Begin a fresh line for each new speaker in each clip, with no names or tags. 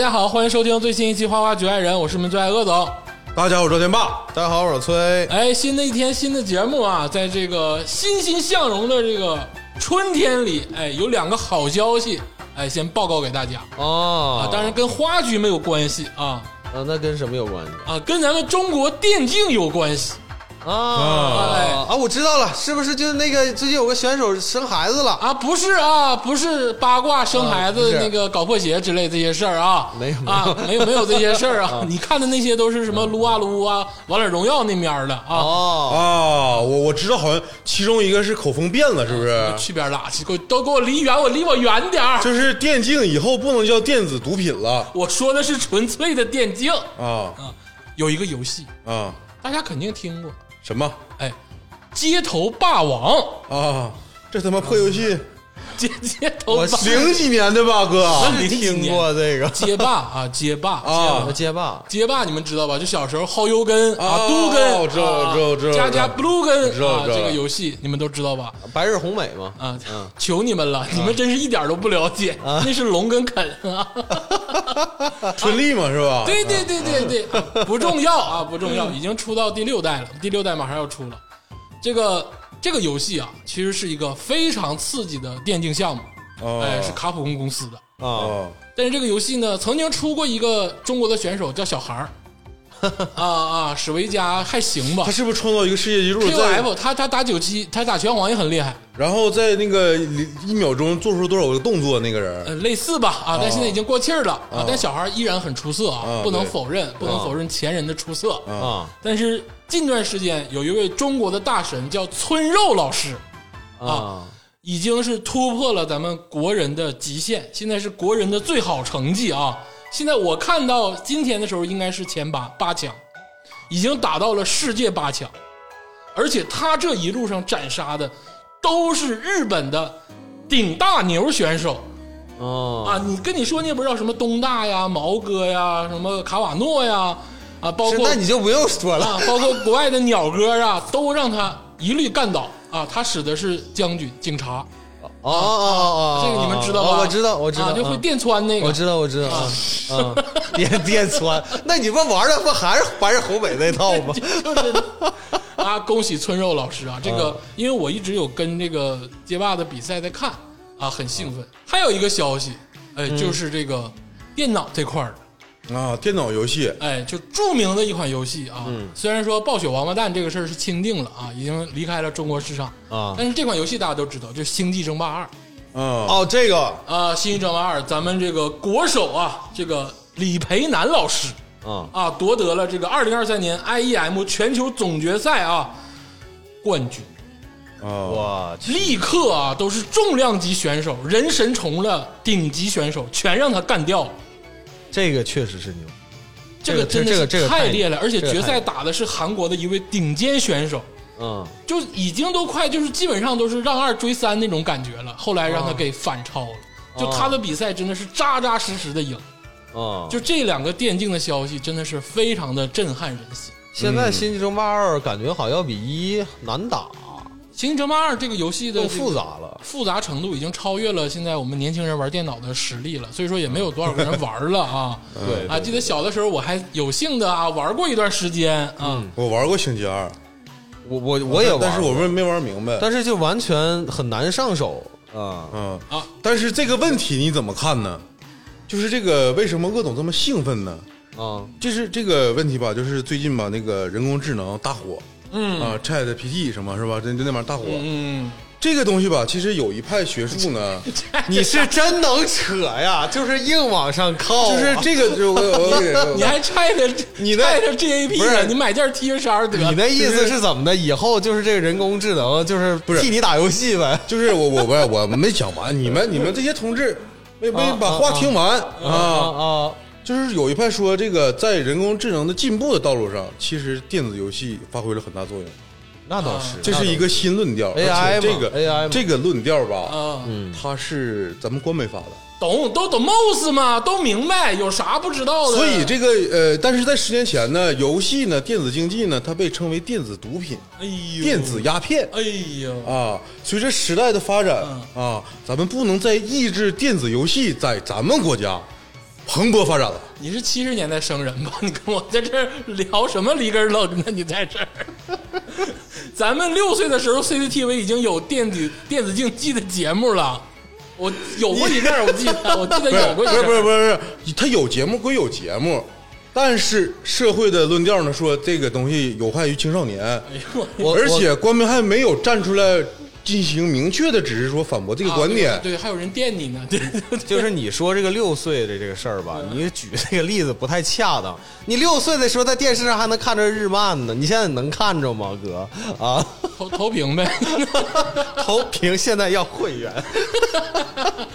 家好，欢迎收听最新一期《花花局爱人》，我是你们最爱鄂总。
大家好，我是天霸。
大家好，我是崔。
哎，新的一天，新的节目啊，在这个欣欣向荣的这个春天里，哎，有两个好消息，哎，先报告给大家
哦
啊，当然跟花局没有关系啊
呃那跟什么有关系
啊，跟咱们中国电竞有关系。
啊
哎
啊啊！我知道了，是不是就是那个最近有个选手生孩子了？
啊，不是啊，不是八卦生孩
啊不
子
是
那个搞破鞋之类这些事儿啊，
没有
啊，没有没有这些事 儿啊，你看的那些都是什么撸啊撸啊、王者荣耀那面儿的啊，
哦，
啊，我我知道，好像其中一个是口风变了，是不
啊
是？
去边儿拉去，给我都给我离远，我离我远点儿。
就是电竞以后不能叫电子毒品了
我说的是纯粹的电竞
啊
啊，有一个游戏
啊！
大家肯定听过，
什么
哎，街头霸王，
啊？这他妈破游戏，
街街头
我
霸
零几年的吧，哥？
是听过这个
街霸啊，街霸
啊
街霸
街霸你们知道吧？就小时候薅油根啊、
哦
嘟根，
我知道
啊
我知道我知道
加加
我知道
blue 根
知道
啊，
知道嗯
这个游戏你们都知道吧？
白日红美嘛？
啊，求你们了，你们真是一点都不了解，那是龙跟肯啊！
春丽嘛是吧？
对对对对对， 啊不重要啊，不重要，已经出到第六代了，第六代马上要出了。这个这个游戏啊，其实是一个非常刺激的电竞项目，
哦
哎，是卡普空公司的。
啊
啊
但是这个游戏呢，曾经出过一个中国的选手叫小孩 儿，啊啊，史维嘉还行吧
他是不是创造一个世界纪录？
，Q
在
F 他他打九七，他打拳皇也很厉害，
然后在那个里一秒钟做出多少个动作？那个人
呃，类似吧
哦
啊，但现在已经过气儿了啊，但小孩儿依然很出色啊
啊，
不能
哦对
否认，不能否认前人的出色。
啊
但是近段时间有一位中国的大神叫村肉老师，
啊！
已经是突破了咱们国人的极限，现在是国人的最好成绩啊！现在我看到今天的时候，应该是前八八强，已经打到了世界八强，而且他这一路上斩杀的都是日本的顶大牛选手
哦，
啊！你跟你说你也不知道什么东大呀、毛哥呀、什么卡瓦诺呀啊，包
是
括
那你就不用说了
啊，包括国外的鸟哥啊，都让他一律干倒啊！他使的是将军、警察，
哦哦哦哦，
这个你们知道吧？
哦我知道，我知道，
啊就会电穿那个。
我知道，我知道啊啊！电电穿，那你们玩的不还是白日红美那套 吗？
就是啊，恭喜村肉老师啊！这
嗯
个，因为我一直有跟这个街霸的比赛在看啊，很兴奋。还有一个消息，哎，
嗯
就是这个电脑这块儿的，
啊，电脑游戏
哎，就著名的一款游戏啊。
嗯
虽然说暴雪王八蛋这个事儿是钦定了啊，已经离开了中国市场
啊
但是这款游戏大家都知道，就是《星际争霸二》。
啊
哦，这个
啊，《新一转弯二》，咱们这个国手啊，这个李培南老师
啊
啊，夺得了这个二零二三年 IEM 全球总决赛啊冠军，
啊
我去
立刻啊都是重量级选手，人神虫了顶级选手，全让他干掉了。
这个确实是牛。
这个真的
这
是
个这个
太
太
烈了，而且
这个
决
太
赛打的是韩国的一位顶尖选手，
嗯，
就已经都快就是基本上都是让二追三那种感觉了。后来让他给反超了，就他的比赛真的是扎扎实实的赢。
啊，
就
就
这两个电竞的消息，真的是非常的震撼人心。
现在《星际争霸二》感觉好像要比一难打，
嗯
《星际争霸二》这个游戏的
更
这个
复杂了。
复杂程度已经超越了现在我们年轻人玩电脑的实力了，所以说也没有多少个人玩了啊。
嗯
对
哎
啊，记得小的时候我还有幸的啊玩过一段时间啊，
我玩过星期二，
嗯我我我也玩，
但是我们没玩明白。
但是就完全很难上手啊。
嗯
啊，
但是这个问题你怎么看呢？就是这个为什么鄂总这么兴奋呢？
啊
就是这个问题吧，就是最近吧，那个人工智能大火，嗯啊，Chat PT 什么是吧？这这那玩意儿大火，
嗯，
这个东西吧，其实有一派学术呢，
你是真能扯呀，就是硬往上靠啊，
就是这个就我我我给
你还拆着
你的
拆着 GAP
不
呢？
是
你买件 T 恤衫得了
你那意思是怎么的？以后就是这个人工智能就是
是
替你打游戏呗？
就是我我我我没讲完，你们你们这些同志没没
啊
把话
啊
听完
啊
啊，
啊
就是有一派说这个在人工智能的进步的道路上，其实电子游戏发挥了很大作用。
那倒是，
这是一个新论调
AI
而且这
嘛
个
AI 嘛
这个论调吧，
啊，
它是咱们官媒发的，
懂都懂 MOS 嘛，都明白，有啥不知道的？
所以这个呃，但是在十年前呢，游戏呢，电子竞技呢，它被称为电子毒品、
哎呦
电子鸦片
哎呦，
啊。随着时
嗯
代的发展啊，咱们不能再抑制电子游戏在咱们国家蓬勃发展了。
你是七十年代生人吧？你 跟我在这儿聊什么里根儿 冷呢？你在这儿，咱们六岁的时候，CCTV 已经有电子电子竞技的节目了。我有过一阵儿，我记 得，我记得
不是
有
不
过一
是
阵
不是
儿。
不是，他有节目归有节目，但是社会的论调呢说这个东西有害于青少年，
哎
我
而且官媒还没有站出来进行明确的，只是说反驳这个
啊
观点。
对，对还有人电你呢，对 对对
就是你说这个六岁的这个事儿
嗯
吧，你举这个例子不太恰当。你六岁的时候在电视上还能看着日漫呢，你现在能看着吗，哥？啊，
投投屏呗
投屏现在要会员，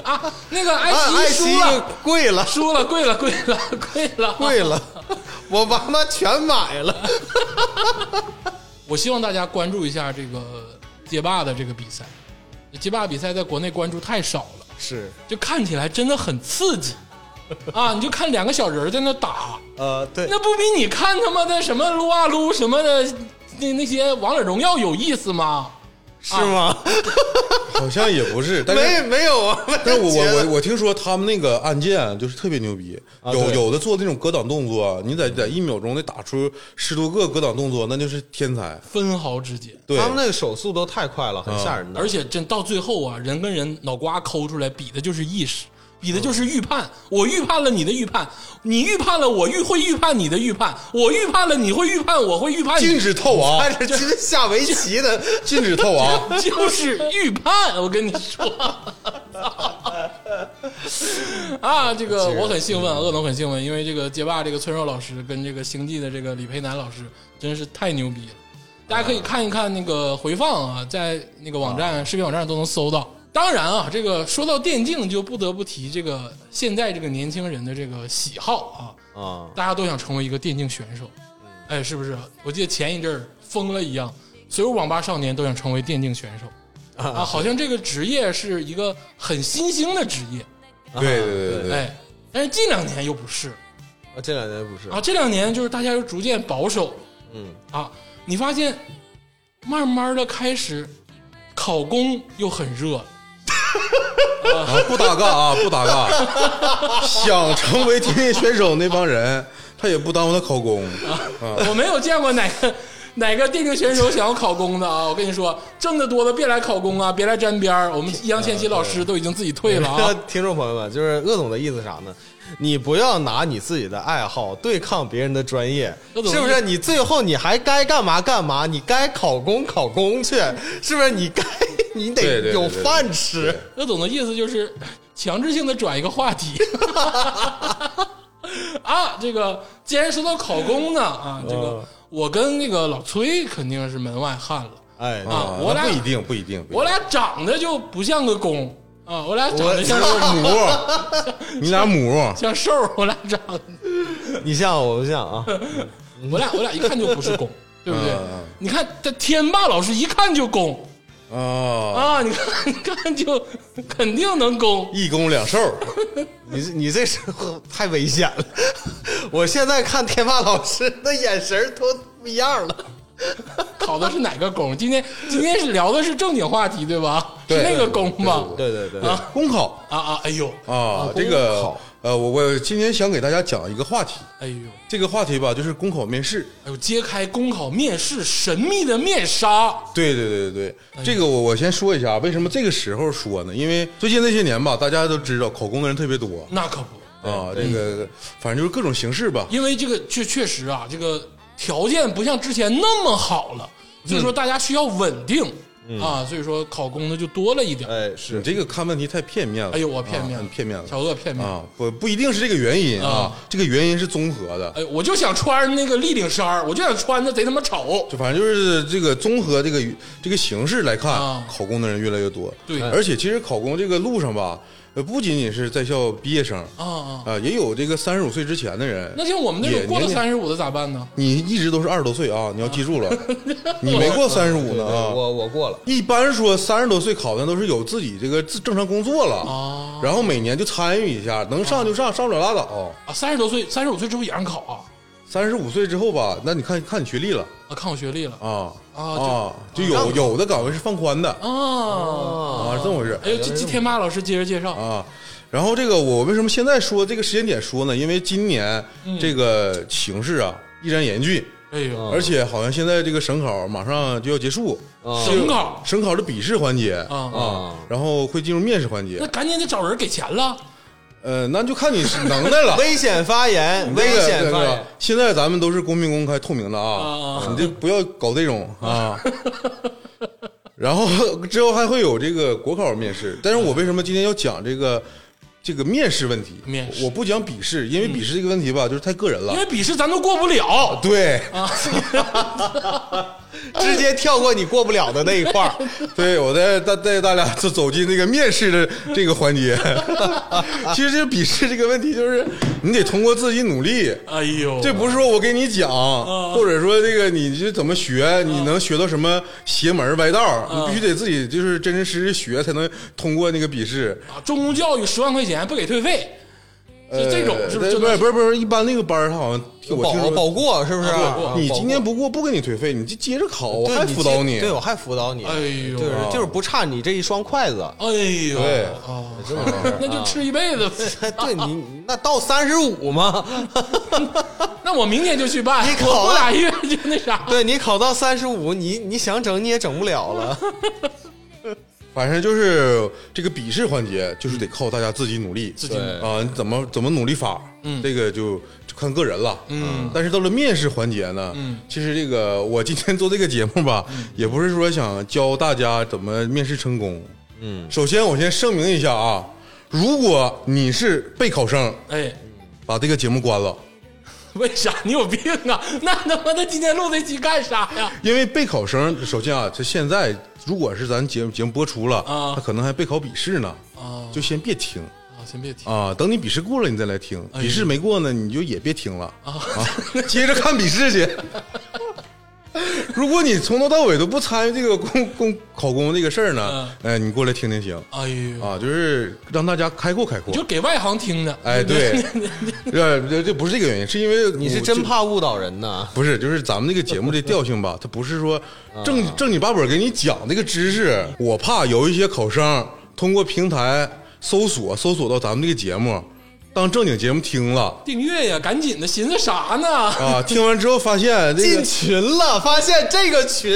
啊！那个爱
爱爱
奇
奇
艺
艺
输了，
贵了，
输了，贵了，贵了，贵了，
贵了， 我把它全买了。
我希望大家关注一下这个街霸的这个比赛。街霸比赛在国内关注太少了，
是，
就看起来真的很刺激啊！你就看两个小人儿在那打，
呃，对，
那不比你看他妈的什么撸啊撸什么的那那些王者荣耀有意思吗？
是
啊
吗？
好像也不是，但
没
是
没有啊，
但是我
觉
我
得
我我听说他们那个按键就是特别牛逼，
啊
有
对
有的做那种格挡动作，啊你在在一秒钟内打出十多个格挡动作，那就是天才。
分毫之间，
对，
他们那个手速都太快了，很吓人的。
嗯而且真到最后啊，人跟人脑瓜抠出来比的就是意识，比的就是预判。我预判了你的预判，你预判了我预会预判你的预判，我预判了你会预判我会预判你
禁止套娃，
按着今天下围棋的，
禁止啊套娃。
就是预判，我跟你说。 啊，这个我很兴奋，恶总很兴奋，因为这个街霸这个村上老师跟这个星际的这个李佩南老师真是太牛逼了，大家可以看一看那个回放啊，在那个网站、视频网站都能搜到。当然啊，这个说到电竞，就不得不提这个现在这个年轻人的这个喜好啊，
啊，
大家都想成为一个电竞选手，哎，是不是？我记得前一阵儿疯了一样，所有网吧少年都想成为电竞选手啊，好像这个职业是一个很新兴的职业，
对对对对，
哎，但是近两年又不是
啊，这两年不是
啊，这两年就是大家又逐渐保守
嗯，
啊，你发现慢慢的开始考公又很热，
啊，不搭嘎 啊，不搭嘎。想成为田径选手那帮人，他也不耽误他考 公啊。
我没有见过哪个。哪个电竞选手想要考公的啊？我跟你说，挣得多的别来考公啊，别来沾边儿。我们易烊千玺老师都已经自己退了啊。
听众朋友们，就是鄂总的意思是啥呢？你不要拿你自己的爱好对抗别人的专业，
鄂总
是不是？你最后你还该干嘛干嘛，你该考公考公去，是不是？你该 你
对
得
对对
有
对
饭吃。
乐总的意思就是强制性的转一个话题。 啊，这个既然说到考公呢，啊，这个我跟那个老崔肯定是门外汉了。
哎，
啊
啊，
我俩
那不一定，不一定。不一定
我俩长得就不像个公啊，我俩长得像
母，你俩母，
像兽儿，我俩长得，
你像我不像啊？
我俩我俩一看就不是公，对不对
嗯嗯？
你看这天霸老师一看就公
啊，
啊，你看 你看就肯定能公。
一公两兽，
你这你这是太危险了！ 我现在看天霸老师的眼神儿都不一样了。
考的是哪个公？今天今天是聊的是正经话题对吧？是
对
那个公吧？
对对对，
公考
啊啊！哎呦
啊，这
公
个
考
呃，我我今天想给大家讲一个话题，
哎呦
这个话题吧，就是公考面试。
哎呦！揭开公考面试神秘的面纱，
对对对对对，这个我我先说一下，为什么这个时候说呢？因为最近那些年吧，大家都知道考公的人特别多
那可不，
啊，这个反正就是各种形式吧。
因为这个确确实啊，这个条件不像之前那么好了，所以
嗯
说大家需要稳定、啊，所以说考公的就多了一点。
哎
你
是
这个看问题太片面了，
哎呦，我片面了，
啊很片面了
小鳄片面。
啊！不不一定是这个原因啊
啊，
这个原因是综合的。
哎，我就想穿那个立领衫儿我就想穿的贼他妈丑。
就反正就是这个综合这个这个形式来看，
啊
考公的人越来越多。
对
而且其实考公这个路上吧，呃，不仅仅是在校毕业生
啊啊
啊，也有这个三十五岁之前的人。
那像我们那种
也
过了
年龄
三十五的咋办呢？
你一直都是二十多岁啊，你要记住了，
啊
你没过三十五 呢啊。
我我过了。
一般说三十多岁考的都是有自己这个自正常工作了，
哦
然后每年就参与一下，能上就上，上不了拉倒。
啊，三十多岁，三十五岁之后也让考啊？
三十五岁之后吧，那你看看你学历了
啊，看我学历了
啊
啊
啊，就有有的岗位是放宽的
啊。
啊，是这么回事
哎呦，这这天霸老师接着介绍，
啊。然后这个我为什么现在说这个时间点说呢？因为今年这个形势啊依然严峻，
哎
嗯
呦，
啊
而且好像现在这个省考马上就要结束，
省考
省考的笔试环节
啊
啊，然后会进入面试环节
那。赶紧得找人给钱了。
呃，那就看你是能耐
。
了
危险发言，危
那个
险发
那
言
个，现在咱们都是公平、公开、透明的
啊啊
啊
啊，
你这不要搞这种 啊。然后之后还会有这个国考面试，但是我为什么今天要讲这个这个面试问题？
面试
我不讲笔试，因为笔试这个问题吧，就是太个人了
因。为啊笔试咱都过不了。
对
直接跳过你过不了的那一块儿。
对，我带带带大家走走进这个面试的这个环 节。其实这笔试这个问题，就是你得通过自己努力，
哎呦，
这不是说我给你讲，
嗯
或者说这个你就怎么学，你能学到什么邪门歪道，
嗯
你必须得自己就是真真实实学，才能通过那个笔试。
啊中公教育十万块钱不给退费，是哦这种
呃
是不是真
对不
的是？
是不是不是，一般那个班儿好像我
保
听说，
保过是不是？啊
你今年
保
不过不给你退费，你就接着考，我
过
还
对
辅导你
接。对我还辅导你，
哎呦
就是就是不差你这一双筷子。
哎呦，
对
啊，
这么回事
那就吃一辈子。
对你那到三十五吗？
那我明年就去办，
你考
我过
了
俩月就那啥。
对你考到三十五，你你想整你也整不了了。
反正就是这个笔试环节，就是得靠大家自己努力，自
己努力
啊，你怎么怎么努力法，嗯，这个就就看个人了，嗯。但是到了面试环节呢，嗯，其实这个我今天做这个节目吧，
嗯
也不是说想教大家怎么面试成功，嗯。首先，我先声明一下啊，如果你是备考生，
哎，
把这个节目关了，
为啥你有病啊？ 那他妈的今天录这期干啥呀？
因为备考生首先啊，这现在如果是咱节目节目播出了，
啊
他可能还备考笔试呢，
啊
就先别听。
啊，先别提
啊，等你笔试过了，你再来听；
呦
笔试没过呢，你就也别听了啊， 接着看笔试去。如果你从头到尾都不参与这个公公考公这个事儿呢，呃，你过来听听行
哎呦，
啊，就是让大家开阔开阔
你。就给外行听的。
哎，对，呃，这这不是这个原因，是因为
你是
我
真
就
怕误导人呐？
不是，就是咱们这个节目这调性吧，它 不是说正正经八本给你讲这个知识。我怕有一些考生通过平台搜索搜索到咱们这个节目，当正经节目听了
订阅呀，赶紧的，寻思啥呢？
啊，听完之后发现这
进
个，
群了，发现这个群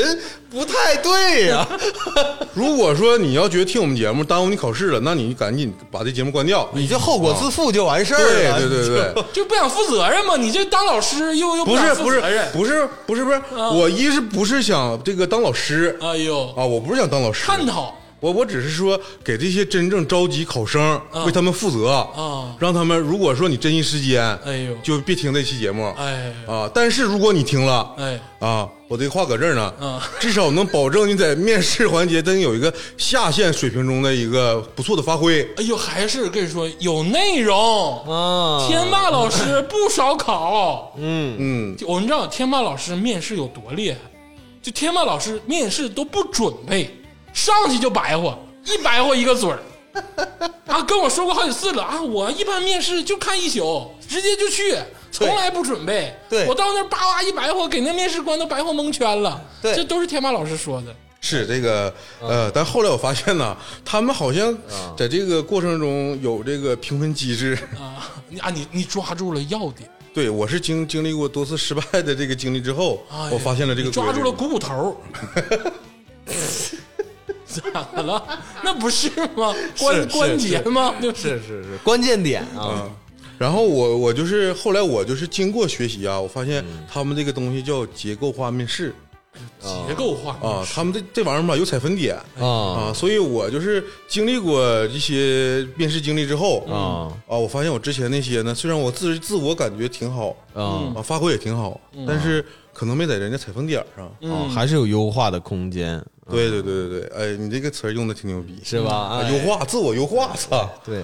不太对呀、
如果说你要觉得听我们节目耽误你考试了，那你赶紧把这节目关掉。
你就后果自负就完事儿
对
了。
对对对。
就不想负责任嘛？你这当老师又又
不
想
是
负
不是
责任
不是不是不是，
嗯
我一是不是想这个当老师
哎呦，
啊？我不是想当老师，
探讨
我我只是说给这些真正着急考生、为他们负责
啊
让他们如果说你珍惜时间，
哎呦
就别听这期节目，
哎
啊，但是如果你听了，
哎
啊，我这话搁这儿呢，
嗯
至少能保证你在面试环节真有一个下限水平中的一个不错的发挥。
哎呦，还是跟你说有内容。
啊，
天霸老师不少考，
嗯，
就我们知道天霸老师面试有多厉害，就天霸老师面试都不准备，上去就白话，一白话一个准儿。啊，跟我说过好几次了啊！我一般面试就看一宿，直接就去，从来不准备。
对
我到那儿叭叭一白话，给那面试官都白话蒙圈了。
对
这都是天霸老师说的。
是这个
啊
呃，但后来我发现呢，他们好像在这个过程中有这个评分机制。
啊，你啊，你你抓住了要点，
对我是经经历过多次失败的这个经历之后，
哎呀
我发现了这个
你抓
规律
住了股骨头儿。 咋的了？那不是吗？关
是
关节吗？就是
是是，关键点啊，
然后我我就是后来我就是经过学习啊，我发现
嗯
他们这个东西叫结构化面试
结构化
嗯
啊，他们这这玩意儿吧有采分点
啊
啊，所以我就是经历过一些面试经历之后
啊
啊，我发现我之前那些呢，虽然我自自我感觉挺好
啊
啊，发挥也挺好，
嗯
但是可能没在人家采分点儿上。
啊，还是有优化的空间，
对对对对对，哎，你这个词儿用的挺牛逼，
是吧？
啊
啊，
优化自我优化，操！
对，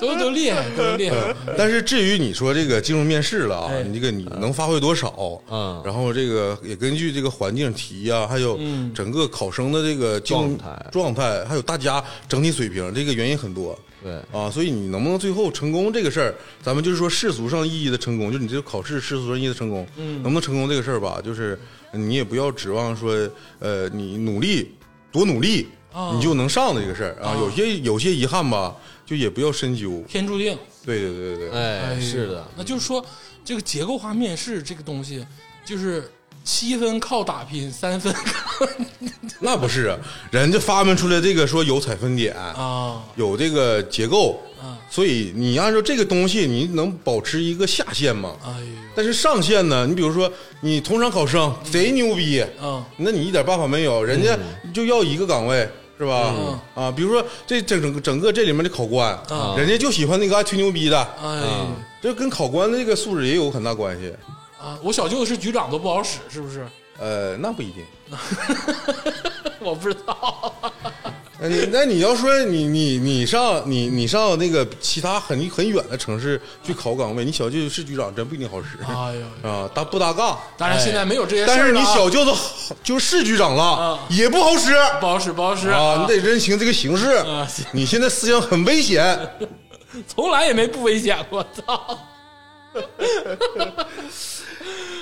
都都厉害，都厉害。
但是至于你说这个进入面试了啊
哎，
你这个你能发挥多少？
嗯
然后这个也根据这个环境题呀、还有整个考生的这个进入
嗯状态
状态，还有大家整体水平，这个原因很多。
对
啊，所以你能不能最后成功这个事儿，咱们就是说世俗上意义的成功，就是你这个考试世俗上意义的成功，能
嗯
不能成功这个事儿吧，就是你也不要指望说，呃，你努力多努力，
哦
啊
你就能上的这个事儿啊。有些有些遗憾吧，就也不要深究。
天注定。
对对对对对，
哎
哎，是的，
那就是说，这个结构化面试这个东西，就是七分靠打拼，三分靠
那不是啊，人家发明出来这个说有采分点，
啊
有这个结构，
啊！
所以你按照这个东西，你能保持一个下限吗？
哎呦，
但是上限呢？你比如说，你同场考生贼牛逼，
嗯
那你一点办法没有，人家就要一个岗位。是吧？啊，比如说这整整整个这里面的考官，
嗯啊
人家就喜欢那个爱吹牛逼的，
哎
这跟考官的这个素质也有很大关系。
啊！我小舅子是局长都不好使，是不是？
呃，那不一定。
我不知
啊
道。
那你那你要说你你你上你你上那个其他很很远的城市去考岗位，你小舅是局长真不一定好使
哎呦，
啊，搭不搭杠？
当然现在没有这些事
哎但
儿
是
了
你
啊
小舅子就是市局长了
啊，
也不好使
不好使，不好使
啊！你得认清这个形势
啊行，
你现在思想很危险。
从来也没不危险过，操！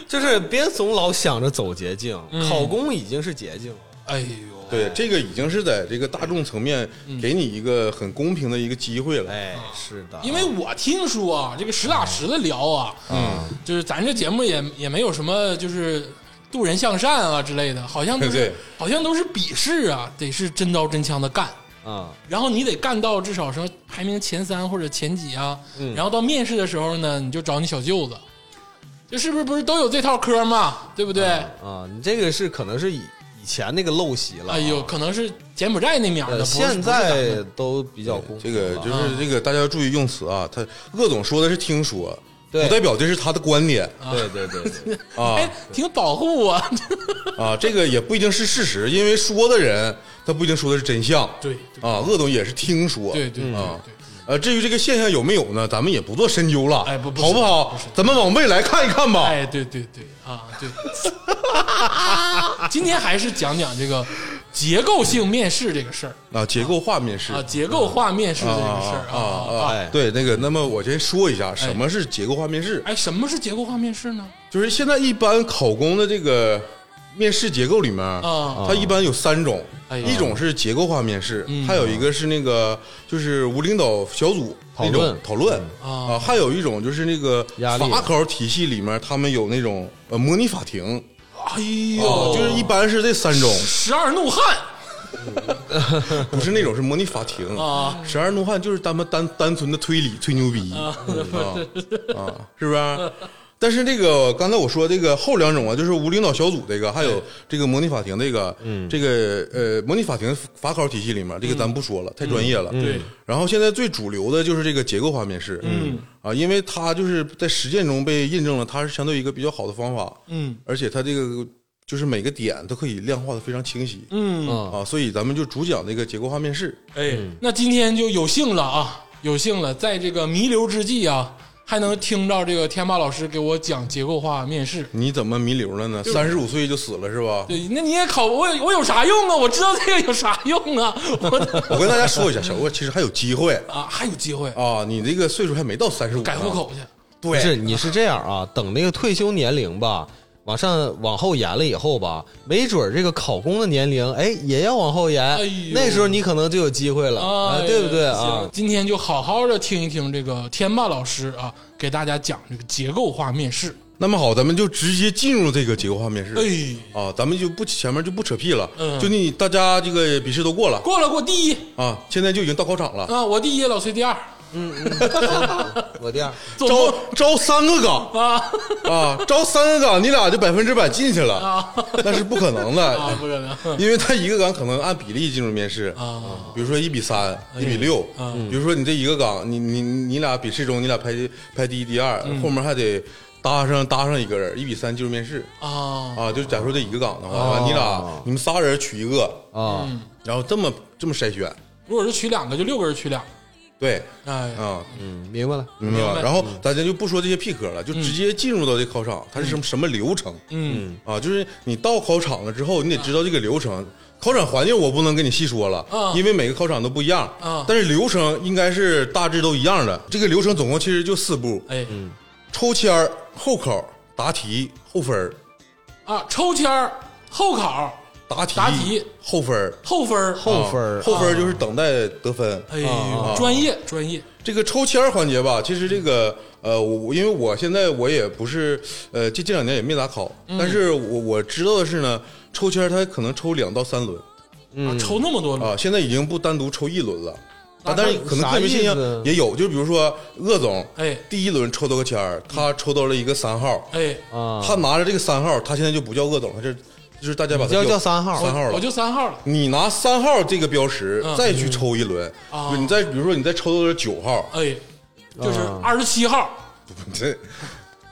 就是别总老想着走捷径，
嗯
考公已经是捷径了。
哎呦，
对，这个已经是在这个大众层面给你一个很公平的一个机会了。
哎，是的，
因为我听说啊，这个实打实的聊啊，嗯，就是咱这节目也也没有什么就是渡人向善啊之类的，好像都是
对
好像都是鄙视啊，得是真刀真枪的干，
啊，
然后你得干到至少什么排名前三或者前几啊，然后到面试的时候呢，你就找你小舅子，这是不是不是都有这套嗑嘛，对不对？
啊，你这个是可能是以以前那个陋习了啊。
哎呦，可能是柬埔寨那面儿的，
呃，
不是
现
不是咱
在
们
都比较公
这
平
个
了啊
就是这个，大家要注意用词啊。他鄂总说的是听说，不
对
代表这是他的观点
对对对 对，
啊
哎挺保护我，
啊，这个也不一定是事实，因为说的人他不一定说的是真相。
对
啊，鄂总也是听说。
对对对
啊
对。
呃，至于这个现象有没有呢？咱们也不做深究了，
哎不不是
好不好？
不是
咱们往未来看一看吧。
哎，对对对，啊，对。 今天还是讲讲这个结构性面试这个事儿
啊，结构化面试
啊，结构化面试的这个事儿
啊
啊
啊
啊。
哎
对，那个，那么我先说一下什么是结构化面试。
哎，什么是结构化面试呢？
就是现在一般考公的这个面试结构里面，
啊
它一般有三种，
哎呀嗯
一种是结构化面试，还有一个是那个就是无领导小组
讨论
那种讨论
嗯
啊，还有一种就是那个
压力
法考体系里面，他们有那种呃模拟法庭
哎
啊，
呦，
就是一般是这三种，
十二怒汉
不是那种是模拟法庭。
啊，
十二怒汉就是他们单单纯的推理吹牛逼啊啊，是不是？但是这个刚才我说这个后两种啊，就是无领导小组这个，还
哎
有这个模拟法庭这个，这个呃模拟法庭法考体系里面，这个咱不说了，太专业了。
嗯对
然后现在最主流的就是这个结构化面试，嗯啊，因为它就是在实践中被印证了，它是相对一个比较好的方法，
嗯，
而且它这个就是每个点都可以量化的非常清晰，
嗯，
嗯，
啊，所以咱们就主讲这个结构化面试。
哎，那今天就有幸了啊，有幸了，在这个弥留之际啊，还能听到这个天霸老师给我讲结构化面试。
你怎么弥留了呢？三十五岁就死了是吧？
对，那你也考我，我有啥用啊？我知道这个有啥用啊？我
我跟大家说一下，小郭其实还有机会
啊，还有机会
啊！
哦
你这个岁数还没到三十五，
改户口去。啊
不是，你是这样啊，等那个退休年龄吧，往上往后延了以后吧，没准儿这个考公的年龄，哎，也要往后延
哎呦，
那时候你可能就有机会了，
啊
啊，，对不对
行
啊？
今天就好好的听一听这个天霸老师啊，给大家讲这个结构化面试。
那么好，咱们就直接进入这个结构化面试。
哎，
啊，咱们就不前面就不扯屁了，
嗯
就你大家这个笔试都过了
过了，过第一
啊，现在就已经到考场了，
啊，我第一，老崔第二，
我第二，
总
招
共
招三个岗
啊
啊，招三个岗，你俩就百分之百进去了，
啊
那是不可能的
啊，，不可能
因为他一个岗可能按比例进入面试
啊，哎
比如说一比三、一比六，比如说你这一个岗，你你你俩比试中你俩排第排第一、第二，
嗯
后面还得搭上搭上一个人，一比三进入面试
啊
啊。就假如说这一个岗的话，你俩你们仨人取一个，
啊，
嗯然后这么这么筛选
如果是取两个，就六个人取两个
对，
哎，
啊，
嗯，明白了。
明白
明
吧？
白
然后大家就不说这些屁嗑了，就直接进入到这考场，它是什么什么流程？
嗯，
啊，就是你到考场了之后，你得知道这个流程。考场环境我不能跟你细说了，
啊
因为每个考场都不一样。
啊
但是流程应该是大致都一样的。这个流程总共其实就四步：
哎，
嗯
抽签儿、后考、答题、后分儿、
啊，抽签儿后考
答题、
答题
后分儿、
后分儿，
后啊分儿
啊后分儿就是等待得分。
哎呦，专业专业，
这个抽签儿环节吧，其实这个呃，我因为我现在我也不是呃，这这两年也没咋考，
嗯
但是我我知道的是呢，抽签儿它可能抽两到三轮
嗯
啊抽那么多轮，
啊，现在已经不单独抽一轮了。
那
啊，但是可能个别现象
啥意思
也有，就比如说鄂总，
哎
第一轮抽到个签儿，他抽到了一个三号，
哎，
嗯啊，
他拿着这个三号，他现在就不叫鄂总，他就就是大家把他
叫叫三号
三号了，
我就三号了，
你拿三号这个标识
嗯
再去抽一轮，
嗯
啊
你再比如说你再抽到了九号，
哎，就是
啊
二十七号
你这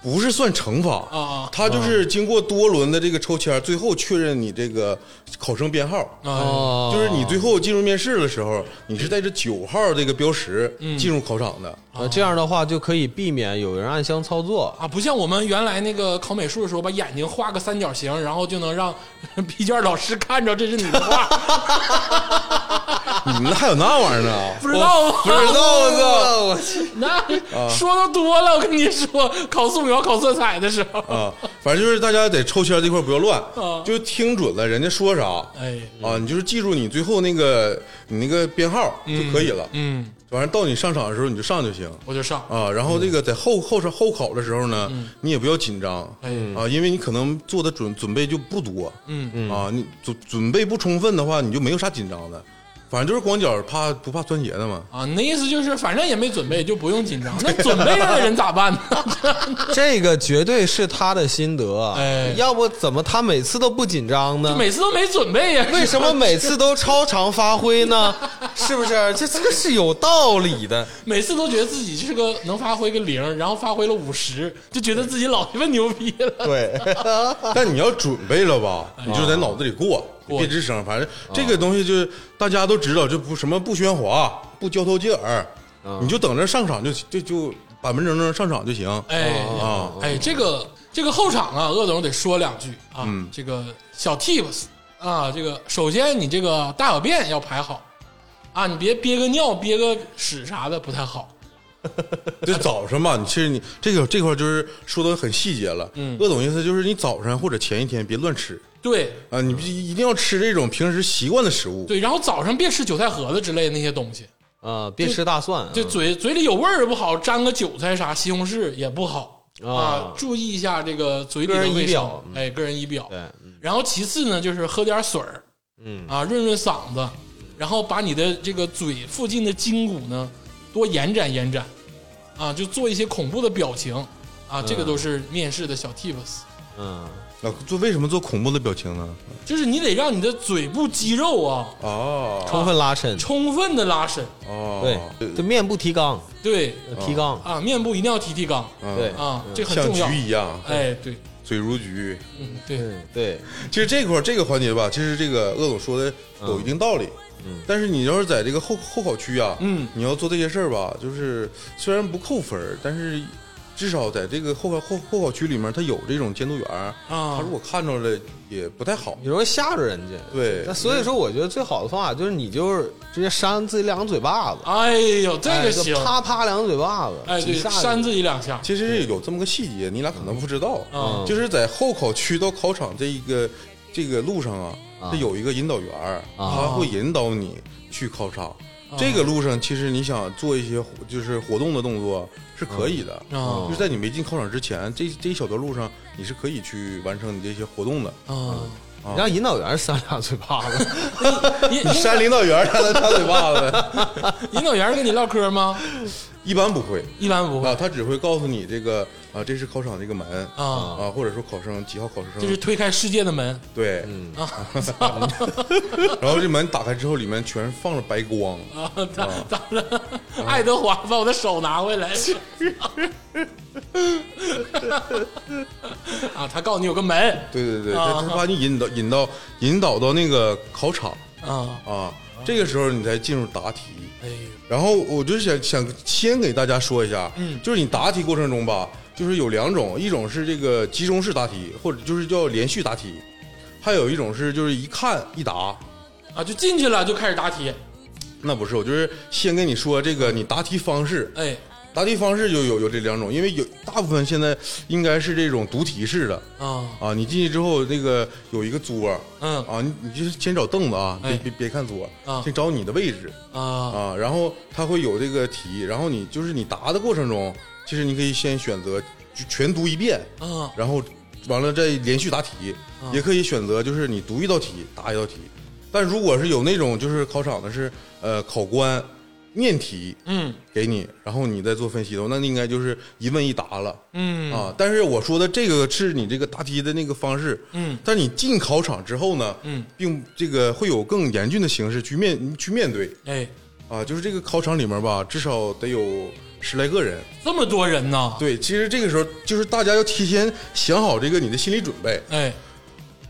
不是算惩罚
啊
嗯
啊
他就是经过多轮的这个抽签，最后确认你这个考生编号。
啊，
哦，
就是你最后进入面试的时候，你是带着九号这个标识
嗯
进入考场的。
呃，这样的话就可以避免有人暗箱操作。
啊，不像我们原来那个考美术的时候，把眼睛画个三角形，然后就能让 批卷老师看着这是你的画，
你们那还有那玩意儿呢？
不知道吗？
不知道我
我去，
那说的多了，我跟你说，考素描、考色彩的时候，
操啊！反正就是大家在抽签这块儿不要乱
啊，
就听准了人家说啥
哎，
啊，你就是记住你最后那个你那个编号就可以了。
嗯，
反正到你上场的时候你就上就行。
我就上，
啊，然后这个在后后上后考的时候呢，你也不要紧张，
嗯哎
啊，因为你可能做的准准备就不多，
嗯
啊，你准准备不充分的话，你就没有啥紧张的，反正就是光脚怕不怕穿鞋 的嘛。
啊，你那意思就是反正也没准备，就不用紧张。那准备上的人咋办呢？
这个绝对是他的心得，啊
哎
要不怎么他每次都不紧张呢？
每次都没准备呀。
为什么每次都超常发挥呢？是不是？这这个是有道理的。
每次都觉得自己是个能发挥个零，然后发挥了五十，就觉得自己老他妈牛逼了。
对，
但你要准备了吧，你就在脑子里过，
哎过啊
别吱声。反正这个东西就是大家都知道，这不什么不喧哗，不交头接耳，
啊
你就等着上场就就就板板正正上场就行。
哦
哎
啊
哎，这个这个后场啊，鄂总得说两句啊。
嗯
这个小 tips 啊，这个首先你这个大小便要排好啊，你别憋个尿、憋个屎啥的不太好。
就早上吧，你其实你这个这块儿就是说的很细节了。嗯，鄂总意思就是你早上或者前一天别乱吃
对
啊，你一定要吃这种平时习惯的食物。
对，然后早上别吃韭菜盒子之类的那些东西。
啊，别吃大蒜啊，
这嘴嘴里有味儿不好，沾个韭菜啥西红柿也不好啊
啊
注意一下这个嘴里的
个人
卫
仪
生
表，嗯
哎，个人仪表。
对，
然后其次呢，就是喝点水儿，
嗯
啊，润润嗓子，然后把你的这个嘴附近的筋骨呢多延展延展，啊，就做一些恐怖的表情，啊，这
嗯
个都是面试的小 tips，
嗯，
啊，做为什么做恐怖的表情呢？
就是你得让你的嘴部肌肉啊
哦
充分拉伸，
充分的拉伸，
对
哦，，
这面部提肛，
对
提肛，
啊，面部一定要提提肛
嗯
对
啊，这很
像
重要
菊，一样，
哎，对，
嘴如菊。
嗯，对。
嗯，对，
其实这块儿这个环节吧，其实这个鄂总说的有一定道理。嗯，但是你要是在这个后后考区啊，
嗯，
你要做这些事儿吧，就是虽然不扣分儿，但是至少在这个后考后后考区里面，他有这种监督员儿
啊
他如果看着了也不太好。
你容易吓着人家。
对
那，所以说，我觉得最好的方法就是你就是直接扇自己两个嘴巴子，
哎呦，这
哎
个
就
行，
啪啪两个嘴巴子，
哎，对，
几下子
扇自己两下，
其实有这么个细节，你俩可能不知道，
嗯
就是在后考区到考场这一个这个路上啊，
啊
它有一个引导员儿，
啊
他会引导你去考场。这个路上，其实你想做一些活就是活动的动作是可以的，
啊
就是在你没进考场之前，这这一小段路上你是可以去完成你这些活动的。
啊，
你让引导员扇俩嘴巴子，
引
你扇领导员儿，让他插嘴巴子，
引导员跟你唠嗑吗？
一般不会
一般不会
啊，他只会告诉你这个啊，这是考场这个门
啊，
啊，或者说考生几号考生，
就是啊推开世界的门
对， 然后这门打开之后，里面全放着白光，
啊，咋咋了？爱德华把我的手拿回 来。啊，他告诉你有个门
对对对，
啊
他他把你引导引导引导到那个考场
啊，
啊，这个时候你才进入答题。
哎呦，
然后我就想想先给大家说一下，嗯，就是你答题过程中吧，就是有两种，一种是这个集中式答题，或者就是叫连续答题，还有一种是就是一看一答。
啊，就进去了就开始答题，
那不是，我就是先跟你说这个你答题方式，
哎，
答题方式就有有这两种，因为有大部分现在应该是这种读题式的
啊，
啊，你进去之后那个有一个桌儿。
嗯
啊，你你就是先找凳子啊，别
哎
别别看桌
啊，
先找你的位置
啊
啊，然后他会有这个题，然后你就是你答的过程中，其实你可以先选择就全读一遍，
啊
然后完了再连续答题，
嗯
也可以选择就是你读一道题答一道题。但如果是有那种就是考场的是呃考官念题
嗯
给你，然后你再做分析的话，那应该就是一问一答了。
嗯
啊，但是我说的这个是你这个答题的那个方式，
嗯，
但你进考场之后呢，
嗯，
并这个会有更严峻的形式去面去面对
哎，
啊，就是这个考场里面吧，至少得有十来个人，
这么多人呢，
对，其实这个时候就是大家要提前想好这个你的心理准备，
哎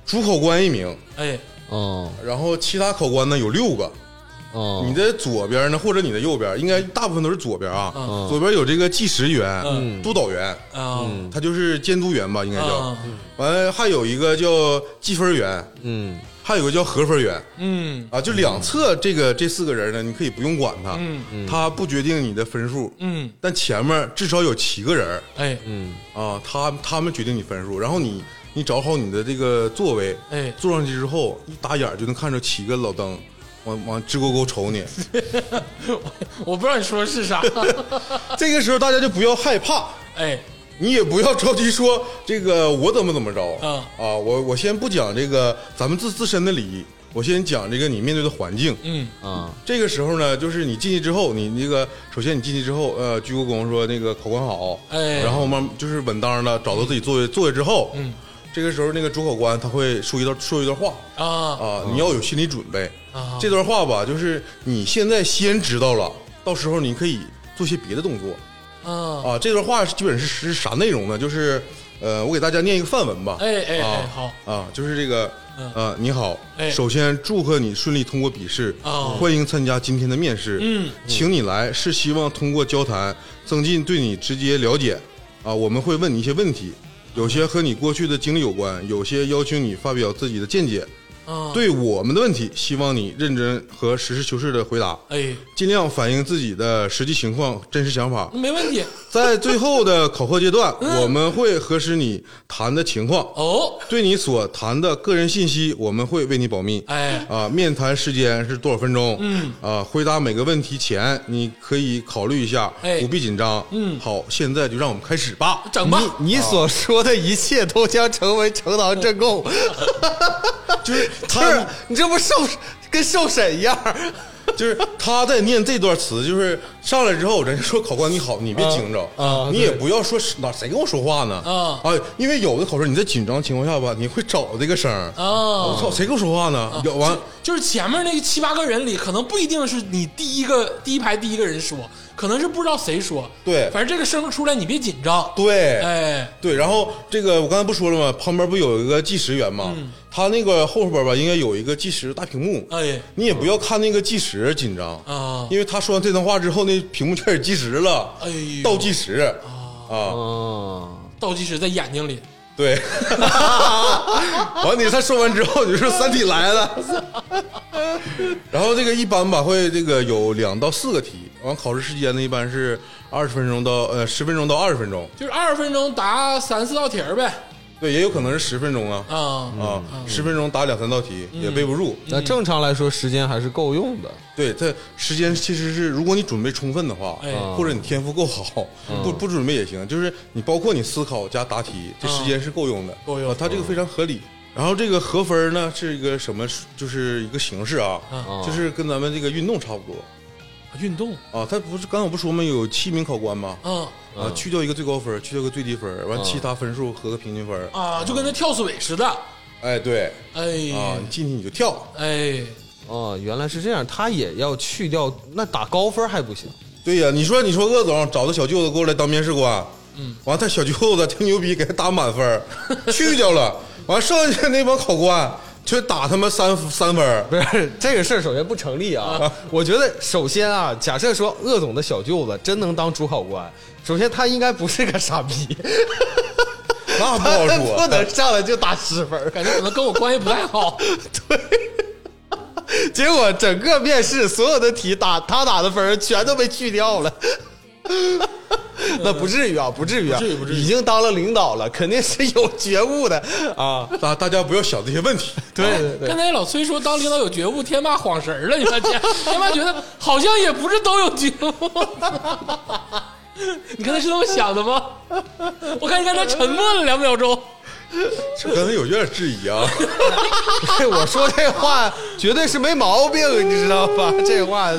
主考官一名，
哎，
哦
然后其他考官呢有六个，
嗯
哦，
你的左边呢或者你的右边，应该大部分都是左边啊，
嗯
左边有这个计时员、
嗯
督导员，
啊
嗯
他就是监督员吧，应该叫。
啊
完了还有一个叫计分员，
嗯
还有一个叫核分员
嗯
啊，就两侧这个这四个人呢，你可以不用管他，他不决定你的分数，
嗯，
但前面至少有七个人
哎
嗯
啊，他他们决定你分数，然后你你找好你的这个座位，
哎
坐上去之后一打眼儿就能看着七个老灯。往往直勾勾瞅你，
我不知道你说的是啥，
这个时候大家就不要害怕，
哎
你也不要着急说这个我怎么怎么着，
嗯
啊，我我先不讲这个咱们自自身的礼仪，我先讲这个你面对的环境。
嗯
啊
这个时候呢，就是你进去之后，你那个首先你进去之后，呃，鞠个躬说那个考官好，
哎
然后慢就是稳当的找到自己座位座位之后，嗯，这个时候那个主考官他会说一段说一段话
啊
啊，你要有心理准备。
啊
这段话吧，就是你现在先知道了，到时候你可以做些别的动作。
啊，
啊，这段话基本是是啥内容呢？就是，呃，我给大家念一个范文吧。
哎哎
啊
哎，好嗯
啊，就是这个，呃，你好，
哎
首先祝贺你顺利通过笔试，
哦
欢迎参加今天的面试。
嗯，
请你来是希望通过交谈增进对你直接了解。啊，我们会问你一些问题，有些和你过去的经历有关，有些邀请你发表自己的见解。
啊，
对我们的问题，希望你认真和实事求是的回答，
哎，
尽量反映自己的实际情况、真实想法。
没问题
在最后的考核阶段，我们会核实你谈的情况，
哦，
对你所谈的个人信息，我们会为你保密。
哎
啊，面谈时间是多少分钟？嗯，啊，回答每个问题前，你可以考虑一下，
哎
不必紧张。嗯，好，现在就让我们开 始吧。
整吧，
你你所说的一切都将成为呈堂证供，
嗯
就是
不
他
是，你这不受跟受审一样？
就是他在念这段词，就是上来之后，人家说考官你好，你别紧张
啊
你也不要说是哪谁跟我说话呢
啊
因为有的考生你在紧张情况下吧，你会找这个声儿我
啊，
操，谁跟我说话呢？有完。
就是前面那个七八个人里，可能不一定是你第一个第一排第一个人说，可能是不知道谁说，
对
反正这个声出来你别紧张，
对，
哎，
对，然后这个我刚才不说了吗？旁边不有一个计时员吗？
嗯
他那个后边吧，应该有一个计时大屏幕。
哎
你也不要看那个计时紧张
啊
因为他说完这段话之后，那屏幕就开始计时了，
哎呦
倒计时啊，
哦，
倒计时在眼睛里，
对。完你他说完之后，你就说《三体》来了。然后这个一般吧，会这个有两到四个题，完考试时间呢一般是二十分钟到呃十分钟到二十分钟，
就是二十分钟答三四道题儿呗，
对，也有可能是十分钟啊。
啊，
啊，十分钟答两三道题
嗯
也背不住。
那正常来说时间还是够用的。
对，它时间其实是，如果你准备充分的话
哎，嗯
或者你天赋够好，不不准备也行。就是你包括你思考加答题，这时间是够用的，
够用嗯
啊它这个非常合理。然后这个合分呢是一个什么？就是一个形式啊
啊，
就是跟咱们这个运动差不多
运动，
啊。它不是刚才我不说吗？有七名考官吗？
啊
啊，去掉一个最高分，去掉一个最低分，
嗯
完其他分数合个平均分。
啊，就跟那跳水似的，
哎，对啊，
哎
你进去你就跳。
哎，
哦，原来是这样，他也要去掉，那打高分还不行
对呀、你说你说鄂总找的小舅子过来当面试官，嗯，完他小舅子挺牛逼，给他打满分儿，去掉了，完剩下那帮考官却打他妈三三分儿
不是这个事儿，首先不成立啊！我觉得首先啊，假设说鄂总的小舅子真能当主考官，首先他应该不是个傻逼，
那不好
他 不
说。
能上来就打十分儿。
感觉可能跟我关系不太好。
结果整个面试所有的题打他打的分儿全都被去掉了。那不至于啊，嗯不至于啊，
不至于不至于
已经当了领导了，肯定是有觉悟的啊。
大大家不要想这些问题，
对对对
刚，才老崔说当领导有觉悟，天霸晃神儿了，你发 现？天霸觉得好像也不是都有觉悟。你看他是那么想的吗？我看你看他沉默了两秒钟。
这刚才有点质疑啊。
我说这话绝对是没毛病，你知道吧？这话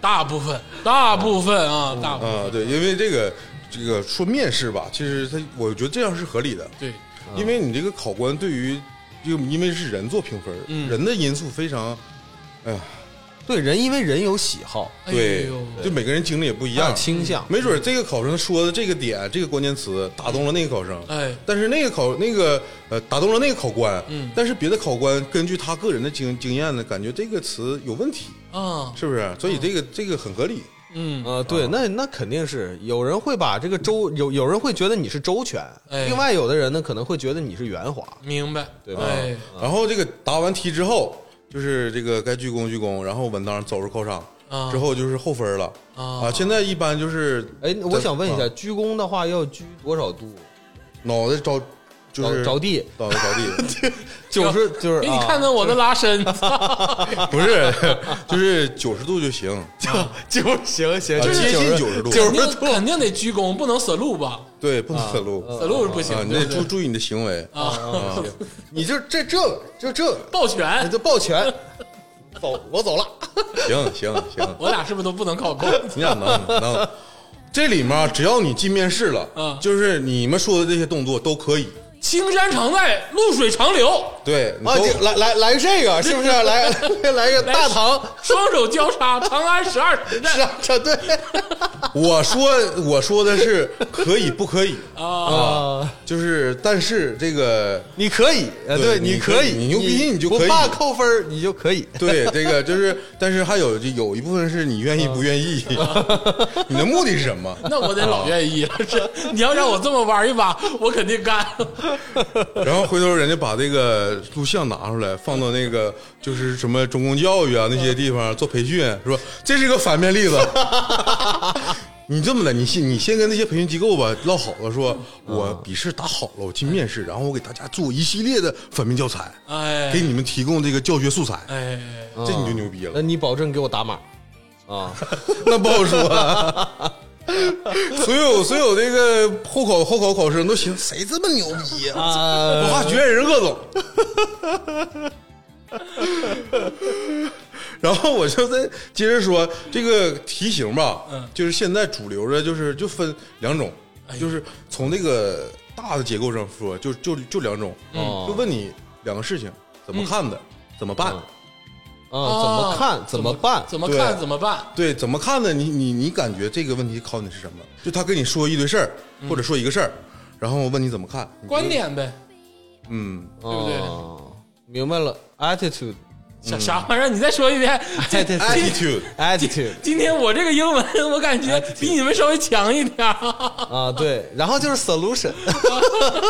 大部分，大部分啊，大部分
啊，对，因为这个这个说面试吧，其实他我觉得这样是合理的，
对，
因为你这个考官对于这个因为是人做评分，人的因素非常，哎呀，
对人，因为人有喜好，
哎
对
呦，，
就每个人经历也不一
有
样，
倾向。
没准这个考生说的这个点，这个关键词打动了那个考生，
哎嗯
但是那个考那个呃打动了那个考官，但是别的考官根据他个人的经经验呢，感觉这个词有问题，
啊，
是不是？所以这个这个很合理，
嗯，
呃，对，那那肯定是有人会把这个周有有人会觉得你是周全，
哎
另外有的人呢可能会觉得你是圆滑，
明白，
对吧
哎，
然后这个答完题之后，就是这个该鞠躬鞠躬，然后稳当走入考场。
啊
之后就是后分了
啊
现在一般就是
哎，我想问一下，
啊
鞠躬的话要鞠多少度？
脑袋着就
着
是
着地，
倒着着地，
九十就
哎
是啊
给你
啊
看看我的拉伸，
不是，就是九十度 就行，
九行行，
啊
这
接近九十度，
90
肯定肯定得鞠躬，不能死路吧？
对，不能死路
死路是不行
啊，，你
对
得
不
注
对
注意你的行为
啊，
啊。
你就这这个就这个，
抱
你
拳，
就抱拳，走，我走了。
行行行，
我俩是不是都不能考公？
你俩能能。这里面只要你进面试
嗯
啊
了，就是你们说的这些动作都可以，
青山常在，绿水长流，
对，你
啊，
都
就来来来这个是不是？来来来个大堂，
双手交叉，长安十二 时
是
辰
啊，这对
我说我说的是可以不可以，
啊，
啊，
就是但是这个
你可以，呃，
对
对，
你
可以，
你牛逼你就可以
不怕扣分儿你就可以。
对，这个就是，但是还有有一部分是你愿意不愿意，
啊
你的目的是什么？
那我得老愿意了。
啊
这你要让我这么玩一把，我肯定干。
然后回头人家把这个录像拿出来，放到那个就是什么中公教育啊那些地方做培训，说这是个反面例子。 你这么的，你先你先跟那些培训机构吧唠好了，说我笔试打好了，我进面试，然后我给大家做一系列的反面教材，
哎
给，你们提供这个教学素材，
哎，
嗯
这你就牛逼
那
了。
你保证给我打码啊？
那不好说、啊 所有所有这个后考后考考生都寻思谁这么牛逼啊？我
啊，
怕学人各种。 然后我就再接着说这个题型吧，
嗯哎
就是现在主流的，就是就分两种，就是从那个大的结构上说，就就就两种，
嗯
哦
就问你两个事情怎
嗯
么看的，怎么办，
嗯啊，怎么看？怎么办？
怎么看？
对
怎么办？
对，怎么看的？你你你感觉这个问题考你是什么？就他跟你说一堆事儿，或者说一个事儿，然后问你怎么看，你觉
嗯
得
观，点呗，
嗯，
对
不对
啊明白了，attitude，attitude，
嗯
啥啥玩意儿？你再说一 遍。
attitude。
attitude
今天我这个英文，我感觉比你们稍微强一点儿。
啊，对，然后就是 solution，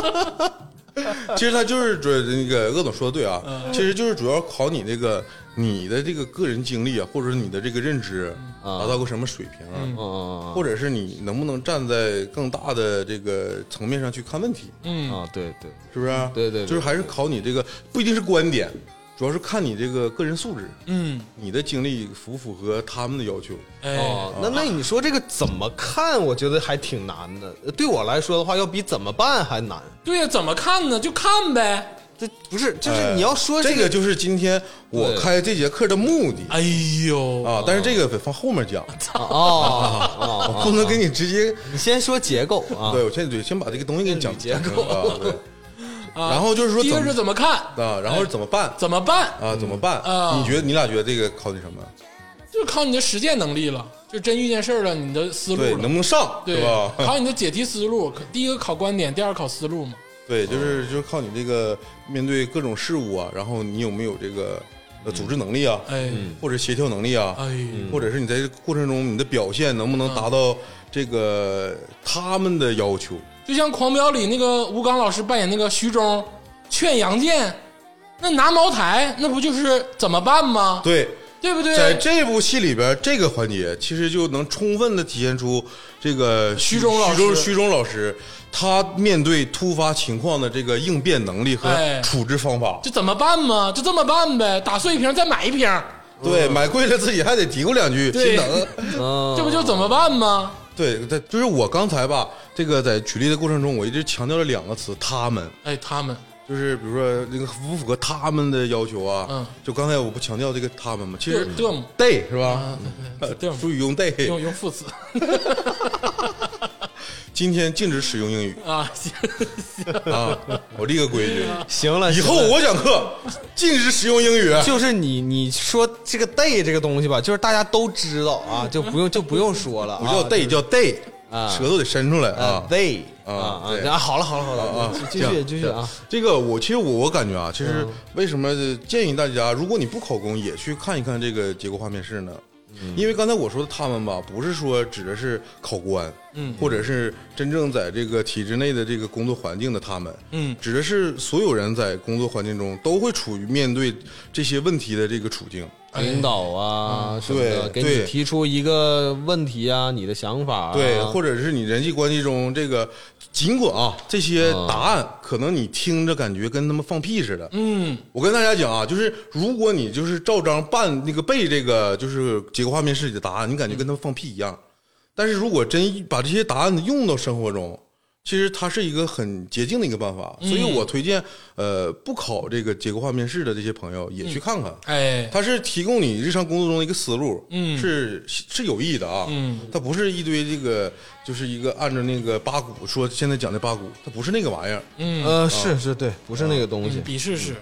其实他就是主那个鄂总说的对啊，
嗯
其实就是主要考你这个你的这个个人经历啊，或者是你的这个认知
嗯
达到个什么水平啊，
嗯
或者是你能不能站在更大的这个层面上去看问题，
嗯啊，对对，
是不是啊？
嗯对对对
就是还是考你这个不一定是观点，主要是看你这个个人素质，
嗯，
你的经历符不符合他们的要求？
哎，
哦，那那你说这个怎么看？我觉得还挺难的。对我来说的话，要比怎么办还难。
对呀，怎么看呢？就看呗。
这不是，就
哎
是你要说
这
个
个就是今天我
对
开这节课的目的
哎呦，
啊，但是这个得放后面 讲，
啊哦
我
哦，
不能给你直接。
你先说结构啊，
对，我先得先把这个东西给你讲
捋结构
啊，对
啊
然后就是说
第一个
怎么
是怎么看，
啊，然后怎么办
怎么办，
啊？怎么办
啊？
你觉得你俩觉得这个考你什么？
就靠你的实践能力了。就真遇见事儿了，你的思路
对，
了
能不能上，
对
吧？
考你的解题思路，可第一个考观点，第二个考思路嘛。
对，就是就是靠你这个面对各种事物啊，然后你有没有这个呃组织能力啊，
哎
或者协调能力啊，
哎嗯
或者是你在这个过程中你的表现能不能达到这个他们的要求？
就像《狂飙》里那个吴刚老师扮演那个徐忠劝杨戬，那拿茅台，那不就是怎么办吗？
对，
对不
在
对？
这部戏里边，这个环节其实就能充分的体现出这个
徐忠老师
徐忠徐忠老师他面对突发情况的这个应变能力和
哎
处置方法。
就怎么办嘛？就这么办呗，打碎一瓶再买一瓶，
对，买贵了自己还得嘀咕两句，
对
心疼。
嗯，
这不就怎么办吗？
对，在就是我刚才吧，这个在举例的过程中，我一直强调了两个词，他们
哎，他们
就是比如说那个符不符合他们的要求啊？
嗯，
就刚才我不强调这个他们嘛，其实
them
对是吧？
啊对
主语用 they，
用用副词
今天禁止使用英语
啊，行行
啊！我立个规矩，
行了，
以后
行了
我讲课禁止使用英语。
就是你你说这个 day 这个东西吧，就是大家都知道啊，就不用就不用说了啊，
不叫 they，叫 they，
啊
舌头得伸出来啊
啊。they
啊
啊
对
啊，好了好了好了
啊，
继
这
续
样
继续
这样
啊，
这个我其实我我感觉啊，其实为什么呃建议大家，如果你不考公，也去看一看这个结构化面试呢？
嗯
因为刚才我说的他们吧，不是说指的是考官，嗯，或者是真正在这个体制内的这个工作环境的他们，
嗯
指的是所有人在工作环境中都会处于面对这些问题的这个处境。
领导啊什么的，
嗯对
给你
对
提出一个问题啊，你的想法啊，
对，或者是你人际关系中这个，尽管啊这些答案可能你听着感觉跟他们放屁似的，
嗯，
我跟大家讲啊，就是如果你就是照章办那个背这个就是结构化面试里的答案，你感觉跟他们放屁一样。但是如果真把这些答案用到生活中，其实它是一个很捷径的一个办法。所以我推荐，呃，不考这个结构化面试的这些朋友也去看看。
哎，
它是提供你日常工作中的一个思路，嗯，是是有益的啊，嗯，它不是一堆这个，就是一个按照那个八股说现在讲的八股，它不是那个玩意儿，嗯
呃是是对，不是那个东西，
笔试是
嗯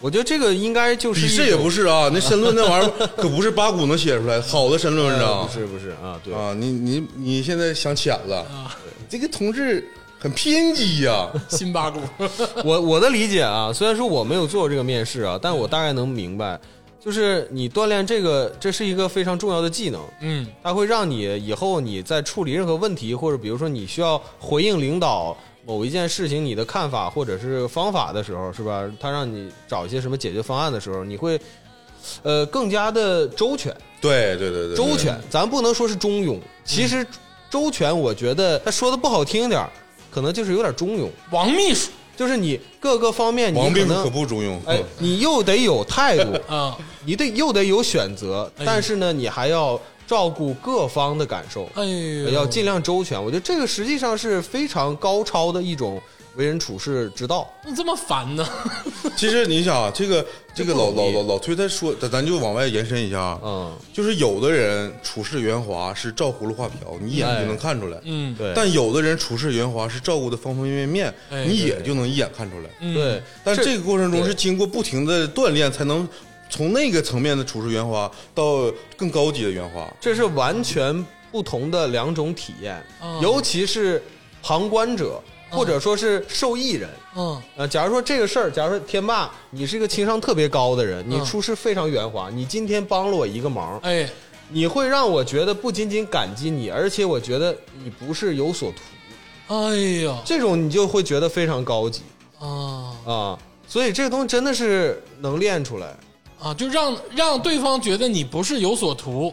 我觉得这个应该就
笔
是一
试也
种
不是啊，那申论那玩意儿 可不是八股能写出来，好的申论文
呃
章
不是不是啊，对，
啊，你你你现在想浅了，这个同志很偏激呀、
辛巴古，
我我的理解啊，虽然说我没有做过这个面试啊，但我大概能明白，就是你锻炼这个，这是一个非常重要的技能，
嗯
它会让你以后你在处理任何问题，或者比如说你需要回应领导某一件事情你的看法或者是方法的时候，是吧？它让你找一些什么解决方案的时候，你会。呃，更加的周全，
对对对对，嗯
周全，咱不能说是中庸。其实，周全，我觉得他说的不好听点儿可能就是有点中庸。
王秘书，
就是你各个方面，
对
你
王
可
病
能
可不中用，嗯
哎，你又得有态度
啊，
你得又得有选择，
哎
但是呢，你还要照顾各方的感受，
哎呦，
要尽量周全。我觉得这个实际上是非常高超的一种为人处事之道。
那这么烦呢？
其实你想啊，这个这个老
这不容
老
易
老老崔他说，咱咱就往外延伸一下啊，
嗯，
就是有的人处事圆滑是照葫芦画瓢，你一眼就能看
哎
出来。
嗯，
对，
但有的人处事圆滑是照顾的方方面面，
哎
你也就能一眼看出来。
嗯
对，
但
这
这个过程中
对
是经过不停的锻炼，才能从那个层面的处事圆滑到更高级的圆滑。
这是完全不同的两种体验
哦，
尤其是旁观者或者说是受益人。
嗯
呃，假如说这个事儿，假如说天霸，你是一个情商特别高的人，你
嗯
处事非常圆滑，你今天帮了我一个忙，
哎
你会让我觉得不仅仅感激你，而且我觉得你不是有所图，
哎呦
这种你就会觉得非常高级
啊
啊。所以这个东西真的是能练出来，
啊，就让让对方觉得你不是有所图，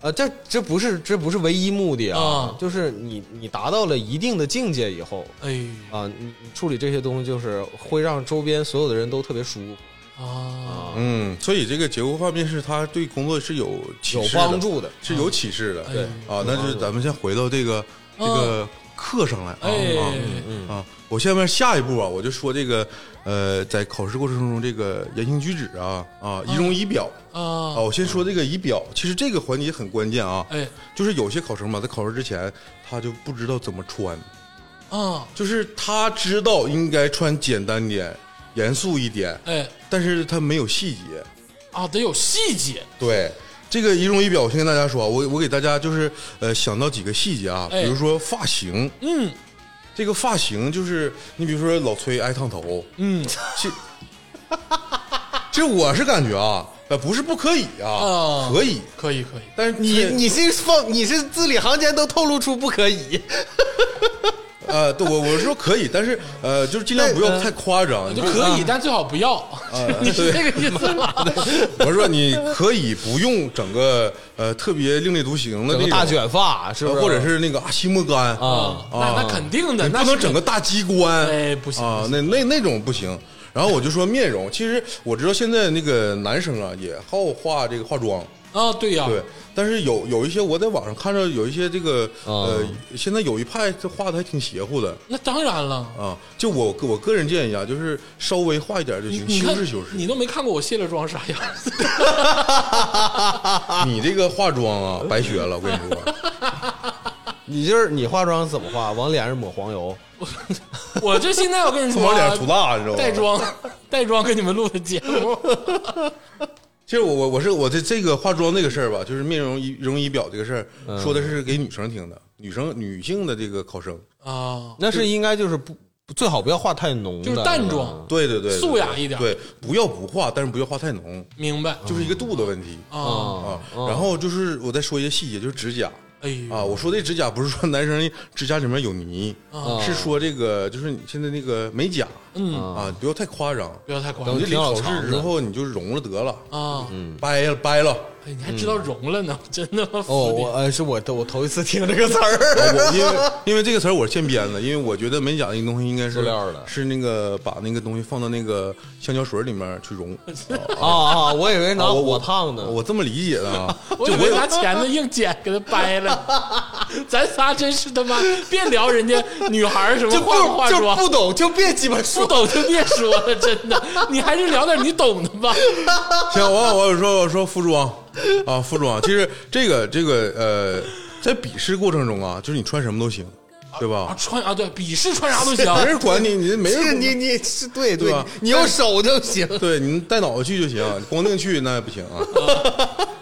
啊，这这不是这不是唯一目的啊，
啊
就是你你达到了一定的境界以后
哎呦
啊，你你处理这些东西就是会让周边所有的人都特别舒服
啊，
啊，
嗯，所以这个结构化面试，它对工作是有启
有
示的
帮，助的。
是有启示的。
对
啊，那就是咱们先回到这个这个课上来啊。
嗯哎
啊啊，我下面下一步啊，我就说这个，呃，在考试过程中这个言行举止啊啊，仪容仪表啊，
啊
我先说这个仪表，其实这个环节很关键啊，
哎
就是有些考生吧，在考试之前他就不知道怎么穿，
啊
就是他知道应该穿简单点、严肃一点，
哎
但是他没有细节，
啊，得有细节，
对。这个仪容仪表，我先跟大家说啊，我我给大家就是呃想到几个细节啊，
哎
比如说发型，
嗯
这个发型就是你比如说老崔爱烫头，
嗯
这这我是感觉啊，呃，不是不可以啊，
啊
可以，
可以可以，
但是
哦你
你
你是放你是字里行间都透露出不可以，
呃，对我我是说可以，但是呃，就是尽量不要太夸张。
就
你
可以，但最好不要，
啊
你是这个意思吗？
我是说你可以不用整个呃特别另类独行的那
整
种
个大，卷发是不
呃
是？
或者是那个啊西莫干
啊
那那肯定的，
你
那
不
是
能整个大机关，
哎不行
啊，那那那种不行。然后我就说面容，其实我知道现在那个男生啊也好化这个化妆，
啊，对呀，
对，但是有有一些我在网上看着有一些这个、呃，现在有一派这画的还挺邪乎的
那当然了。
啊，就我个我个人建议啊，就是稍微画一点就
你
行，
你
修
看
饰修饰。
你都没看过我卸了妆啥样，
你这个化妆啊，白学了，我跟 你说，
你就是你化妆怎么化？往脸上抹黄油，
我这现在我跟你说啊，
往脸上涂蜡，你知道吗？
带妆 带妆跟你们录的节目，
其实我我我是我这这个化妆这个事儿吧，就是面容仪容仪表这个事儿，说的是给女生听的，女生女性的这个考生，
啊，
那是应该就是不最好不要化太浓的，
就是淡
吧
妆
对对对，对
素雅一点
对，不要不化，但是不要化太浓，
明白
就是一个度的问题
啊？
啊
啊。。
然后就是我再说一些细节，就是指甲
哎呦
啊，我说这指甲不是说男生指甲里面有泥，
啊
是说这个就是你现在那个美甲
嗯，
啊，不要太夸张，
不要太夸张
你就
等
离考试
长
之
的
后你就融了得了，
啊！
掰了掰了。
哎，你还知道融了呢，真的吗？
哦，我呃是我我头一次听这个词儿，
我哎因 为因为这个词儿我是现编的，因为我觉得美甲那个东西应该是
塑料的
是那个把那个东西放到那个香蕉水里面去融。
啊啊！ 我以为拿
啊我
火烫呢，
我这么理解的啊，
我以为拿钳子硬剪给他掰了，咱仨真是他妈别聊人家女孩儿什么
就
化不化
不就
妆，
不懂就别鸡巴说
不懂就别说了，真的，你还是聊点你懂的吧。
行，我我有说我说服装啊，服装，其实这个这个呃，在笔试过程中啊，就是你穿什么都行，对
啊，
吧？
穿啊，对，笔试穿啥都 行。
没人管你，你没
这个
人
你你是对
对
对
吧，
你用手就行。
对你带脑子去就行，光腚去那不行啊。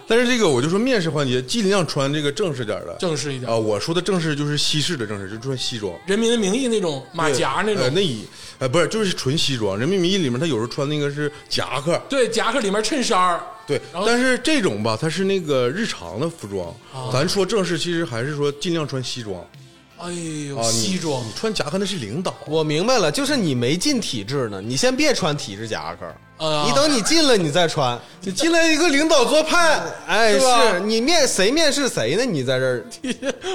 但是这个我就说面试环节尽量穿这个正式点儿的，
正式一点
啊。我说的正式就是西式的正式，就穿西装。
人民的名义那种马甲那
呃
种，
内衣，呃，不是，就是纯西装。人民名义里面，他有时候穿那个是夹克，
对，夹克里面衬衫儿
对
然。后
但是这种吧，它是那个日常的服装。
啊
咱说正式，其实还是说尽量穿西装
哎呦，
啊。你
西装
你穿夹克那是领导。
我明白了，就是你没进体制呢，你先别穿体制夹克，
啊
你等你进了你再穿。你进来一个领导做派，哎，
是吧
是你面谁面试谁呢？你在这儿，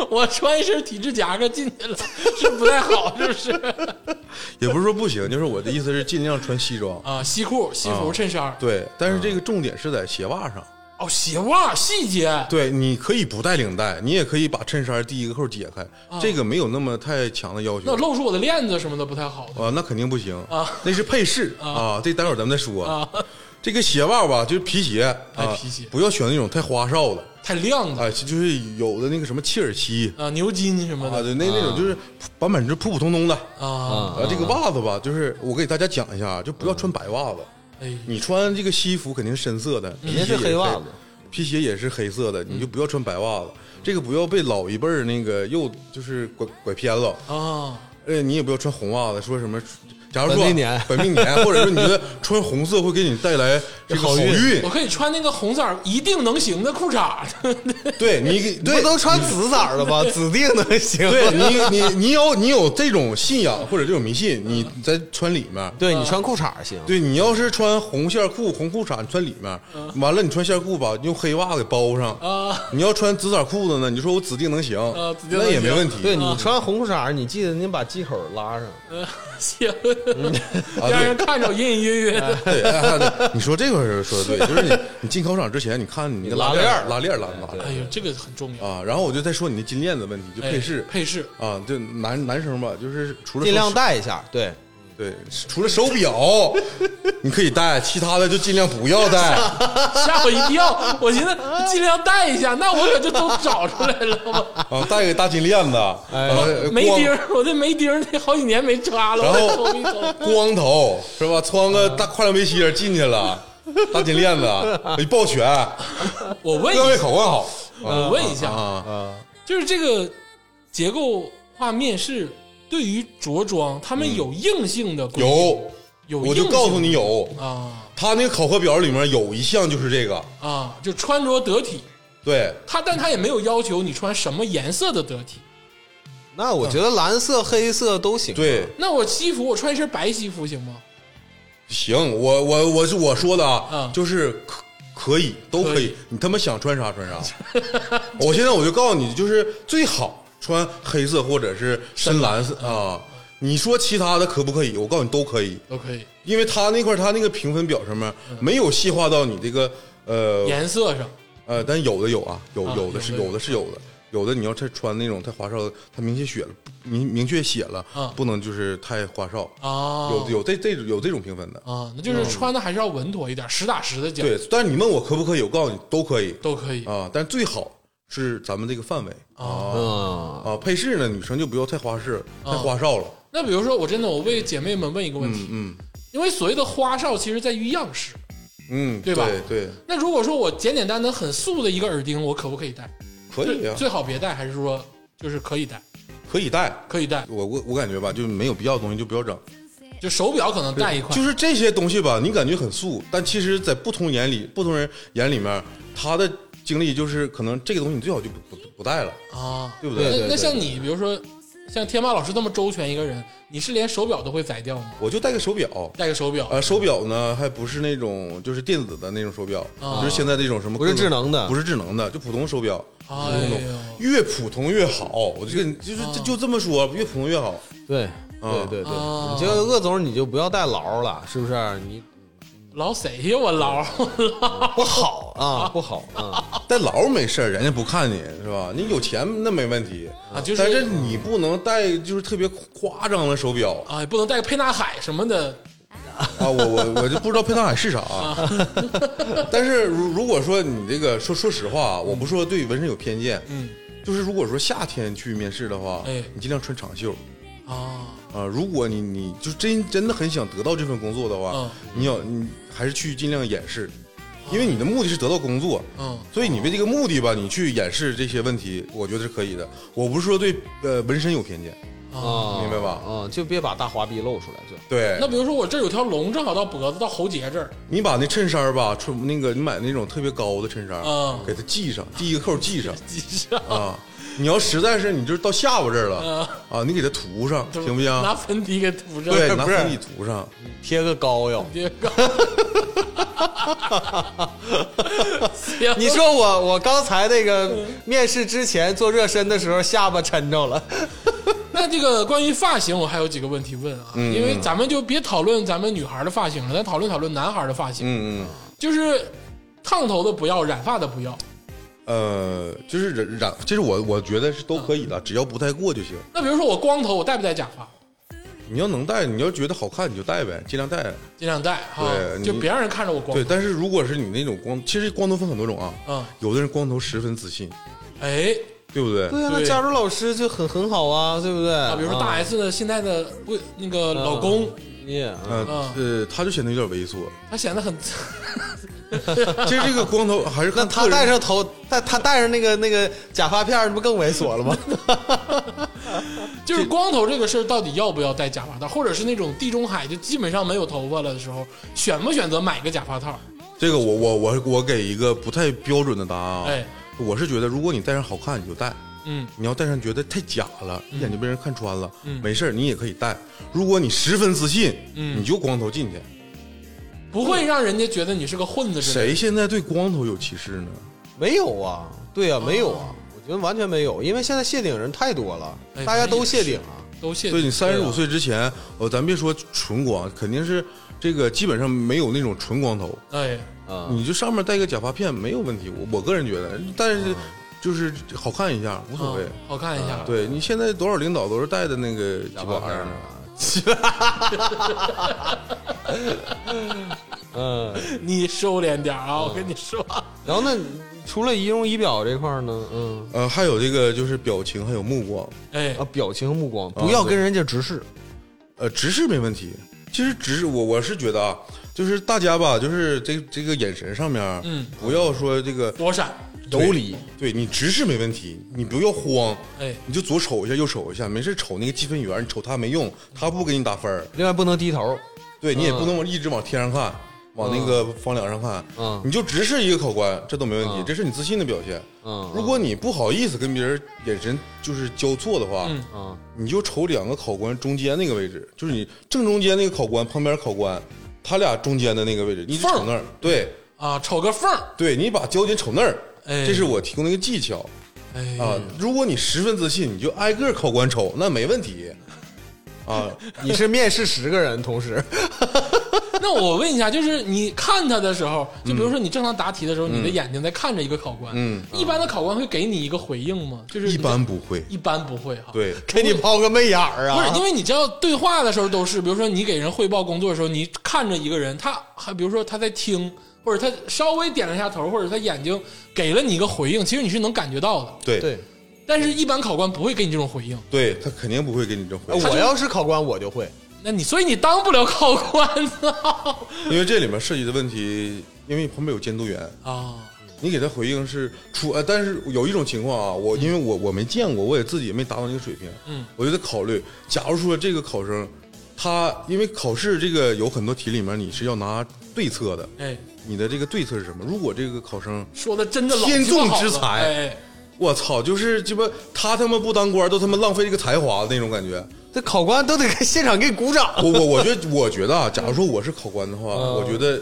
我穿一身体制夹克进去了，是不太好，是不是？
也不是说不行，就是我的意思是尽量穿西装。
啊，西裤、西
嗯
服、衬衫儿，
对，但是这个重点是在鞋袜上。
哦，鞋袜细节，
对，你可以不带领带，你也可以把衬衫第一个扣解开，这个没有那么太强的要求
啊那。露出我的链子什么的不太好的
啊，那肯定不行
啊，
那是配饰啊，这待会儿咱们再说。
啊，
这个鞋袜吧，就是皮鞋，
哎
啊
皮鞋
不要选那种太花哨的，
太亮的
啊，就是有的那个什么切尔西
啊，牛筋什么
啊，
的
对，那那种就是版本是普普通通的。
啊，
嗯
啊，这个袜子吧，就是我给大家讲一下，啊就不要穿白袜子。
哎，
你穿这个西服肯定是深色的，皮
嗯定
鞋
是
也
黑袜子，嗯
皮鞋也是黑色的，你就不要穿白袜子。这个不要被老一辈儿那个又就是拐拐偏了，
啊，
呃，你也不要穿红袜子，说什么。假如说
本命年
本命 年，或者说你觉得穿红色会给你带来这个好
好运
运
我，可以穿那个红色儿一定能行的裤衩儿，
对 你给
不
对
都穿紫色儿的 吗？指定能行。
对你你你有你有这种信仰或者这种迷信，你在穿里面。
对你穿裤衩儿行。
对你要是穿红线裤、红裤衩，你穿里面，完了你穿线裤吧，用黑袜子给包上。
嗯啊
你要穿紫色裤子呢，你就说我指定能行，
指定能
那也没
行
问题。
对你穿红裤衩儿，你记得你把系口拉上。
呃行， 让
啊对
人看着隐隐约约的。
对，哎哎对，你说这块儿说的对，就是你你进考场之前，你看你那个
拉
链
链
儿
儿
拉链儿拉不
哎呦，这个很重要，
拉啊，然后我就再说你的金链子问题，就
哎
配饰
配饰
啊，就男男生吧，就是除了
尽量
手
戴一下，对，
对，除了手表你可以戴，其他的就尽量不要戴。
吓我一跳，我寻思尽量带一下，那我可就都找出来 了我
啊，戴个大金链子，啊然后
哎没
哎光
钉儿，我这没钉儿，这好几年没扎了，
然后
我头一头
光头是吧？穿个大跨栏背心儿进去了，大金链子一抱拳，
我问
各
一
位
下，
考官好
我问一下，
啊！
就是这个结构化面试对于着装，他们有硬性的规定，
嗯有，
有
我就告诉你有，
有啊
他那个考核表里面有一项就是这个，
啊，就穿着得体。
对，
他但他也没有要求你穿什么颜色的得体。
那我觉得蓝色、黑色都行。，
对，
那我西服我穿一身白西服行吗？
行，我我我是我说的啊
嗯，
就是可可以都可
可
以
以，
你他妈想穿啥穿啥。我现在我就告诉你，就是最好穿黑色或者是深蓝色啊。你说其他的可不可以？我告诉你都可以，
都可以，
因为他那块他那个评分表上面没有细化到你这个呃
颜色上
呃，但有的有啊，有
啊
有的是
有的
有的是有的，有的你要太穿那种太花哨的，他明确写了，明明确写了
嗯，
不能就是太花哨。
啊，
有有这这有这种评分的，
啊，那就是穿的还是要稳妥一点，实打实的讲，
嗯对，但是你问我可不可以，我告诉你都可以
都可以
啊，但最好是咱们这个范围啊
嗯，
啊，配饰呢，女生就不要太花式、
啊
太花哨了，
那比如说，我真的我为姐妹们问一个问题，
嗯
因为所谓的花哨其实在于样式。
嗯，
对吧
对，
那如果说我简简单单很素的一个耳钉，我可不可以戴？
可以啊
最，最好别戴，还是说就是可以戴？
可以戴。
可以戴，
我我我感觉吧，就没有必要的东西就不要整，
就手表可能戴一块，
就是这些东西吧，你感觉很素，但其实，在不同眼里、不同人眼里面，他的经历就是可能这个东西你最好就不不不戴了，
啊。
对不
对
那那像你，比如说像天霸老师这么周全一个人，你是连手表都会摘掉吗？
我就戴个手表，
戴个手表
呃，手表呢还不是那种就是电子的那种手表，
啊
就是现在这种什么
不是
各种
智能的
不是智能的，就普通手表，
哎
普通
呦
的越普通越好。我就跟你就是这就这么说，越普通越好。
对，
嗯
对对对，
啊
你这个鄂总你就不要戴劳了，是不是？你
老谁呀？我 老
不好啊，不好 啊。
戴劳没事儿，人家不看你是吧？你有钱那没问题
啊就是
但是你不能戴就是特别夸张的手表
啊，不能戴个沛纳海什么的
啊！我我我就不知道沛纳海是啥，啊 但是如如果说你这个说说实话，啊我不说对纹身有偏见，
嗯，
就是如果说夏天去面试的话，
哎
你尽量穿长袖。
啊。
啊，如果你你就真真的很想得到这份工作的话，
嗯
你要你还是去尽量掩饰，因为你的目的是得到工作，
嗯
所以你为这个目的吧，你去掩饰这些问题，我觉得是可以的。我不是说对呃纹身有偏见，
啊，
明白吧
啊，就别把大花臂露出来，最好。
对
那，比如说我这儿有条龙，正好到脖子到喉结这儿，
你把那衬衫儿吧，穿那个你买那种特别高的衬衫儿，
嗯
给它系上，第一个扣系上
几下
啊。你要实在是你就是到下巴这儿了、
嗯
啊，你给它涂上 行不行？
拿粉底给涂上，
对，拿
不是
粉底涂上，
贴个膏药。
别 搞。
你说我我刚才那个面试之前做热身的时候，下巴抻着了。
那这个关于发型，我还有几个问题问啊，
嗯
因为咱们就别讨论咱们女孩的发型了，咱讨论讨论男孩的发型，
嗯嗯。
就是烫头的不要，染发的不要。
呃，就是染染，其实我我觉得是都可以的，
嗯
只要不太过就行。
那比如说我光头，我戴不戴假发？
你要能戴，你要觉得好看你就戴呗，尽量戴。
尽量戴哈
对，你
就别让人看着我光
对，
头。
但是如果是你那种光，其实光头分很多种啊，
嗯，
有的人光头十分自信，
哎，
对不对？
对啊，那
对
加州老师就很很好啊，对不对？
啊，
啊嗯
比如说大 S 的现在的不那个老公，
你
呃
嗯
啊
呃，他就显得有点猥琐。
他显 得很
其实这个光头还是
那
看
他
个人
戴上头，戴他戴上那个那个假发片儿，那不更猥琐了吗？
就是光头这个事儿到底要不要戴假发套，或者是那种地中海就基本上没有头发了的时候，选不选择买个假发套？
这个我，我我我给一个不太标准的答案啊。
哎
我是觉得，如果你戴上好看你就戴，
嗯，
你要戴上觉得太假了，一眼就被人看穿了，
嗯
没事儿你也可以戴。如果你十分自信，
嗯
你就光头进去。
不会让人家觉得你是个混子之类的。
谁现在对光头有歧视呢？
没有啊，对
哦
呀、没有啊，我觉得完全没有，因为现在谢顶人太多了，
哎
大家都谢顶啊。
都谢
对你三十
对
五
啊
岁之前，呃，咱别说纯光，肯定是这个基本上没有那种纯光头，
哎，
啊、
你就上面戴个假发片没有问题。我我个人觉得，但是就是好看一下无所谓。
嗯好看一下。
对你现在多少领导都是戴的那个鸡巴玩意儿呢？
嗯，
你收敛点啊，我跟你说，
然后那除了仪容仪表这块儿呢，嗯
呃，还有这个就是表情，还有目光，
哎
啊，，表情和目光
啊
不要
对
跟人家直视，
呃，直视没问题。其实直视我我是觉得啊，就是大家吧，就是这这个眼神上面，
嗯，
不要说这个
躲闪
有理，对你直视没问题，你不要慌，
哎
你就左瞅一下，右瞅一下，没事瞅那个计分员，瞅他没用，他不给你打分儿
另外不能低头，
对你也不能往一直往天上看，往那个房梁上看，
嗯
你就直视一个考官，这都没问题，
嗯
这是你自信的表现。
嗯
如果你不好意思跟别人眼神就是交错的话，
嗯
啊，
你就瞅两个考官中间那个位置，就是你正中间那个考官旁边考官，他俩中间的那个位置，你就瞅那儿，对
啊，瞅个缝儿，
对，你把焦点瞅那儿，
哎
这是我提供的一个技巧。
哎，
啊，如果你十分自信，你就挨个考官瞅，那没问题。啊，
你是面试十个人同 时，
那我问一下，就是你看他的时候，就比如说你正常答题的时候，你的眼睛在看着一个考官，
嗯，
一般的考官会给你一个回应吗？就是你
一般不会，
一般不会哈，，
对，
给你抛个媚眼儿啊！
不是因为你知道对话的时候都是，比如说你给人汇报工作的时候，你看着一个人，他还比如说他在听，或者他稍微点了一下头，或者他眼睛给了你一个回应，其实你是能感觉到的，
对
对，
但是一般考官不会给你这种回应，
对他肯定不会给你这回应，
我要是考官我就会，
那你所以你当不了考官呢
因为这里面涉及的问题，因为旁边有监督员，
啊，
你给他回应是出，呃，但是有一种情况啊，我因为我我没见过，我也自己也没达到那个水平，
嗯，
我就得考虑，假如说这个考生，他因为考试这个有很多题里面你是要拿对策的，
哎，
你的这个对策是什么？如果这个考生，
说的真的老
天
鸡巴
纵
好
之
了
才
哎。
我操，就是鸡巴他他妈不当官都他妈浪费这个才华的那种感觉。
这考官都得给现场给鼓掌。
我我我觉得我觉得啊，假如说我是考官的话，我觉得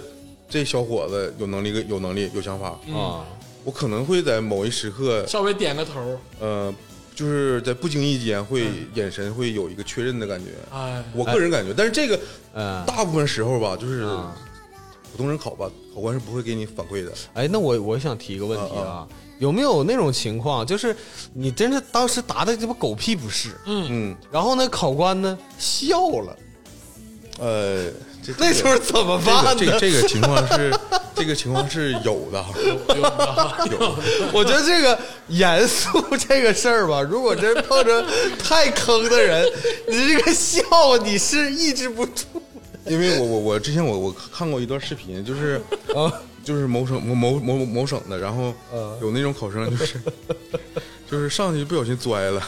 这小伙子有能力，有能力，有想法，
嗯
啊，
我可能会在某一时刻
稍微点个头，
呃，就是在不经意间会眼神会有一个确认的感觉。
哎，
我个人感觉，但是这个
嗯，
大部分时候吧，就是
啊
普通人考吧，考官是不会给你反馈的。
哎，那我我想提一个问题
啊
啊，有没有那种情况，就是你真是当时答的鸡巴狗屁不是，
嗯，
然后呢，考官呢笑了，
呃，这
那时候怎么办呢？
这个这个这个情况是这个情况是有的，
有吧
有
我觉得这个严肃这个事儿吧，如果真碰着太坑的人，你这个笑你是抑制不住
因为我我我之前我我看过一段视频，就是
啊。
就是某省某某某某省的，然后有那种考生就是 就是上去不小心摔了，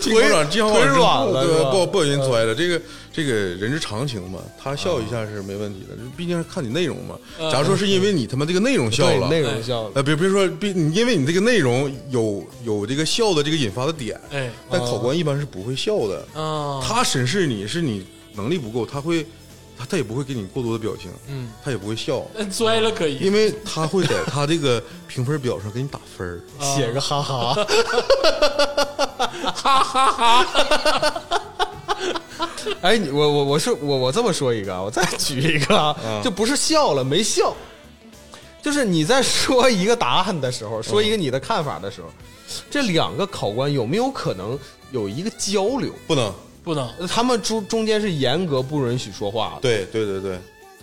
金考长金考长
腿软了是
对
吧嗯
不不小心摔了，这个这个人之常情嘛，他笑一下是没问题的，
嗯
毕竟是看你内容嘛。假如说是因为你他妈这个内容笑了
对，内容笑了，
呃，别别说，别你因为你这个内容有有这个笑的这个引发的点，
嗯
哎，
但考官一般是不会笑的，
啊，
他审视你是你能力不够，他会他他也不会给你过多的表情，
嗯，
他也不会笑，
那摔了可以，
因为他会在他这个评分表上给你打分儿。
写个哈哈，
哈哈哈，
哎，你我我我是我我这么说一个啊，我再举一个啊，
嗯
就不是笑了，没笑，就是你在说一个答案的时
嗯
候，说一个你的看法的时候，这两个考官有没有可能有一个交流？
不能，
不能，
他们中中间是严格不允许说话的
对对对对，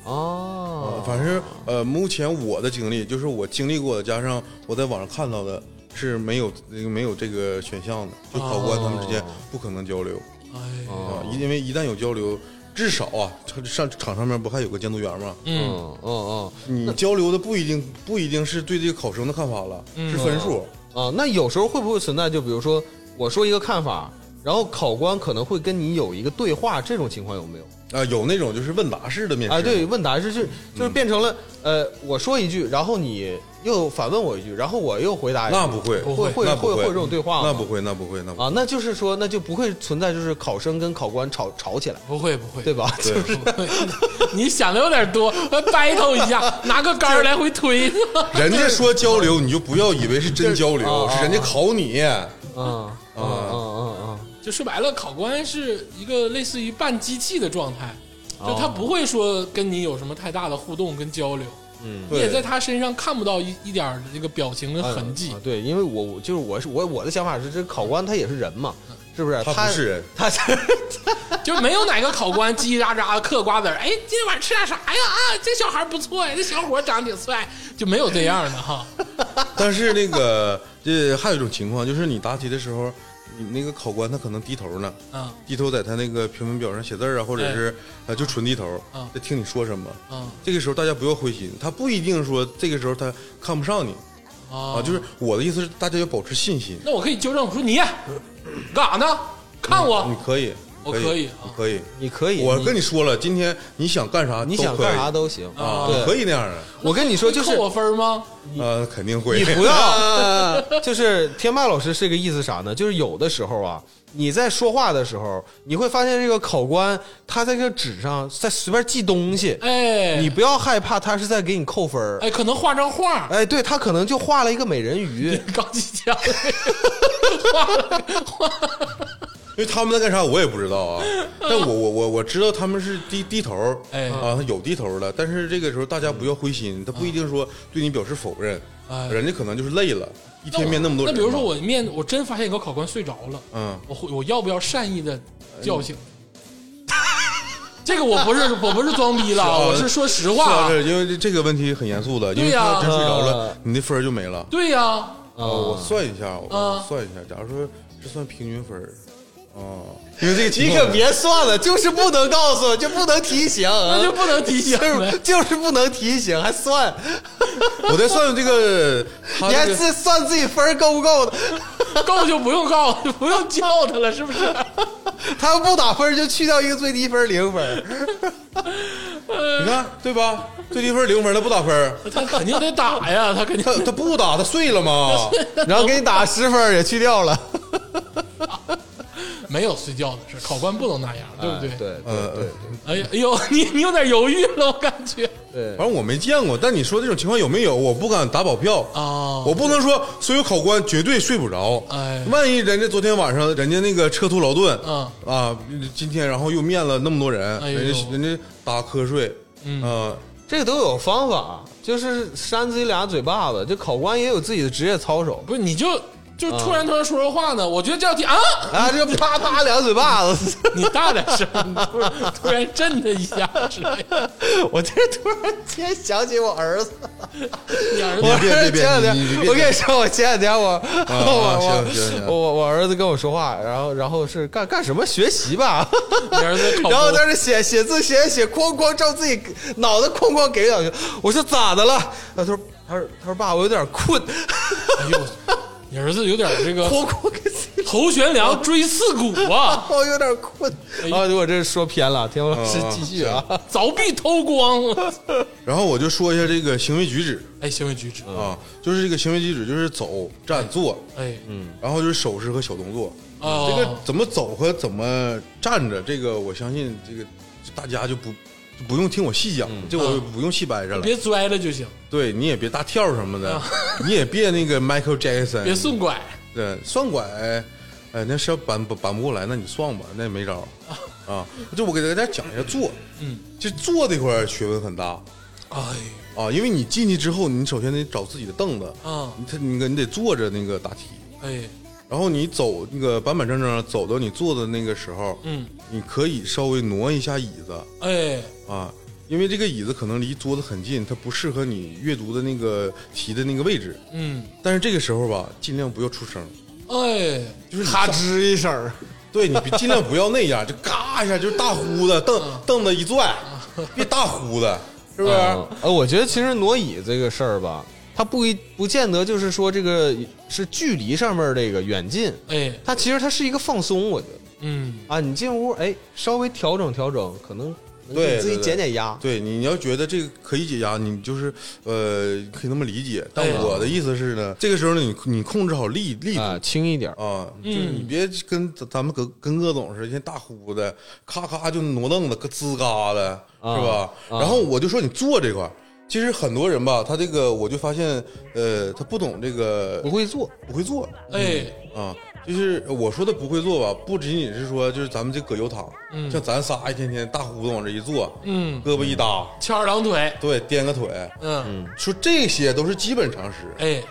啊，
反正呃，目前我的经历就是我经历过的，加上我在网上看到的，是没有没有这个选项的，就考官他们之间不可能交流
哎，
啊，因为一旦有交流，至少啊，他上场上面不还有个监督员吗？
嗯，
嗯嗯嗯。
你交流的不一定不一定是对这个考生的看法了，是分数。
啊，那有时候会不会存在，就比如说我说一个看法，然后考官可能会跟你有一个对话，这种情况有没有？
啊，有那种就是问嗯答式的面试，
哎，对，，问答是就就是变成了、呃，我说一句，然后你又反问我一句，然后我又回答一句，
那不会，
不
会会
那
会
不会
会有这种对话吗？
那不会，那不会，那不会。
啊，那就是说那就不会存在就是考生跟考官吵吵起来，
不会不会，
对吧？
对
就是
你想的有点多，battle 一下，拿个杆儿来回推，
人家说交流，你就不要以为是真交流，
啊
是人家考你。嗯
啊啊啊啊啊！
就说白了，考官是一个类似于半机器的状态，就
哦
他不会说跟你有什么太大的互动跟交流，
嗯
你也在
对，
他身上看不到一一点儿这个表情跟痕迹
哎
啊，对，因为我我就是我是我我的想法是，这考官他也是人嘛，
嗯
是不是？
他
他
不是 人，
他是
就没有哪个考官叽叽喳喳的嗑瓜子儿，哎，今天晚上吃点啥呀？啊，这 小孩不错呀，这小伙长得挺帅，就没有这样的哈。
但是那个这还有一种情况就是你答题的时候，你那个考官他可能低头呢，
啊
低头在他那个评分表上写字儿啊，或者是啊就纯低头
啊，
在听你说什么。
啊
这个时候大家不要灰心，他不一定说这个时候他看不上你啊，
啊
就是我的意思是大家要保持信心。
那我可以纠正，我说你干啥呢？看
你
我，
可以，
啊我
可
可以啊
你可以。
你可以，
我跟
你
你说了，今天你想干啥，
你想干啥都行
啊，
对，
可以那样的，
我跟你说，就是
扣我分吗？
呃，肯定会。
你不要， 就是天霸老师是个意思啥呢？就是有的时候啊，你在说话的时候，你会发现这个考官他在这个纸上在随便记东西，
哎，
你不要害怕，他是在给你扣分儿。
哎，可能画张画，
哎，对他可能就画了一个美人鱼，
钢琴家，
因为他们在干啥我也不知道 啊，但我我我我知道他们是低低头，
哎
啊，他有低头的，但是这个时候大家不要灰心，他不一定说对你表示否认，
哎
人家可能就是累了，一
那我
天面那么多
那
人
比
嘛，
如说我面，我真发现一个考官睡着了，
嗯
我会我要不要善意的叫醒？ 这个我不是我不是装逼了啊，
哎是啊
我是说实
是
话
啊，
啊。
是因为这个问题很严肃的，因为
对呀
他要真睡着
啊
了，你的分儿就没了。
对呀、
啊，我算一下，
啊
我算一下，假如说是算平均分儿，啊，因为这个情
你
况
可别算了，就是不能告诉，就不能提醒，
那 就不能提醒
就是
呗。
就是不能提醒，还算，
我在算这个，他
你还
这个
是算自己分儿够不够的。
告就不用告，不用叫他了，是不是？
他要不打分儿就去掉一个最低分儿零分儿。
你看对吧？最低分儿零分儿，他不打分儿，
他肯定得打呀，他肯定
他他不打，他睡了吗？
然后给你打十分儿也去掉了，
没有睡觉的事，考官不能那样，对不对？
嗯对
呃，
哎呀，哎呦，你你有点犹豫了，我感觉
对
反正我没见过，但你说这种情况有没有？我不敢打保票
啊
我不能说所有考官绝对睡不着。
哎
万一人家昨天晚上人家那个车途劳顿，
嗯
啊，今天然后又面了那么多人，
哎呦
人家人家打瞌睡，嗯、
这个都有方法，就是扇自己俩嘴巴子。这考官也有自己的职业操守，
不是，你就就突
嗯
然突然说说话呢，我觉得这道题啊，
啊，这啪啪两嘴巴子，
你大点声，突然突然震他一下之类的。
我这突然间想起我儿子，
你儿
我
子
别
儿
别
子
别
前两天
你你，别啊
我跟你说，我前两天我 我
行行行
我我我儿子跟我说话，然后然后是干干什么学 习吧，
你儿子考
然后
公
在那写写字写写哐哐照自己脑袋哐哐给两下，我说咋的了？他说他说他说爸，我有点困，
哎呦，你儿子有点这个
哐哐给自己，
头悬梁锥刺股啊，
哦
我有点困。啊，我这说偏了，天王老师
啊
继续啊。
凿壁偷光。
然后我就说一下这个行为举止
哎，行为举
嗯
止，
啊，就是这个行为举止就是走、站、坐，
哎，
嗯
然后就是手势和小动作。
哦，
这个怎么走和怎么站着，这个我相信这个大家就不就不用听我细讲，
嗯
这我不用细掰扯了。
别摔了就行，
对，你也别大跳什么的，你也别那个 Michael Jackson，
哦别顺拐。
对，算拐，哎，那是要扳扳扳不过来，那你算吧，那也没招
哦
儿啊。就我给大家讲一下坐，嗯，就坐这块儿学问很大
哎，
啊，因为你进去之后，你首先得找自己的凳子，
啊
你他你你得坐着那个答题，
哎，
然后你走那个板板正正走到你坐的那个时候，
嗯，
你可以稍微挪一下椅子
哎，
啊，因为这个椅子可能离桌子很近，它不适合你阅读的那个题的那个位置。
嗯，
但是这个时候吧，尽量不要出声，
哎，
就是你
咔吱一声 儿，
对你别尽量不要那样，就嘎一下，就是大呼的凳凳子一拽，别大呼的，是不是？
嗯呃，我觉得其实挪椅这个事儿吧，它不一不见得就是说这个是距离上面这个远近，
哎，
它其实它是一个放松，我觉得
嗯，
啊，你进屋哎，稍微调整调整，可能能
对
给自己
对对
减减压。
对，你你要觉得这个可以解压，你就是呃可以那么理解。但
哎
我的意思是呢，这个时候呢，你你控制好力力度
啊，轻一点儿，
啊，就是你别跟咱咱们跟跟鄂总似的，一天大呼的，咔咔就挪凳子，咯吱嘎的，
啊
是吧？然后我就说你坐这块儿，其实很多人吧，他这个我就发现，呃，他不懂这个
不会做，
不会坐
哎，
啊。就是我说的不会坐吧，不仅仅是说就是咱们这葛优躺，
嗯
像咱仨一天天大呼的往这一坐，
嗯，
胳膊一搭，
翘二郎腿，
对，颠个腿，
嗯，
说这些都是基本常识。
哎，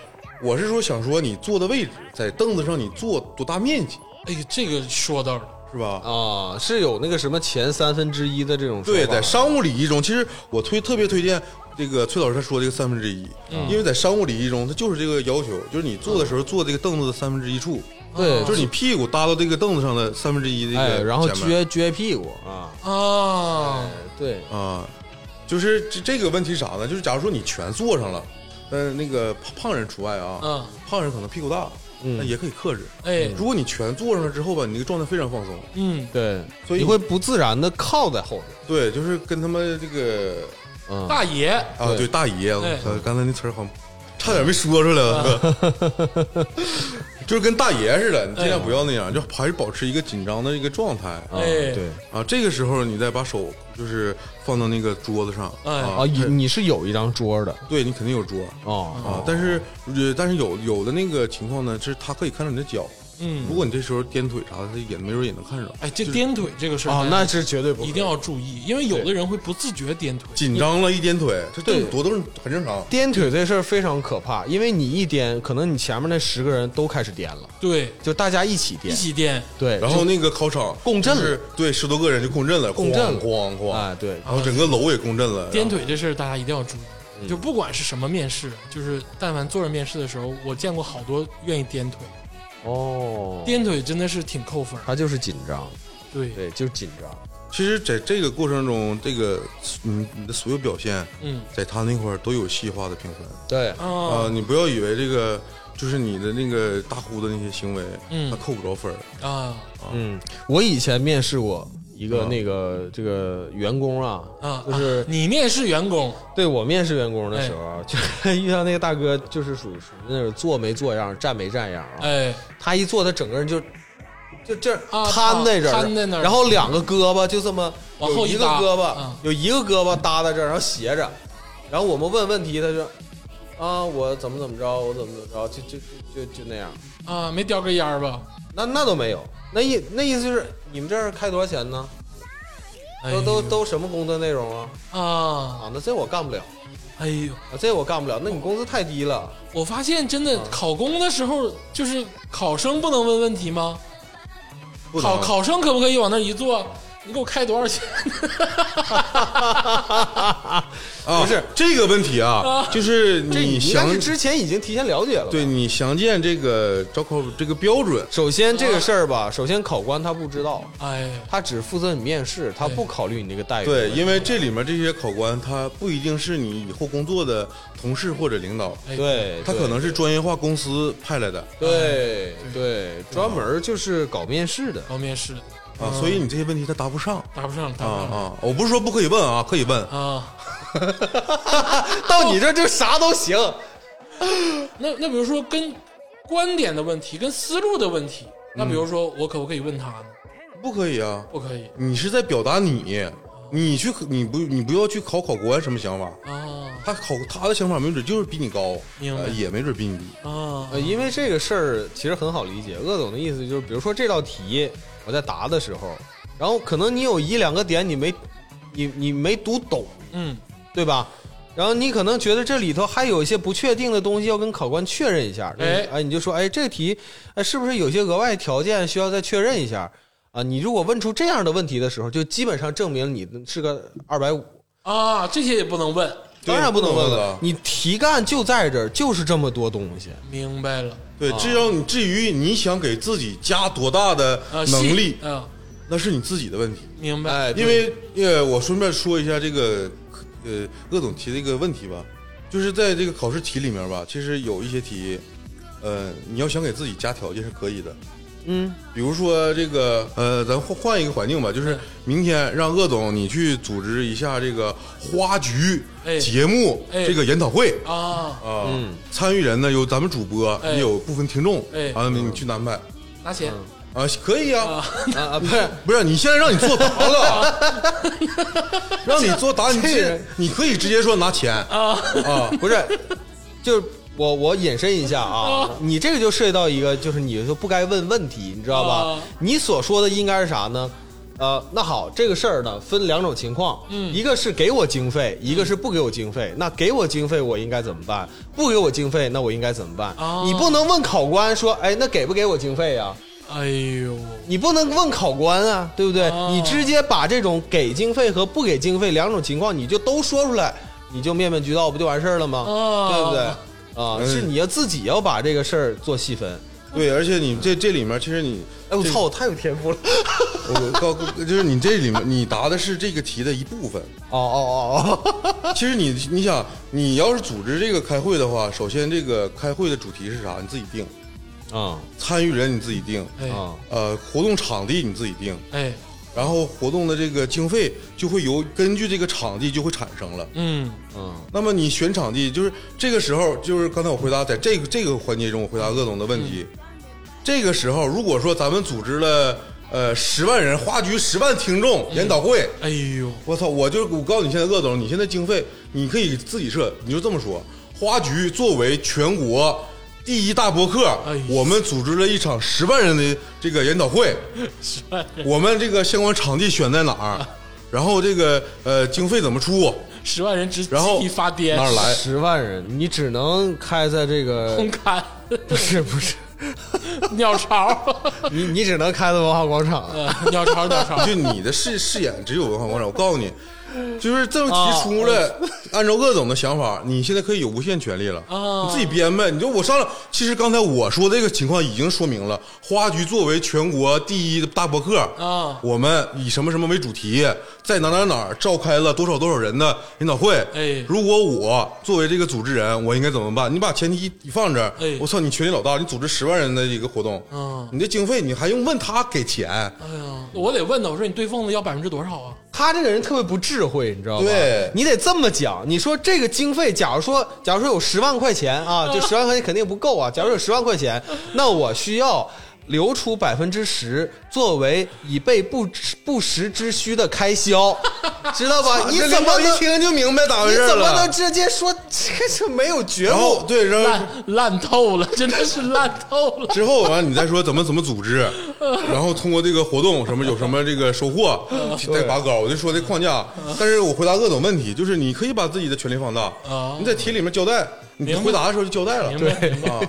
我是说想说你坐的位置，在凳子上你坐多大面积，
哎，这个说到了，
是吧？
啊，是有那个什么前三分之一的这种说
对，
法
在商务礼仪中，其实我推特别推荐这个崔老师他说这个三分之一，
嗯
因为在商务礼仪中，他就是这个要求，就是你坐的时候坐这个凳子的三分之一处，
对，
就是你屁股搭到这个凳子上的三分之一这个前
嗯哎，
面，
然后撅撅屁股啊，
啊，
对，
啊，就是这这个问题啥呢？就是假如说你全坐上了，但那个胖胖人除外啊，
嗯
胖人可能屁股大，
嗯
那也可以克制。
哎，
如果你全坐上了之后吧，你那个状态非常放松，
嗯，
对，
所以
你会不自然的靠在后边，
对，就是跟他们这个
嗯，
大爷，
啊，
对
对大姨，
哎
呃刚才那词儿好像差点没说出来，我 操就是跟大爷似的，你尽量不要那样，就还是保持一个紧张的一个状态
啊
哎
对
啊。这个时候你再把手就是放到那个桌子上
哎
啊
啊，，你你是有一张桌的
对你肯定有桌
哦，
啊，但是呃但是有有的那个情况呢，就是他可以看到你的脚，
嗯，
如果你这时候颠腿啥的，他也没准也能看着。
哎，这
就是
颠腿这个事儿
啊，那是绝对不可以
一定要注意，因为有的人会不自觉颠腿。
紧张了，一颠腿，这
对
这多都是很正常。
颠腿这事儿非常可怕，因为你一颠，可能你前面那十个人都开始颠了，
对，
就大家一起
一
颠，
起颠，
对，
然后那个考场
共振了
就是对，十多个人就共振了，
共振了
咣咣
就
咣，
啊，对，
然后整个楼也共振了。
颠腿这事儿大家一定要注意。就不管是什么面试，就是但凡做着面试的时候，我见过好多愿意颠腿，
哦，
颠腿真的是挺扣分儿。
他就是紧张，
对，
对，就是紧张，
其实在这个过程中，这个你你的所有表现，
嗯
在他那块儿都有细化的评分
对，
啊、
啊
你不要以为这个就是你的那个大呼的那些行为，
嗯
他扣不着分儿
啊
嗯，我以前面试过一个那个这个员工啊，
啊！
就是啊
啊你面试员工，
对我面试员工的时候，啊就是 遇到那个大哥，就是属于属于那种坐没坐样，站没站样啊，
哎，
他一坐，他整个人就。就这样
啊
瘫在这儿，
瘫在那儿
然后两个胳膊就这么
往后
有
一
一个
搭
胳膊
嗯
有一个胳膊搭在这儿，然后斜着，然后我们问问题，他说啊我怎么怎么着，我怎么怎么着，就就就就就那样，
啊，没叼根烟儿吧？
那那都没有，那意那意思就是你们这儿开多少钱呢？
哎
都
呦
都都什么工作内容啊？
啊！
啊，那这我干不了，
哎呦，
啊，这我干不了，那你工资太低了。
我发现真的考公的时候，就是考生不能问问题吗？
不能
考考生可不可以往那儿一坐？你给我开多少钱？
啊，
不是
这个问题啊，就是
这
你
应该
详
是之前已经提前了解了吧。
对你详见这个招考这个标准，
首先这个事儿吧，首先考官他不知道，
哎，
他只负责你面试，他不考虑你这个待遇。
对，因为这里面这些考官他不一定是你以后工作的同事或者领导，
哎
对，
他
对
可能是专业化公司派来的
对对，专门就是搞面试的。
搞面试
啊，所以你这些问题他答不上。
答不上，答
啊
不上
啊！我不是说不可以问啊，可以问。
啊。
到你这就啥都行。
那那比如说跟观点的问题，跟思路的问题，那比如说我可不可以问他呢？
不可以啊，
不可以
你是在表达你，你去你不你不要去考考官什么想法，
啊
他考他的想法没准就是比你高，
明白
呃也没准比你低。
啊
呃，因为这个事儿其实很好理解。鄂总的意思就是，比如说这道题我在答的时候，然后可能你有一两个点你没，你你没读懂，
嗯
对吧？然后你可能觉得这里头还有一些不确定的东西要跟考官确认一下，
哎
哎，你就说，哎，这个题，哎，是不是有些额外条件需要再确认一下啊？你如果问出这样的问题的时候，就基本上证明你是个二百五，
啊，这些也不能问，
对
当然不能问
不能问
了
了，
你题干就在这儿，就是这么多东西，
明白了
对，至要你至于你想给自己加多大的
啊，
能力，
细啊，
那是你自己的问题。
明白
哎，
因为呃，我顺便说一下这个呃，鄂总提这个问题吧，就是在这个考试题里面吧，其实有一些题，呃，你要想给自己加条件是可以的。
嗯，
比如说这个呃，咱换换一个环境吧，就是明天让鄂总你去组织一下这个花局
哎
节目、
哎
这个研讨会。
啊，
啊、参与人呢有咱们主播，
哎
也有部分听众，
哎
啊，你去安排
拿钱
啊，可以啊，
啊啊，不是，
不是，你现在让你作答了，让你作答，你
这
这
人
你可以直接说拿钱啊
哦
啊，
不是， 就是我我引申一下
哦
啊，你这个就涉及到一个，就是你就不该问问题，你知道吧
啊？
你所说的应该是啥呢？呃，那好，这个事儿呢分两种情况，
嗯
一个是给我经费，一个是不给我经费。那给我经费我应该怎么办？不给我经费那我应该怎么办？
哦
你不能问考官说，哎，那给不给我经费呀、
哎呦，
你不能问考官啊，对不对？
哦
你直接把这种给经费和不给经费两种情况，你就都说出来，你就面面俱到，不就完事儿了吗？
哦
对不对？啊、
嗯
是你要自己要把这个事儿做细分。
对，而且你这这里面其实你，
哎，我
这
操，我太有天赋了！
我告就是你这里面你答的是这个题的一部分。
哦哦哦哦，
其实你你想，你要是组织这个开会的话，首先这个开会的主题是啥，你自己定；
啊
参与人你自己定，
哎
啊
呃，活动场地你自己定，
哎，
然后活动的这个经费就会由根据这个场地就会产生了。
嗯
嗯
那么你选场地，就是这个时候，就是刚才我回答在这个这个环节中，我回答鄂总的问题。这个时候，如果说咱们组织了呃十万人话剧十万听众研讨会，
哎呦，
我操！我就我告诉你，现在鄂总，你现在经费你可以自己设，你就这么说。花菊作为全国第一大播客，
哎呀
我们组织了一场十万人的这个研讨会。我们这个相关场地选在哪儿？然后这个呃经费怎么出？
十万人直集
然后
体发癫，
哪儿来？
十万人，你只能开在这个
空砍
不是不是，
鸟巢，
你你只能开在文化广场。
呃鸟巢鸟巢，
就你的视视野只有文化广场。我告诉你，就是这么
哦
提出了，按照鄂总的想法，你现在可以有无限权利了。
啊
你自己编呗。你就我商量，其实刚才我说这个情况已经说明了，花菊作为全国第一大博客
啊
我们以什么什么为主题，在哪哪哪儿召开了多少多少人的研讨会。
哎
如果我作为这个组织人，我应该怎么办？你把前提一放这儿，
哎
我操，你权力老大，你组织十万人的一个活动，
嗯
你这经费你还用问他给钱？
哎呀，我得问他，我说你对缝子要百分之多少啊？
他这个人特别不智慧，你知道吗？
对
你得这么讲。你说这个经费，假如说，假如说有十万块钱啊， 这十万块钱肯定不够啊。假如有十万块钱，那我需要留出百分之十作为以备不知不时之需的开 销，知道吧？你
这
怎么
领导
能
一？听就明白咋回
你
事
怎么能
了？
直接说这这没有觉
然
悟
后？对，然后
烂烂透了，真的是烂透了。
之后完了你再说怎么怎么组织，然后通过这个活动什么有什么这个收获，
嗯
再拔高。我就说这框架，但是我回答各种问题，就是你可以把自己的权利放大
哦，
你在题里面交代，你
明白
回答的时候就交代了，
明白明白
啊。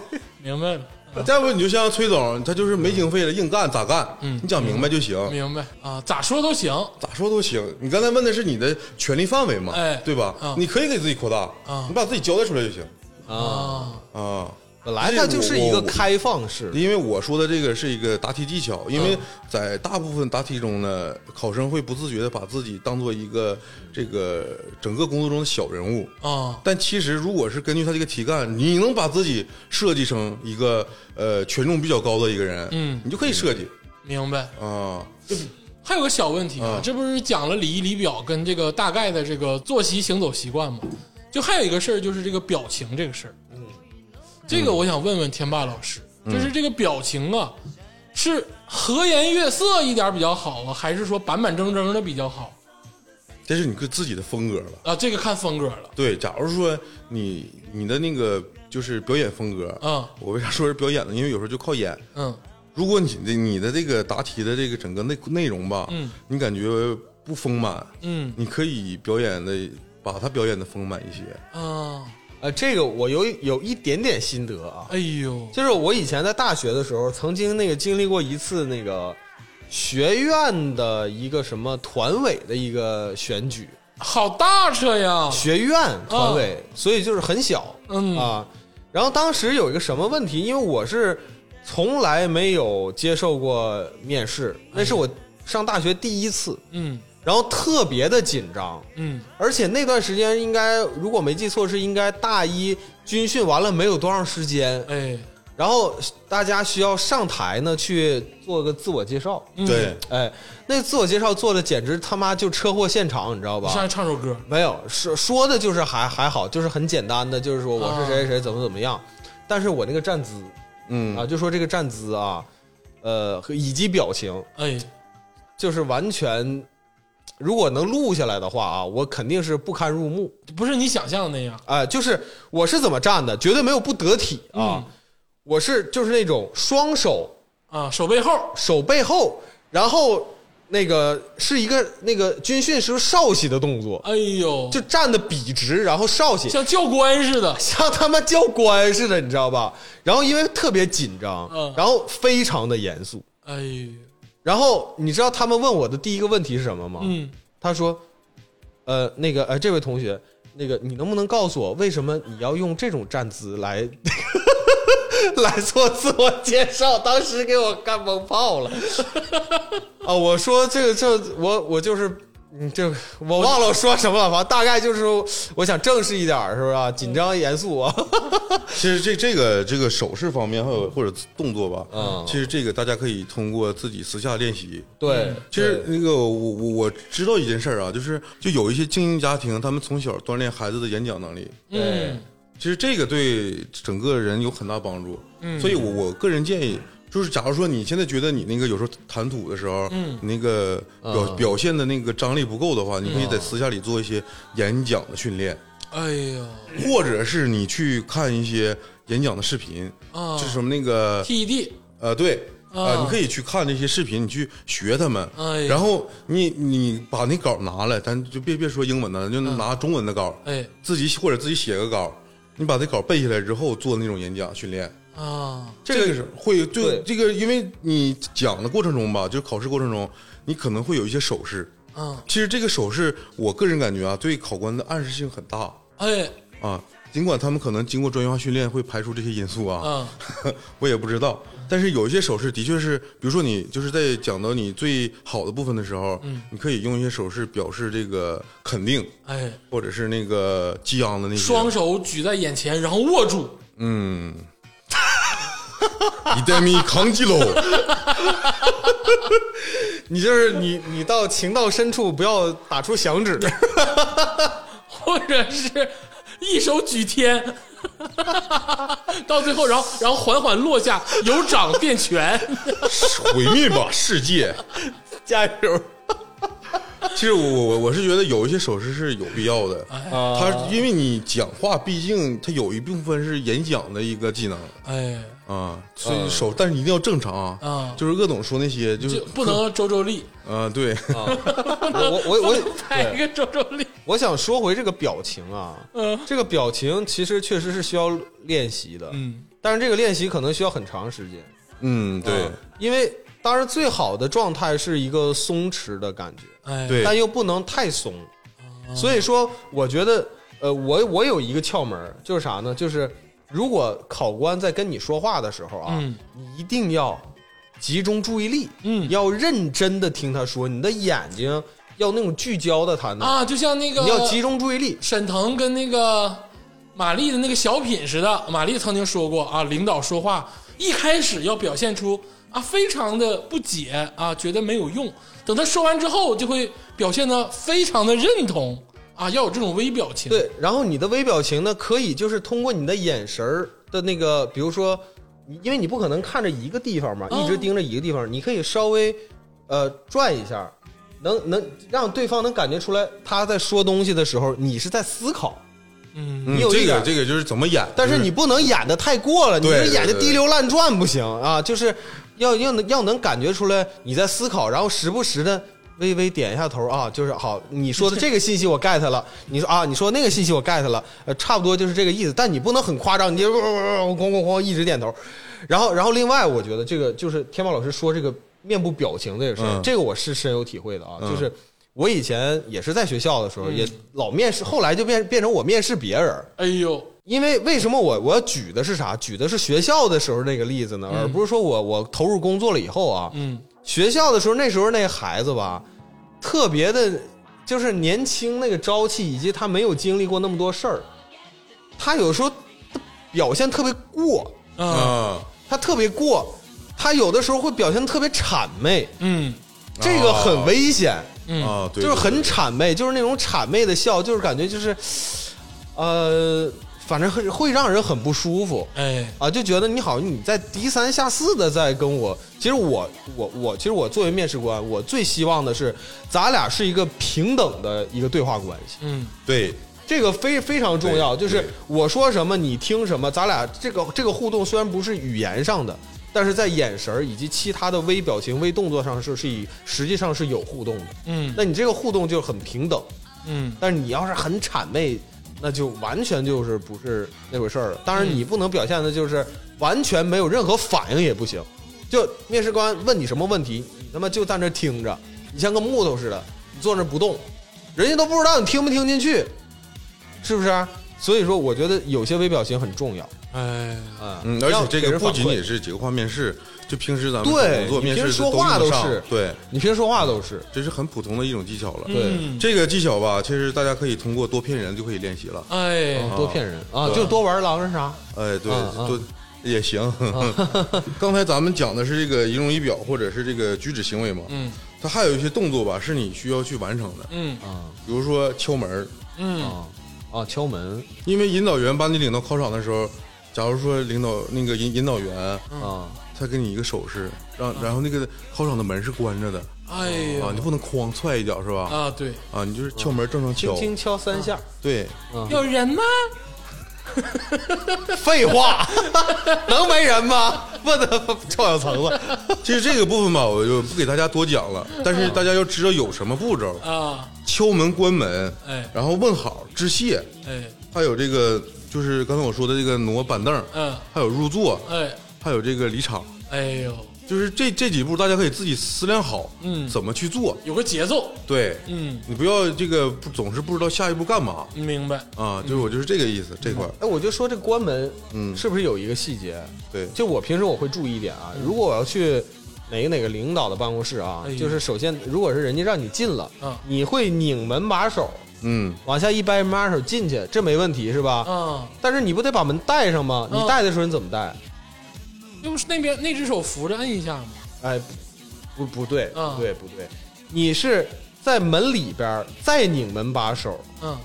明白了，
再不你就像崔总，他就是没经费了，硬干咋干？你讲明白就行，
嗯明白啊，咋说都行。
咋说都行。你刚才问的是你的权利范围嘛
哎，
对吧
嗯？
你可以给自己扩大
嗯，
你把自己交代出来就行
啊，
啊。
本来它就是一个开放式，
因为我说的这个是一个答题技巧，因
嗯
为在大部分答题中呢，考生会不自觉的把自己当做一个这个整个工作中的小人物。
啊，
但其实，如果是根据他这个题干，你能把自己设计成一个呃权重比较高的一个人，
嗯
你就可以设计
明白。
啊。
还有个小问题啊，
嗯
这不是讲了礼仪仪表跟这个大概的这个作息、行走习惯吗？就还有一个事儿，就是这个表情这个事儿。嗯，这个我想问问天霸老师，就是这个表情啊，是和颜悦色一点比较好啊，还是说板板正正的比较好
这是你个自己的风格了。
啊？这个看风格了。
对，假如说你你的那个就是表演风格，
嗯
我为啥说是表演呢？因为有时候就靠演。
嗯
如果你的你的这个答题的这个整个内内容吧，
嗯，
你感觉不丰满，
嗯
你可以表演的把它表演的丰满一些。
啊，
呃，这个我有有一点点心得啊，
哎呦，
就是我以前在大学的时候，曾经那个经历过一次那个学院的一个什么团委的一个选举，
好大车呀！
学院团委，所以就是很小，
嗯
啊。然后当时有一个什么问题，因为我是从来没有接受过面试，那是我上大学第一次，
嗯
然后特别的紧张，
嗯
而且那段时间应该如果没记错是应该大一军训完了没有多长时间，
哎，
然后大家需要上台呢去做个自我介绍。
嗯，
对，
哎，那自我介绍做的简直他妈就车祸现场，你知道
你
吧？
上来唱首歌，
没有说说的就是还还好，就是很简单的，就是说我是谁谁谁怎么怎么样。但是我那个站姿
嗯
啊，就说这个站姿啊，呃，和以及表情，
哎，
就是完全，如果能录下来的话啊，我肯定是不堪入目。
不是你想象的那样。
哎、就是我是怎么站的，绝对没有不得体啊。
嗯
我是就是那种双手
啊，手背后，
手背后，然后那个是一个那个军训时候稍息的动作，
哎呦，
就站的笔直，然后稍息，
像教官似的，
像他妈教官似的，你知道吧？然后因为特别紧张
嗯，
然后非常的严肃。
哎呦，
然后你知道他们问我的第一个问题是什么吗？
嗯，
他说：“呃，那个，呃，这位同学，那个你能不能告诉我，为什么你要用这种站姿来 来做自我介绍？当时给我干懵炮了。啊，我说这个这我我就是。嗯，这个我忘了我说什么了，反正大概就是我想正式一点儿，是不是啊？紧张严肃啊，
其实这这个这个手势方面，还有或者动作吧，
嗯
其实这个大家可以通过自己私下练习。
对，
其实那个我我我知道一件事儿啊，就是就有一些精英家庭，他们从小锻炼孩子的演讲能力，
对
嗯，
其实这个对整个人有很大帮助。嗯，所以我我个人建议，就是假如说你现在觉得你那个有时候谈吐的时候，嗯，那个表、
嗯
表现的那个张力不够的话，你可以在私下里做一些演讲的训练，
哎呦
或者是你去看一些演讲的视频，
啊
就是什么那个
，TED，
呃，对。啊、
啊
你可以去看那些视频，你去学他们，
哎呀
然后你你把那稿拿来，咱就别别说英文的了，就拿中文的稿，
哎
自己或者自己写个稿，你把这稿背下来之后做那种演讲训练，
啊，
这个是会
对
对这个，因为你讲的过程中吧，就是考试过程中，你可能会有一些手势。
嗯，
其实这个手势，我个人感觉啊，对考官的暗示性很大
哎，
啊。尽管他们可能经过专业化训练会排除这些因素啊，
嗯，
我也不知道。但是有一些手势的确是，比如说你就是在讲到你最好的部分的时候，你可以用一些手势表示这个肯定，
哎，
或者是那个激昂的那些
双手举在眼前，然后握住，
嗯，你带米扛起喽。
你就是你，你到情到深处不要打出响指，
或者是一手举天， 到最后，然后然后缓缓落下，由掌变拳，
毁灭吧世界！
加油！
其实我我我我是觉得有一些手势是有必要的，
哎
它因为你讲话，毕竟它有一部分是演讲的一个技能
哎，
啊，所以
嗯
手，但是一定要正常
啊
就是鄂总说那些，就是
就不能周周立，
啊， 对，
我我我我
拍一个周周立，
我想说回这个表情啊，
嗯
这个表情其实确实是需要练习的，
嗯，
但是这个练习可能需要很长时间。
嗯，对
啊，因为当然最好的状态是一个松弛的感觉，
哎，
对
嗯但又不能太松。
哦
所以说，我觉得，呃，我我有一个窍门儿，就是啥呢？就是如果考官在跟你说话的时候啊，
嗯
你一定要集中注意力，
嗯
要认真的听他说，你的眼睛要那种聚焦的谈的，
啊，就像那个
你要集中注意力。
沈腾跟那个马丽的那个小品似的，马丽曾经说过啊，领导说话一开始要表现出啊非常的不解啊，觉得没有用，等他说完之后就会表现的非常的认同啊，要有这种微表情。，
对，然后你的微表情呢，可以就是通过你的眼神儿的那个，比如说，你因为你不可能看着一个地方嘛，
嗯
一直盯着一个地方，你可以稍微呃转一下，能能让对方能感觉出来他在说东西的时候，你是在思考，
嗯，
嗯
你有一
这个
点
这个就是怎么演，
但是
就
你不能演的太过了，你
对
这演的
对对
滴溜乱转不行啊，就是要要能要能感觉出来你在思考，然后时不时的。微微点一下头啊，就是好，你说的这个信息我 get 了， 你说啊，你说那个信息我 get 了，呃，差不多就是这个意思，但你不能很夸张，你就咣咣咣咣一直点头，然后，然后另外我觉得这个就是天豹老师说这个面部表情这个事儿，
嗯
这个我是深有体会的啊，就是我以前也是在学校的时候、
嗯
也老面试，后来就变变成我面试别人，
哎呦，
因为为什么我我要举的是啥？举的是学校的时候那个例子呢，
嗯
而不是说我我投入工作了以后啊。
嗯，
学校的时候，那时候那孩子吧，特别的，就是年轻那个朝气，以及他没有经历过那么多事儿，他有时候表现特别过，
啊，
啊，
他特别过，他有的时候会表现特别谄媚，
嗯
这个很危险。
嗯，
啊，哦对，
就是
对
很谄媚，就是那种谄媚的笑，就是感觉就是，呃，反正会会让人很不舒服
哎，
啊，就觉得你好像你在低三下四的在跟我。其实我我我，其实我作为面试官，我最希望的是咱俩是一个平等的一个对话关系，
嗯
对，
这个非非常重要。
对
就是
对
我说什么你听什么，咱俩这个这个互动虽然不是语言上的。但是在眼神儿以及其他的微表情、微动作上是是以实际上是有互动的，
嗯
那你这个互动就很平等，
嗯，
但是你要是很谄媚，那就完全就是不是那回事儿了。当然，你不能表现的就是完全没有任何反应也不行。就面试官问你什么问题，你他妈就在那儿听着，你像个木头似的，你坐那儿不动，人家都不知道你听没听进去。是不是啊？所以说，我觉得有些微表情很重要。
哎，
啊，
嗯，而
要
且这
给
个
人
不
反
仅
馈
仅是结构化面试，就平时咱们
对
工作
你
面
平
试
时说话
都用得
都
上
是
对，
你平时说话都是
这是很普通的一种技巧了。
对
嗯
这个技巧吧，其实大家可以通过多骗人就可以练习了。
哎，
多骗人啊，
对
就多玩狼人杀。
哎，对，
啊啊
多也行。 刚才咱们讲的是这个仪容仪表或者是这个举止行为嘛，
嗯
它还有一些动作吧，是你需要去完成的，
嗯
啊
比如说敲门儿，
嗯
啊啊！敲门
因为引导员把你领到考场的时候，假如说领导那个引引导员
啊，
他给你一个手势，
嗯
让然后那个考场的门是关着的啊，
哎呦
你不能哐踹一脚是吧？
啊，对，
啊，你就是敲门正常
嗯轻
敲，
轻敲三下。
对，
有人吗？
嗯废话，能没 人吗？问的臭小橙子。
其实这个部分吧，我就不给大家多讲了，
嗯
但是大家要知道有什么步骤：
啊，
敲门、关门，
哎
然后问好、致谢，
哎，
还有这个就是刚才我说的这个挪板凳，
嗯，
还有入座，
哎，
还有这个离场，
哎呦，
就是这这几步大家可以自己思量好，
嗯
怎么去做，
有个节奏，
对，
嗯，
你不要这个不总是不知道下一步干嘛
明白，
啊，就是我就是这个意思，这块儿
哎，我就说这关门，
嗯
是不是有一个细节？
嗯
对，
就我平时我会注意一点啊，如果我要去哪个哪个领导的办公室啊
哎，呦
就是首先如果是人家让你进了
嗯，
你会拧门把手，
嗯，
往下一掰门把手进去，这没问题是吧？
啊，
但是你不得把门带上吗？
嗯
你带的时候你怎么带？
要不是那边那只手扶着摁一下嘛，
哎，不不对，
嗯
不对不对，你是在门里边儿再拧门把手，
嗯，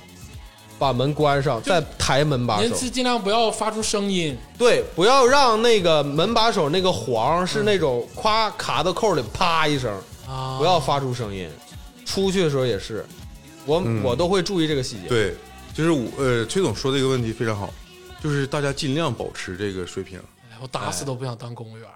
把门关上，再抬门把
您
手。
尽尽量不要发出声音，
对，不要让那个门把手那个簧是那种夸卡到扣里啪一声，
啊，
不要发出声音。出去的时候也是，我、
嗯
我都会注意这个细节。
对，就是我呃，崔总说这个问题非常好，就是大家尽量保持这个水平。
哎，我打死都不想当公务员儿，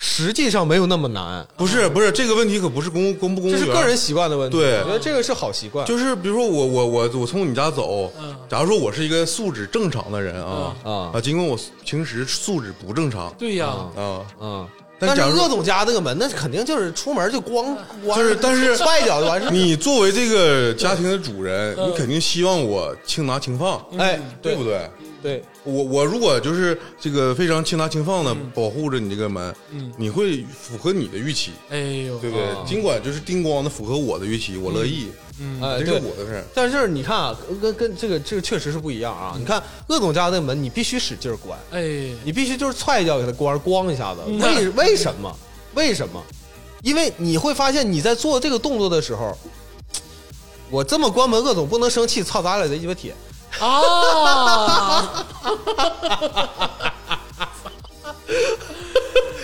实际上没有那么难，
不是不是，这个问题可不是公公不公务
哦这
员，
是个人习惯的问题。
对
我觉得这个是好习惯。
就是比如说我我我我从你家走
嗯，
假如说我是一个素质正常的人啊
嗯
啊，尽管我平时素质不正常
对呀，
啊，
嗯，
但
但是
假如
鄂总家那个门，那肯定就是出门就光关，
就是但是
踹一脚就完事儿。
你作为这个家庭的主人，
嗯
你肯定希望我轻拿轻放，
哎，
嗯对不
对
对？
对，
我我如果就是这个非常轻拿轻放的
嗯
保护着你这个门，
嗯
你会符合你的预期，
哎呦，
对不对
啊？
尽管就是叮咣的符合我的预期，我乐意，
嗯，
哎
这是
对。
我的事儿。
但是你看啊，跟跟这个这个确实是不一样啊！你看鄂总家那个门，你必须使劲儿关，
哎，
你必须就是踹一脚给它咣咣一下子。
嗯
为为什么？为什么？因为你会发现你在做这个动作的时候，我这么关门，鄂总不能生气，操咱俩的鸡巴铁。
啊，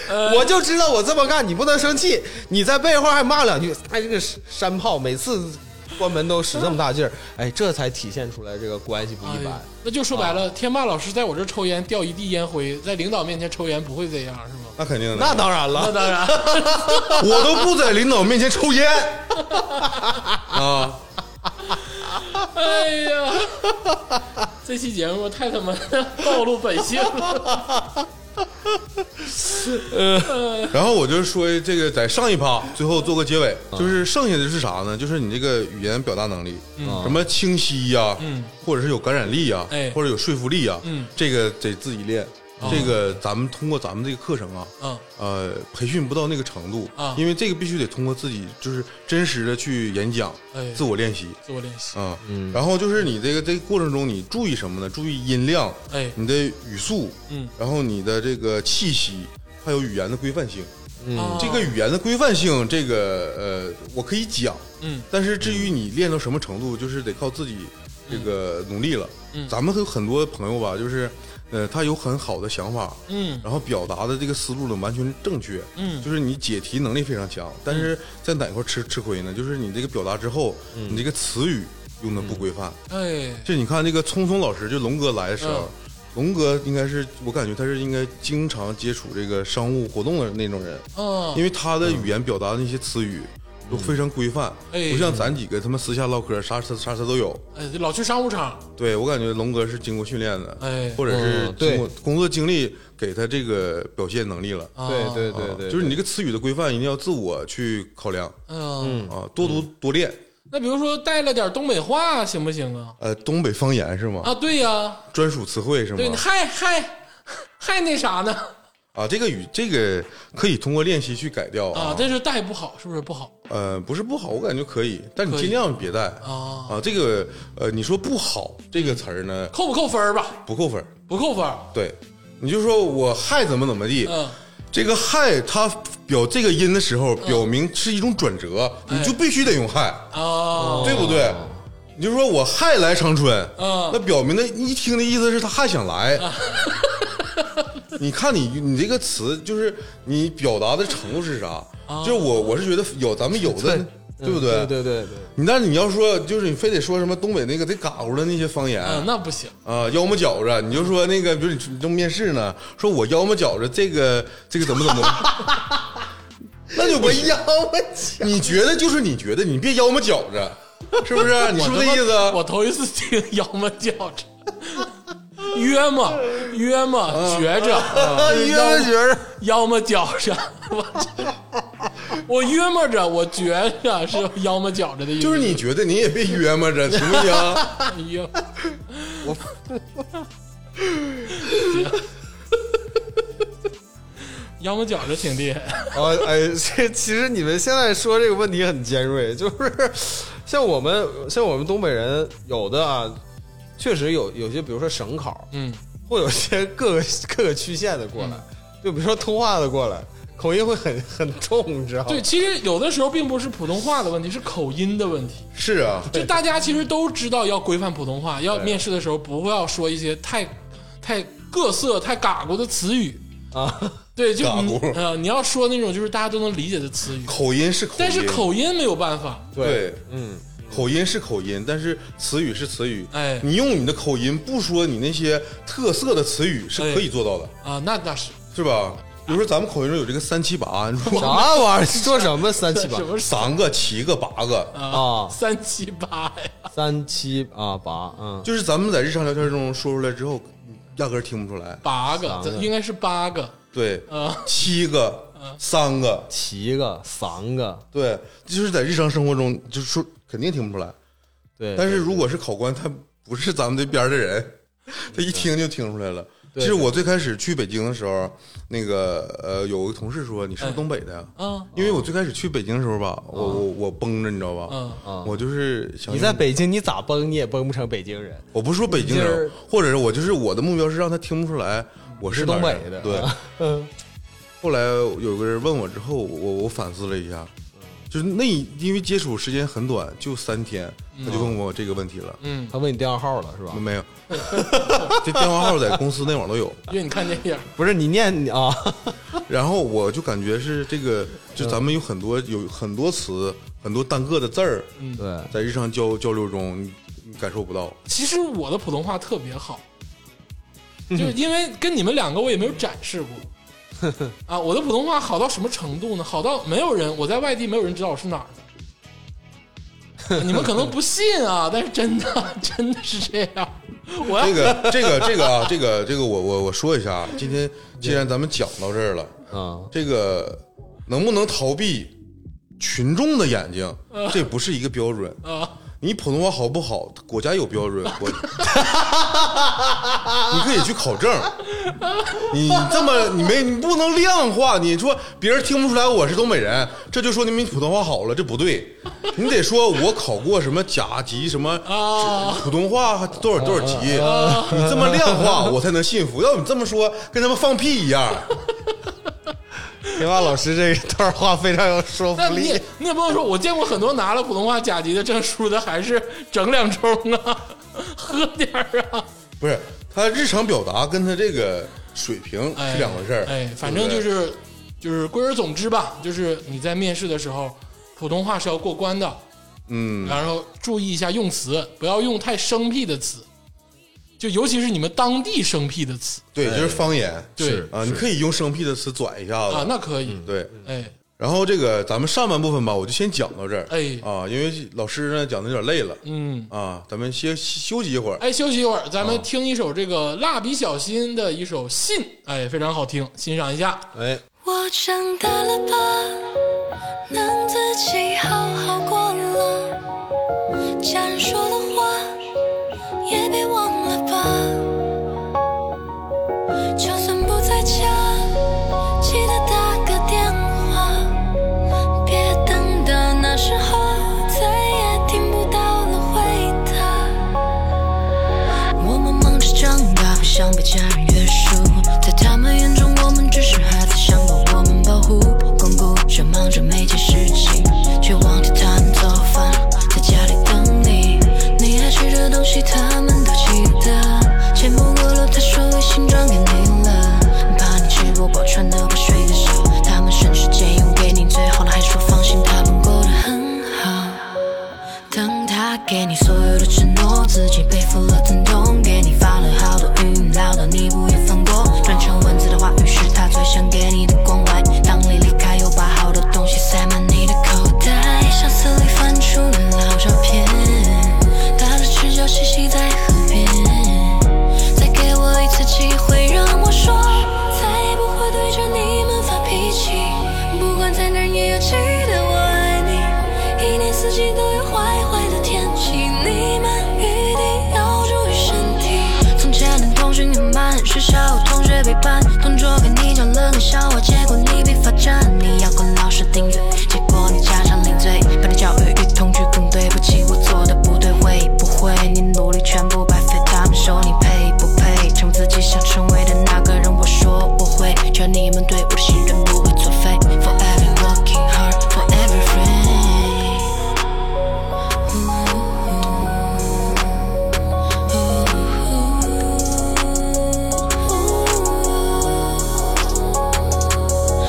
呃
我就知道我这么干，你不能生气，你在背后还骂两句。哎，这个山炮每次关门都使这么大劲儿，哎，这才体现出来这个关系不一
嗯
般
哎。那就说白了，天霸老师在我这抽烟掉一地烟灰，在领导面前抽烟不会这样是吗？
那肯定的，
那当然
那
了，
当然，
我都不在领导面前抽烟啊！
哎呀，这期节目太他妈 暴露本性了。
然后我就说这个在上一趴最后做个结尾，就是剩下的是啥呢？就是你这个语言表达能力，什么清晰呀、或者是有感染力呀、
哎
或者有说服力呀、
嗯
这个得自己练。这个咱们通过咱们这个课程啊，
嗯
呃，培训不到那个程度
啊
因为这个必须得通过自己就是真实的去演讲，
哎
自我练习。
自我练习，
啊，然后就是你这个这个过程中，你注意什么呢？注意音量，
哎
你的语速，
嗯，
然后你的这个气息，还有语言的规范性。
啊
这个语言的规范性，这个呃，我可以讲，
嗯，
但是至于你练到什么程度，就是得靠自己这个努力了。
嗯
咱们有很多朋友吧，就是呃，他有很好的想法，
嗯
然后表达的这个思路呢完全正确，
嗯
就是你解题能力非常强，但是在哪块吃吃亏呢？就是你这个表达之后，
嗯
你这个词语用的不规范。
哎
就你看那个聪聪老师，就龙哥来的时候
嗯，
龙哥应该是我感觉他是应该经常接触这个商务活动的那种人，
嗯
因为他的语言表达的那些词语都非常规范，
哎
不像咱几个他妈私下唠嗑啥词啥词都有。
哎，老去商务场，
对我感觉龙哥是经过训练的，
哎
或者是
嗯
经过工作经历给他这个表现能力了。
啊
对对对
啊
对，
就是你这个词语的规范一定要自我去考量
嗯
啊，多读多练，
那比如说带了点东北话行不行啊？
呃，东北方言是吗？
啊，对呀、
专属词汇是吗
对，？还还还那啥呢？
啊，这个语这个可以通过练习去改掉
啊，但是带不好，是不是不好？
呃，不是不好，我感觉可以，但你
可以
尽量别带
啊嗯
这个呃，你说不好这个词儿呢，
扣不扣分儿吧？
不扣分儿。
不扣分儿。
对，你就说我害怎么怎么地，
嗯，
这个害它表这个音的时候，表明是一种转折，
哎
你就必须得用害，
啊，
对不对？你就说我害来长春，
嗯
那表明的一听的意思是他还 想来。你看你你这个词，就是你表达的程度是啥？
哦
就是我我是觉得有咱们有的，对不
嗯对对对对，
你但是你要说，就是你非得说什么东北那个得嘎咕的那些方言
嗯，那不行。
啊，要么觉着，你就说那个，比如你正面试呢，说我要么觉着这个这个怎么怎么， 那就不行。你觉得就是你觉得，你别要么觉着，是不是？你是不是这意思？
我头一次听摇么叫着，约么约么
嗯
觉着，
约么觉着，
腰么觉着，我 我约摸着，我觉着是腰么觉着的意思，
就是你觉得你也别约摸着，行不行？
约 腰么觉着挺厉害，
啊哎，这其实你们现在说这个问题很尖锐，就是像我们像我们东北人有的啊，确实有有些，比如说省考，
嗯，
会有些各个各个区县的过来，
嗯
就比如说通化的过来，口音会很很重，你知道吗？
对，其实有的时候并不是普通话的问题，是口音的问题。
是啊，
就大家其实都知道要规范普通话，要面试的时候不要说一些太太各色、太嘎咕的词语。
啊，
对，就
嘎
你
咕
呃，你要说那种就是大家都能理解的词语，
口音是口音，
但是口音没有办法。
对
嗯，
口音是口音，但是词语是词语。
哎
你用你的口音不说你那些特色的词语是可以做到的。
啊，那那是
是吧？比如说咱们口音中有这个三七八，你说
啥玩意 儿？说什么三七八
什么是
三个、七个、八个，
啊？
三七八呀？
三七啊八，嗯，
就是咱们在日常聊天中说出来之后，压根儿听不出来。
八个
三，个
这应该是八个
对，
啊
七个、三个，
七个三个，
对，就是在日常生活中，就是说肯定听不出来。
对，
但是如果是考官，他不是咱们这边儿的人， 他一听就听出来了。其
对
实我最开始去北京的时候，那个呃，有个同事说你是不
嗯
是东北的呀？
啊
因为我最开始去北京的时候吧，我我我绷着，你知道吧？
嗯
嗯
我就是想
你在北京，你咋崩你也崩不成北京人。
我不是说北京
就是嗯
人，或者是我就是我的目标是让他听不出来我是
是
哪儿
东北的
对，
嗯，
后来有个人问我之后，我我反思了一下，
嗯
就是那一因为接触时间很短，就三天，
嗯
他就问我这个问题了。
嗯，
他问你电话号了是吧？
没 有，这电话号在公司内网都有。
因为你看电影，
不是你念你啊，
然后我就感觉是这
嗯
个，就咱们有很多有很多词，很多单个的字儿，
对，
在日常交交流中你你感受不到。
其实我的普通话特别好，就是因为跟你们两个我也没有展示过。啊，我的普通话好到什么程度呢？好到没有人，我在外地没有人知道我是哪儿的。你们可能不信啊，但是真的 真的是这样。我 要、
这个这个这个啊，这个这个我我我说一下啊，今天既然咱们讲到这儿了。
嗯，
这个能不能逃避群众的眼睛，这不是一个标准。
啊，
你普通话好不好，国家有标准，我你可以去考证。你这么你没你不能量化，你说别人听不出来我是东北人，这就说你们普通话好了，这不对。你得说我考过什么甲级什么
啊
普通话多少多少级，你这么量化我才能信服。要你这么说，跟他们放屁一样。
黑娃老师这段话非常有说
那
服
你
力
也，你也不能说，我见过很多拿了普通话甲级的证书的，还是整两盅啊， 喝点儿啊。
不是他日常表达跟他这个水平
哎，
是两回事儿。
哎，反正就
对
是就是归而总之吧，就是你在面试的时候，普通话是要过关的，
不对嗯，
然后注意一下用词，不要用太生僻的词，就尤其是你们当地生僻的词
对，就是方言。
哎对
是啊，你可以用生僻的词嗯转一下
啊，
子。
那可以。
对，
哎，
然后这个咱们上半部分吧，我就先讲到这儿。
哎
啊，因为老师呢讲的有点累了
嗯，
啊，咱们歇休息一会儿。
哎，休息一会儿，咱们听一首这个蜡笔小新的一首《信》，哎，非常好听，欣赏一下。
哎，
我长大了吧，能自己好好过了。想说的话也别忘了吧。就算不在家，记得打个电话，别等到那时候再也听不到了回答。我们忙着长大，不想被家人约束，在他们眼中，我们只是孩子，想把我们保护。光顾着忙着每件事情，却忘记他们早饭在家里等你。你爱吃的东西，他们都记得。钱不够了，他说微信转给你了，怕你吃不饱、穿得不、睡得少，他们省吃俭用给你最好的，还说放心，他们过得很好。当他给你所有的承诺，自己背负了疼痛，给你发了好多语音，唠叨你不愿放过，转成文字的话语是他最想给你的关怀。当你离开，又把好多东西塞满你的口袋，相册里翻出了老照片，打着赤脚嬉戏在河边，再给我一次机会，让我说，再也不会对着你们发脾气，不管在哪儿也要记得我爱你。一年四季都有坏坏的天气，你们一定要注意身体。从前的通讯很慢，学校有同学陪伴，同桌给你讲冷笑话，结果你被罚站。你要跟老师顶嘴，结果你家长领罪，把你教育一通去更对不起我做的不对，会不会你努力全部白费？他们说你配不配成为自己想成为的那个人？我说我会，劝你们对我的信任不会作废。Forever working hard, forever free.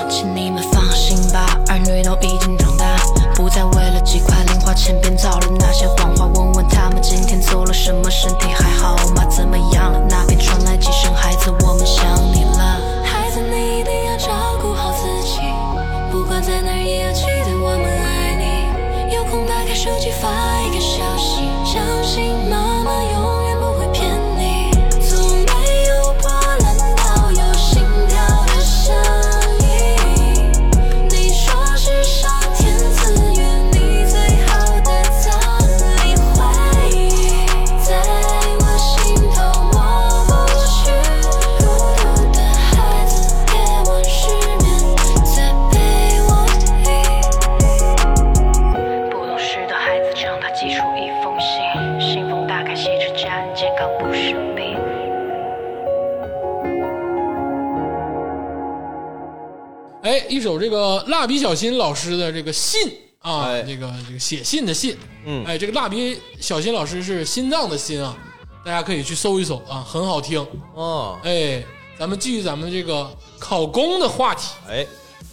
请你们放心吧，儿女都已经长大，不再为了几块零花钱编造了那些谎话。问问他们今天做了什么，身体还好吗？怎么样了？那边传来几声孩子，我们想你了。孩子，你一定要照顾好自己，不管在哪儿也要记得我们爱你。有空打开手机发一个消息，相信妈妈永远不会骗你。从没有波澜到有心跳的声音，你说是上天赐予你最好的葬礼回忆，在我心头抹不去。孤独的孩子，夜晚失眠，在被窝里。
不懂事的孩子长大，寄出一封信，信封打开写着家人健康不生病。
哎，一首这个蜡笔小新老师的这个信啊，
哎
这个这个写信的信，
嗯
哎，这个蜡笔小新老师是心脏的心啊，大家可以去搜一搜啊，很好听。
哦，
哎，咱们继续咱们这个考公的话题。
哎，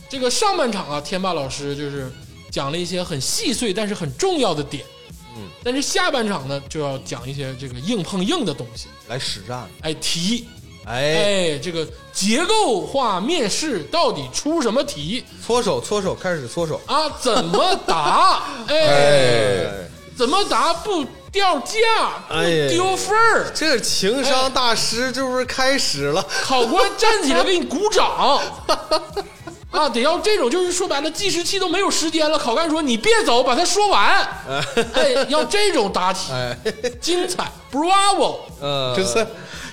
这个上半场啊，天霸老师就是讲了一些很细碎但是很重要的点，嗯，但是下半场呢就要讲一些这个硬碰硬的东西，
来实战了，
哎，题，
哎，
哎，这个结构化面试到底出什么题？
搓手搓手，开始搓手，
啊，怎么答？哎，
哎，
怎么答不掉价，
哎呀
不丢分 儿？
这情商大师这不是开始了？
考官站起来给你鼓掌。啊，得要这种，就是说白了，计时器都没有时间了。考官说：“你别走，把它说完。”哎，要这种答题，
哎，
精彩，bravo
呃，
哎真是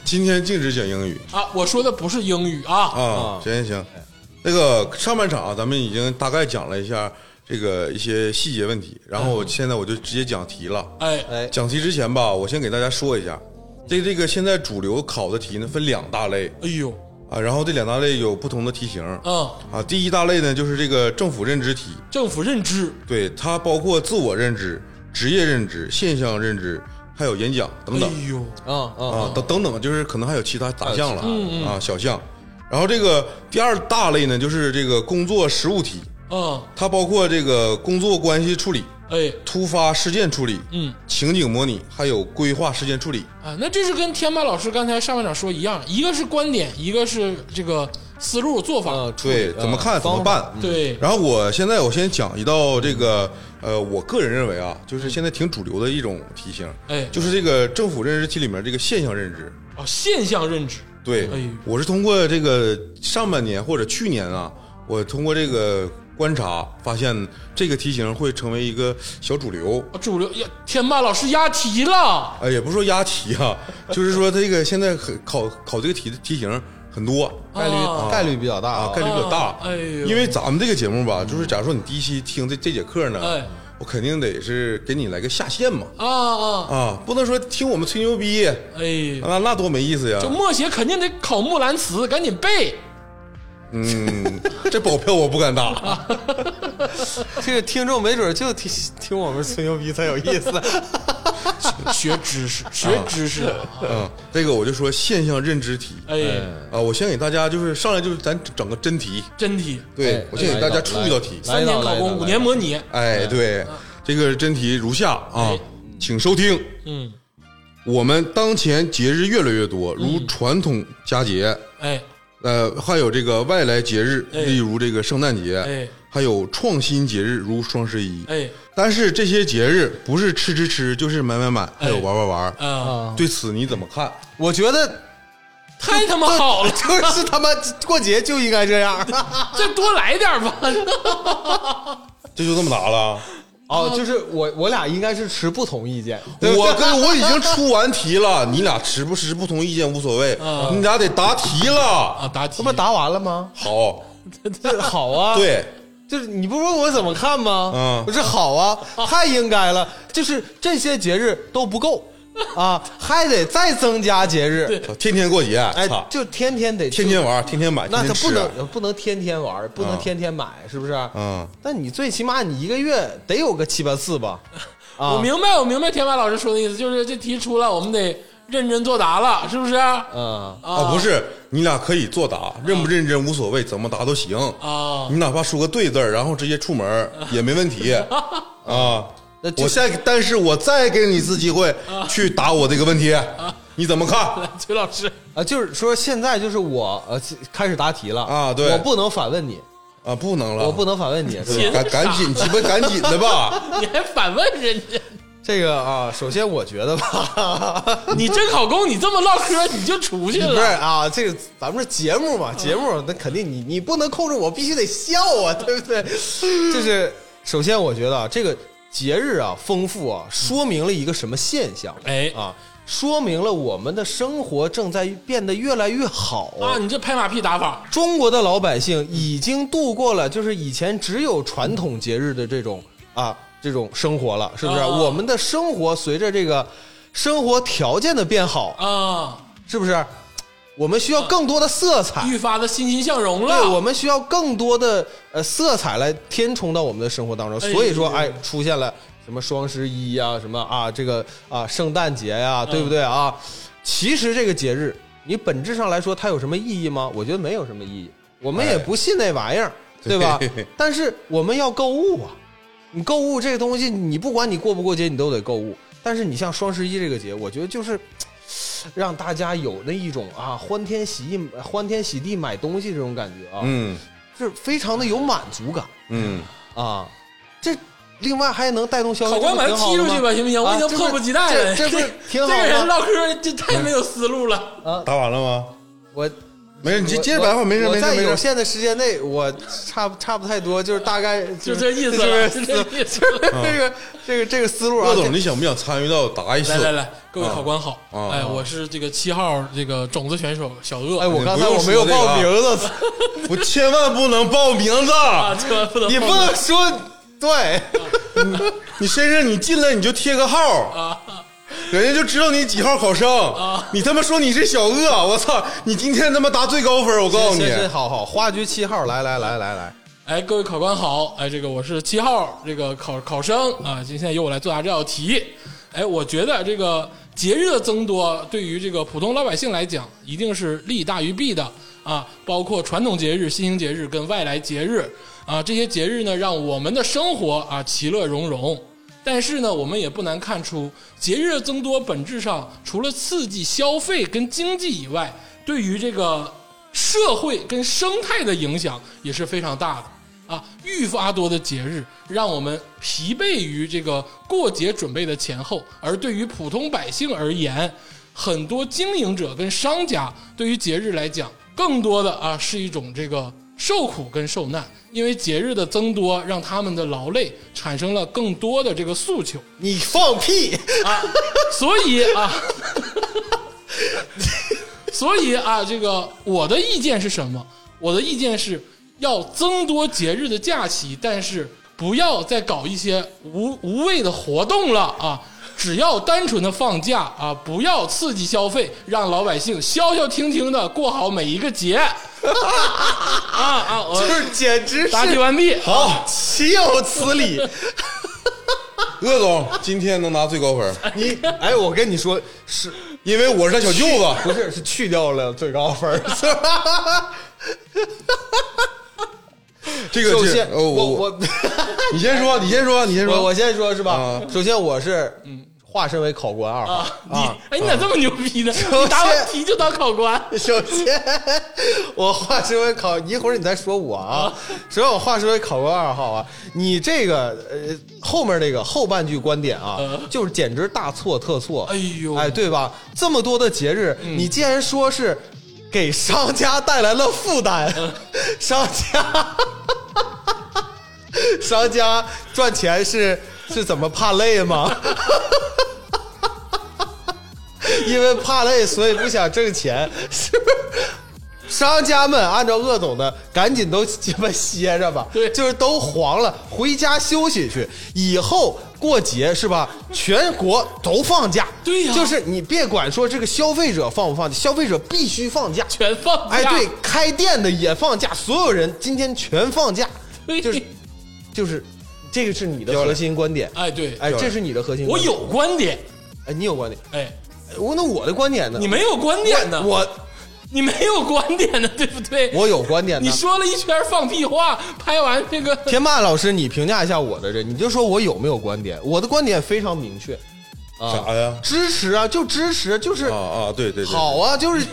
今天禁止讲英语
啊！我说的不是英语啊，
啊
啊！
行行行，那个上半场啊咱们已经大概讲了一下这个一些细节问题，然后我现在我就直接讲题了。
哎，
哎，
讲题之前吧，我先给大家说一下，这这个现在主流考的题呢分两大类
哎呦，
啊，然后这两大类有不同的题型。
嗯，
啊，第一大类呢就是这个政府认知题，
政府认知，
对它包括自我认知、职业认知、现象认知，还有演讲等
哎
等。
呦，嗯
嗯嗯，
啊，等等等，就是可能还有其他杂项了
还有
啊，小项。然后这个第二大类呢，就是这个工作实务题，
嗯，
它包括这个工作关系处理、
哎，
突发事件处理、
嗯
情景模拟，还有规划事件处理。
啊，那这是跟天霸老师刚才上半场说一样，一个是观点，一个是这个思路做法，
嗯，处理
对，怎么看
嗯
怎么
方法
办？
对，
然后我现在我先讲一道这个呃，我个人认为啊，
嗯
就是现在挺主流的一种题型，
哎
就是这个政府认知题里面这个现象认知。
啊，现象认知，
对
哎，
我是通过这个上半年或者去年啊，我通过这个观察发现，这个题型会成为一个小主流。
啊主流呀，天霸老师押题了，
呃，也不是说押题啊，就是说这个现在很考考这个题的题型很多，
概率、哦概率比较大
啊，概率比较大
啊。哎呦
因为咱们这个节目吧，就是假如说你第一期听这这节课呢，
哎
我肯定得是给你来个下限嘛，
啊啊，
啊，不能说听我们吹牛逼，
哎，
那那多没意思呀。
就默写肯定得考木兰辞，赶紧背。
嗯，这保票我不 敢打。
这个听众没准就听听我们吹牛逼才有意 思。
学知 识，学知识，
啊
嗯，这个我就说现象认知题
哎，
啊，我先给大家就是上来就是咱整个真题，
真题，
对我先给大家出一道题。
来
三
一道
年考
来一道来
公，
一道
五年模拟，
哎，对，这个真题如下啊，
哎
请收听。
嗯，
我们当前节日越来越多，如传统佳节，
哎，
呃，还有这个外来节日，
哎
例如这个圣诞节，
哎
还有创新节日，如双十一。
哎，
但是这些节日不是吃吃吃，就是买买买，还有玩玩玩。
哎啊，
对此你怎么看？
我觉得
太他妈好了，
就是他妈过节就应该这样。
再多来点吧。
这就这么 答了？
哦，就是我我俩应该是持不同意见。对不对
我 跟我已经出完题了，你俩持不持不同意见无所谓，
啊
你俩得答题
啊，
了。
答题
这，不答完了吗？
好，
这好啊，，
对，
就是你不问我怎么看吗？
嗯
我说好 啊，太应该了，就是这些节日都 不够啊，还得再增加节日，
操天天过节，
哎
操，，
就天天得
天天。玩，天天买，
那
天
他
天吃。
不
啊
能不能天天玩，不能天天买，是不是？
嗯，
但你最起码你一个月得有个七八 次吧？啊，
我明白，我明白天霸老师说的意思，就是这题出了，我们得认真作答了，是不是？啊
嗯，
啊，不是，你俩可以作答，认不认真无所谓，怎么答都行。
啊，
你哪怕说个对字儿，然后直接出门儿也没问题啊。
那就
我再，但是我再给你一次机会
啊
去答我这个问题，你怎么看？
崔老师，
啊，就是说现在就是我呃开始答题了
啊对
我不能反问你，
啊，不能了，
我不能反问你，是
行
吧
赶赶紧，鸡巴赶紧 的吧。
你还反问人家？
这个啊，首先我觉得吧，
你真考公，你这么唠嗑，你就出去
不是
了。
啊，这个咱们是节目
嗯
嘛，节目那肯定你你不能控制我，必须得笑啊，对 不对？就是首先我觉得啊，这个节日啊丰富啊，说明了一个什么现象？
嗯哎
啊，说明了我们的生活正在变得越来越好
啊，你这拍马屁打法，
中国的老百姓已经度过了，就是以前只有传统节日的这种啊这种生活了，是不是？
啊
我们的生活随着这个生活条件的变好，
啊，
是不是？我们需要更多的色彩，
愈发的欣欣向荣
对，
了。
我们需要更多的呃色彩来填充到我们的生活当中。
哎
所以说，哎，出现了什么双十一呀、什么啊这个啊圣诞节呀、对不对啊？其实这个节日，你本质上来说，它有什么意义吗？我觉得没有什么意义，我们也不信那玩意儿，对吧
对？
但是我们要购物啊，你购物这个东西，你不管你过不过节，你都得购物。但是你像双十一这个节，我觉得就是。让大家有那一种啊欢天喜地、欢天喜地买东西这种感觉啊，
嗯
是非常的有满足感
嗯，
啊。这另外还能带动消费，
考官把他踢出去吧，行不行？我已经迫不及待了。
啊这 不是挺好
这个人
吗？
唠嗑这太没有思路了。
答完了吗？
我
没事，你接接着白话，没事
我
没
在
事
有
没事。
限的时间内，我差不差不太多，就是大概
就
就
这意思了，
是
就
这
这意思。
个这个这个思路啊
鄂。总，你想不想参与到答一次
来？来来，各位考官好，
啊
哎，我是这个七号这个种子选手小鄂。
哦哎，我刚
不
才
用
我没有
说这个
报
啊
名 字，
我千万不能报名字，
啊，这个不能
你不能说 对，
你身上你进来你就贴个号，
啊
人家就知道你几号考生。你他妈说你是小恶，我操！你今天他妈答最高分，我告诉你
行，行好好，花局七号，来来来来来，
哎，各位考官好，哎，这个我是七号这个考考生啊，今天由我来作答这道题。哎，我觉得这个节日的增多，对于这个普通老百姓来讲，一定是利大于弊的啊。包括传统节日、新兴节日跟外来节日啊，这些节日呢，让我们的生活啊其乐融融。但是呢，我们也不难看出，节日的增多本质上除了刺激消费跟经济以外，对于这个社会跟生态的影响也是非常大的。啊，愈发多的节日让我们疲惫于这个过节准备的前后，而对于普通百姓而言，很多经营者跟商家对于节日来讲，更多的啊是一种这个受苦跟受难，因为节日的增多让他们的劳累产生了更多的这个诉求，
你放屁！
啊 所以啊， 所以啊，这个我的意见是什么？我的意见是要增多节日的假期，但是不要再搞一些无无谓的活动了啊！只要单纯的放假啊，不要刺激消费，让老百姓消消停停的过好每一个节。啊 啊！我
就是简直是
答题完毕。
好，岂有此理！
鄂总今天能拿最高分，
你哎，我跟你说， 是
因为我是他小舅子。
不是是去掉了最高分儿？
这个
首
这
先，
哦
我
我
我
你先说，你先说，你先
我
说
我。先说是吧
啊？
首先我是化身为考官二号
啊，你哎，你咋这么牛逼呢？
先
你答完题就当考官。
首先，我化身为考，一会儿你再说我啊。首先，我化身为考官二号啊。你这个呃后面这个后半句观点啊，就是简直大错特错。
哎呦
哎，对吧？这么多的节日，你竟然说是给商家带来了负担，商家， 商家赚钱是是怎么怕累吗？ 因为怕累，所以不想挣钱， 是不是？商家们按照鄂总的，赶紧都鸡巴歇着吧，
对
就是都黄了，回家休息去。以后过节是吧？全国都放假，
对呀
就是你别管说这个消费者放不放假，消费者必须放假，
全放假。
哎，对，开店的也放假，所有人今天全放假，
对
就是就是，这个是你的
漂亮
核心观点，
哎，对，
哎，这是你的核心
我
观点，
有观点，
哎，你有观点，
哎，
我那我的观点呢？
你没有观点呢，
我
你没有观点呢， 对不对？
我有观点
你
呢。
说了一圈放屁话，拍完这个，
天霸老师，你评价一下我的这，你就说我有没有观点？我的观点非常明确，啊，
啥呀？
支持啊，就支持，就是
啊啊，对对对，
好啊，就是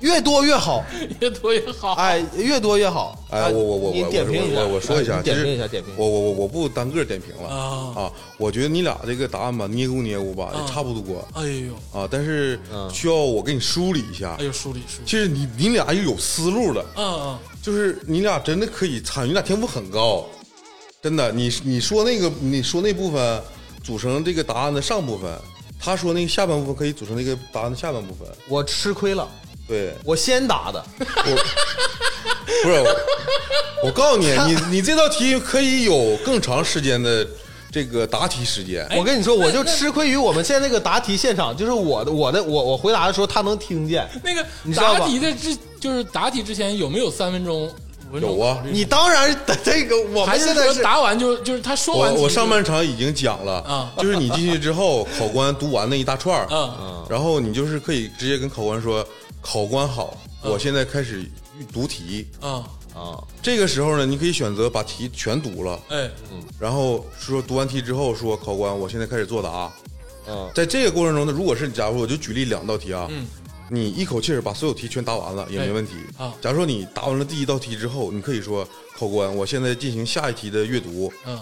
越多越 好，
越多越好。
哎，越多越好。
哎，我我我
你
我
点评一下，
我我我说一
哎
下，
你
其
点
实
评一下，点评一下。
我我我我不单个点评了
啊
啊，我觉得你俩这个答案吧，捏咕捏咕吧，也差不多
哎呦，
啊，但是
啊嗯
需要我给你梳理一下
哎。呦，梳理梳理，
其实你你俩又有思路了，
嗯
就是你俩真的可以参与，你俩天赋很高，真的。你你说那个你说那部分组成这个答案的上部分，他说那个下半部分可以组成那个答案的下半部分。
我吃亏了，
对，
我先打的，
我不是我，我告诉你，你你这道题可以有更长时间的这个答题时间。
哎
我跟你说，我就吃亏于我们现在这个答题现场，就是我的我的我我回答的时候他能听见，
嗯，那个
你知道吧
答题的之就是答题之前有没有三分钟、五分钟？
有啊
你当然得这个我
还
们
是
现在
说
是
答完就就是他说完
我
题
我
就
上半场已经讲了，
啊
就是你进去之后，考官读完那一大串儿，
嗯
然后你就是可以直接跟考官说：“考官好，我现在开始读题。
嗯
啊，
这个时候呢，你可以选择把题全读了，
哎
然后说读完题之后说：“考官，我现在开始作答。”
嗯
在这个过程中呢，如果是假如我就举例两道题啊，
嗯
你一口气儿把所有题全答完了也没问题
哎啊
假如说你答完了第一道题之后，你可以说：“考官，我现在进行下一题的阅读。”
嗯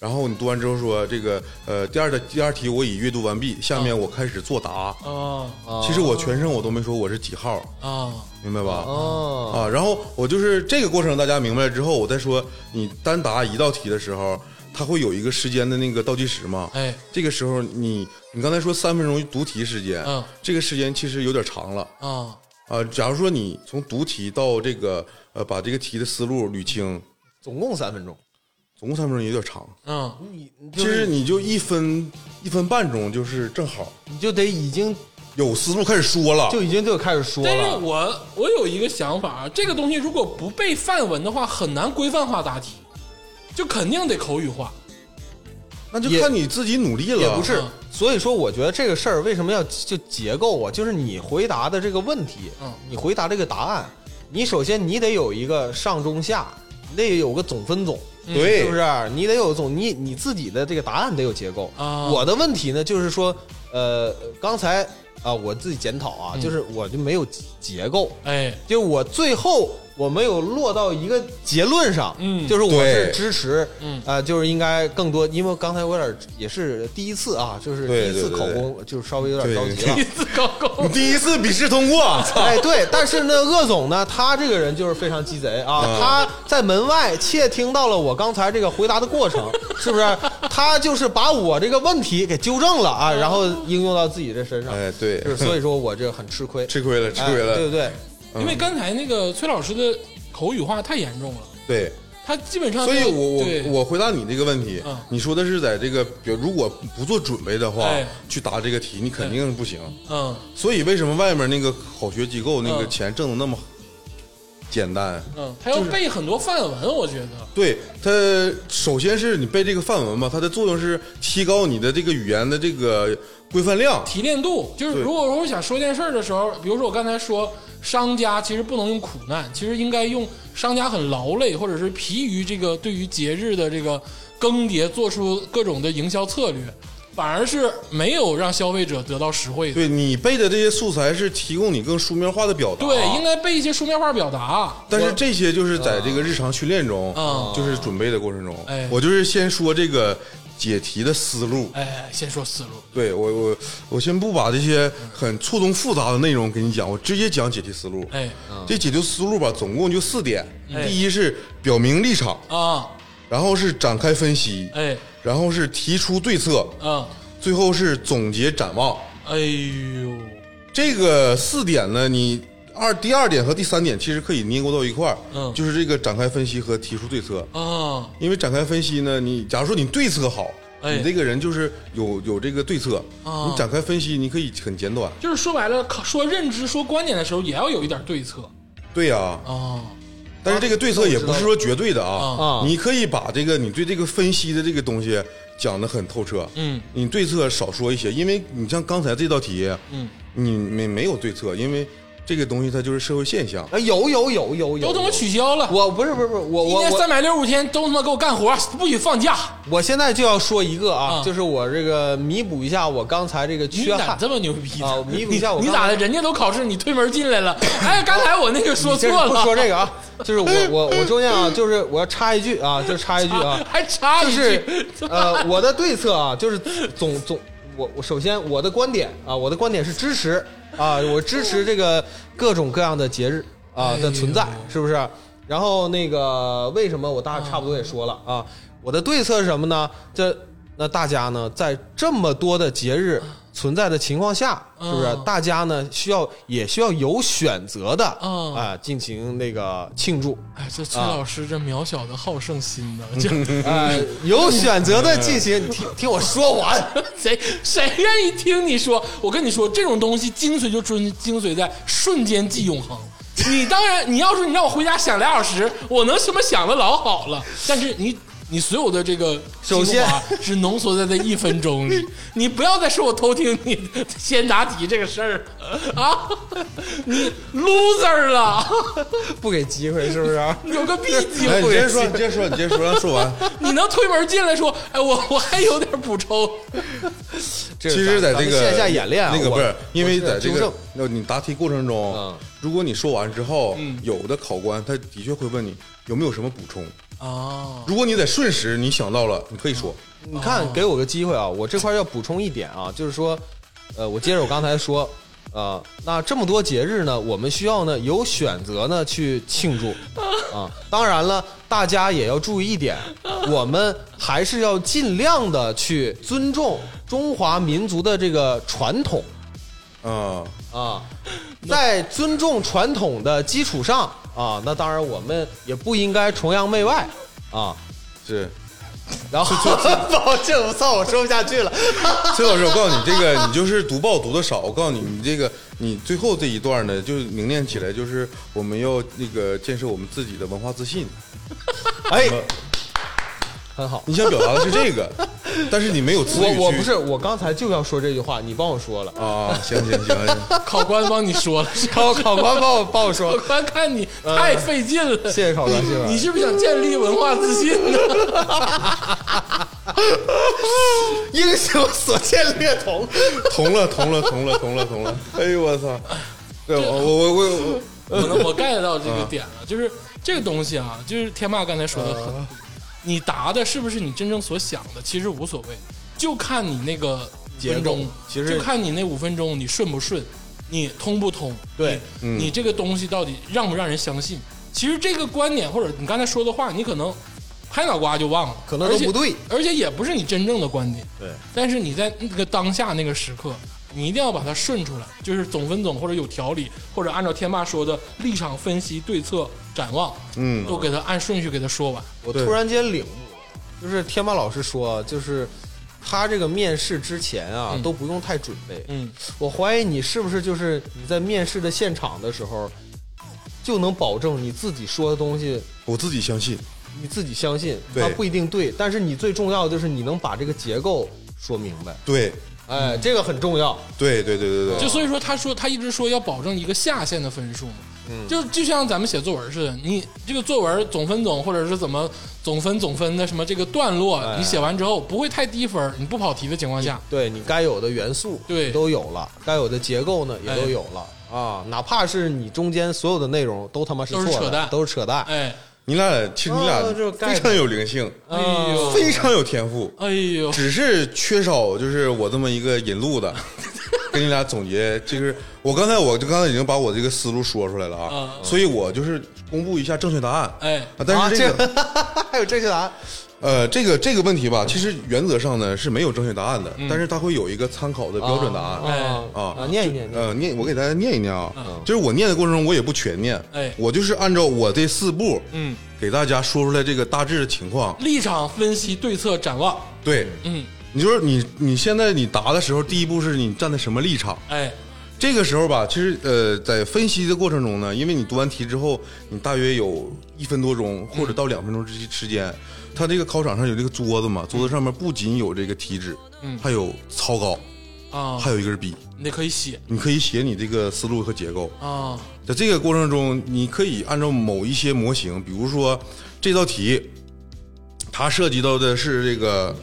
然后你读完之后说这个呃第二的第二题我已阅读完毕，下面我开始作答。
啊
其实我全程我都没说我是几号，
啊
明白吧？
哦，
啊，然后我就是这个过程大家明白了之后，我再说你单答一道题的时候，它会有一个时间的那个倒计时嘛？
哎
这个时候你你刚才说三分钟读题时间，
嗯
这个时间其实有点长了。
啊
啊，假如说你从读题到这个呃，把这个题的思路捋清，
总共三分钟，
总共三分钟有点长。
嗯
你
其实你就一分一分半钟，就是正好
你就得已经
有思路开始说了。
就已经就开始说
但是
了，
我我有一个想法啊，这个东西如果不被范文的话，很难规范化答题，就肯定得口语化。
那就
也
看你自己努力了。
也不是
嗯。
所以说，我觉得这个事儿为什么要就结构啊？就是你回答的这个问题
嗯，
你回答这个答案，你首先你得有一个上中下，你得有个总分总。
对，
是不是？你得有总你你自己的这个答案得有结构。
啊
我的问题呢，就是说，呃，刚才啊，我自己检讨啊，就是我就没有结构，
哎，
就我最后我没有落到一个结论上，
嗯
就是我是
对
支持，
嗯
啊、就是应该更多，因为刚才我有点也是第一次啊，就是
对
第一
对
次
对
口
对
供，就是稍微有点
对
着急了
第一，次高考
你第一次笔试通过，操！
哎，对，但是呢，鄂总呢，他这个人就是非常鸡贼啊，
嗯
他在门外窃听到了我刚才这个回答的过程， 是不是？他就是把我这个问题给纠正了
嗯
啊，然后应用到自己这身上，
哎，对，
就是所以说我这很吃亏，
吃亏了，吃亏
哎对
了
不，对？
因为刚才那个崔老师的口语化太严重了，
对。
他基本上
所以
就
我我
对
我回答你这个问题
嗯，
你说的是在这个，比如如果不做准备的话
哎，
去答这个题，你
哎
肯定是不行。
嗯
所以为什么外面那个考学机构那个
嗯
钱挣的那么
嗯
简单？
嗯，他要背很多范文，我觉得
对它，首先是你背这个范文吧，它的作用是提高你的这个语言的这个规范量。
提炼度就是，
对
如果我想说件事儿的时候，比如说我刚才说商家其实不能用苦难，其实应该用商家很劳累或者是疲于这个对于节日的这个更迭做出各种的营销策略，反而是没有让消费者得到实惠的。
对你背的这些素材是提供你更书面化的表达，
对，应该背一些书面化表达。
但是这些就是在这个日常训练中，
啊
就是准备的过程中，
哎
我就是先说这个解题的思路。
哎，先说思路，
对我我我先不把这些很错综复杂的内容给你讲，我直接讲解题思路。
哎
这解题思路吧，总共就四点。
哎
第一是表明立场，
啊，
然后是展开分析，
哎
然后是提出对策，
啊，
最后是总结展望。
哎呦，
这个四点呢，你二第二点和第三点其实可以捏合到一块儿，
嗯
就是这个展开分析和提出对策。
啊，
因为展开分析呢，你假如说你对策好，
哎
你这个人就是有有这个对策，
啊
你展开分析，你可以很简短。
就是说白了，说认知、说观点的时候，也要有一点对策
对呀、
啊。
但是这个对策也不是说绝对的
啊
啊，你可以把这个你对这个分析的这个东西讲得很透彻，
嗯，
你对策少说一些，因为你像刚才这道题，
嗯，
你没没有对策，因为这个东西它就是社会现象，
啊，有有有有有，
都他妈
有
取消了，
我不是不是不是我
一
我
年
我
三百六十五天都他妈给我干活，不许放假。
我现在就要说一个啊，
啊
就是我这个弥补一下我刚才这个
你
缺
咋
憾
这么牛逼呢
啊弥补一下我
你
刚
咋
才
的？人家都考试，你推门进来 了。哎，刚才我那个说
你这
错了，，
不说这个啊，就是我我我中间啊，就是我要插一句啊，就插一句啊
还插
就
一
是
句。
呃，我的对策啊，就是总总我我首先我的观点啊，我的观点是支持啊，我支持这个各种各样的节日啊的存在
哎，
是不是？然后那个为什么我大概差不多也说了啊，我的对策是什么呢？这那大家呢，在这么多的节日存在的情况下，是不是
嗯
大家呢需要也需要有选择的
嗯
啊进行那个庆祝？
哎，这
啊
崔老师这渺小的好胜心 呢，这
呃，
哎
有选择的进行，你听听我说完。
谁谁愿意听你说？我跟你说，这种东西精髓就精精髓在瞬间即永恒。你当然，你要是你让我回家想俩小时，我能什么想的老好了。但是你你所有的这个
首
精
先
华是浓缩在这一分钟 里，你不要再说我偷听你先答题这个事儿啊，你 loser 了，
不给机会是不是？啊
有个逼机
哎，你
会
接。着说，你接着说，你接着说，让说完。
你能推门进来说，哎，我我还有点补充，
这
其实，在这个
线下演练啊，
那个
我
不是，因为
我是
在这
纠正
个那你答题过程中
嗯，
如果你说完之后，有的考官他的确会问你有没有什么补充。
哦
啊，
如果你在瞬时你想到了，你可以说。
你看给我个机会啊，我这块要补充一点啊，就是说，呃，我接着我刚才说，呃，那这么多节日呢，我们需要呢有选择呢去庆 祝啊。当然了，大家也要注意一点，我们还是要尽量的去尊重中华民族的这个传统。
啊，
啊，在尊重传统的基础上啊，那当然我们也不应该崇洋媚外啊。
是
然后， 抱歉，我操，我说不下去了。
崔老师，我告诉你，这个你就是读报读的少。我告诉你，你这个你最后这一段呢，就是凝练起来，就是我们要那个建设我们自己的文化自信。
哎，很好。
你想表达的是这 个，但是你没有词语
我我
去
不是，我刚才就要说这句话，你帮我说了。
啊，行行行行，
考官帮你说了，
考考官帮我帮我说
考，官看你太费劲了，
谢谢考官，谢谢考
你
官。
是不是想建立文化自 信呢？
英雄所见略同。
同了同了同了同了同了，哎呦我操！对我我我我
我能我 get 到这个点了，嗯就是这个东西啊，就是天霸刚才说的很对，你答的是不是你真正所想的，其实无所谓，就看你那个五
节
分
奏
钟，
其实
就看你那五分钟你顺不顺，你通不通，
对
你，你这个东西到底让不让人相信？其实这个观点或者你刚才说的话，你可能拍脑瓜就忘了，
可能都
而且
不对
而且也不是你真正的观点。
对，
但是你在那个当下那个时刻，你一定要把它顺出来，就是总分总或者有条理，或者按照天霸说的立场分析、对策、展望，
嗯
都给他按顺序给他说完。
我
对
突然间领悟，就是天霸老师说，就是他这个面试之前啊、
嗯
都不用太准备。
嗯，
我怀疑你是不是就是你在面试的现场的时候，就能保证你自己说的东西
我自己相信，
你自己相信，
对
它不一定对，但是你最重要的就是你能把这个结构说明白，
对
哎，
嗯
这个很重要。
对对对对
就
对，
所以说，他说他一直说要保证一个下限的分数嘛，
嗯
就就像咱们写作文似的，你这个作文总分总或者是怎么总分总分的什么这个段落，
哎
你写完之后不会太低分，你不跑题的情况下，
对你该有的元素
对哎
都有了，该有的结构呢也都有了、啊，哪怕是你中间所有的内容都他妈是
都
错
是
的，
扯淡
都是扯
嗯
淡。
哎，
你俩其实你俩
哦这盖的
非常有灵性，
哎呦，
非常有天赋，
哎呦，
只是缺少就是我这么一个引路的，跟你俩总结，就是我刚才我就刚才已经把我这个思路说出来了啊，
嗯
所以我就是公布一下正确答案。
哎，
啊但是这个、
还有正确答案，
呃，这个这个问题吧，其实原则上呢是没有正确答案的，但是它会有一个参考的标准答案。
哎
啊
啊
啊，念一念，念一念
呃，念我给大家念一念啊，就是我念的过程中我也不全念，
哎
我就是按照我这四步，
嗯，
给大家说出来这个大致的情况。
立场分析、对策、展望，
对，
嗯，
你就是你你现在你答的时候，第一步是你站在什么立场，
哎，
这个时候吧，其实呃，在分析的过程中呢，因为你读完题之后，你大约有一分多钟或者到两分钟之时间，它这个考场上有这个桌子嘛，桌子上面不仅有这个题纸，
嗯
还有草稿，
啊，
还有一根笔，
你得可以写
你可以写你这个思路和结构。
啊，
在这个过程中，你可以按照某一些模型，比如说这道题，它涉及到的是这个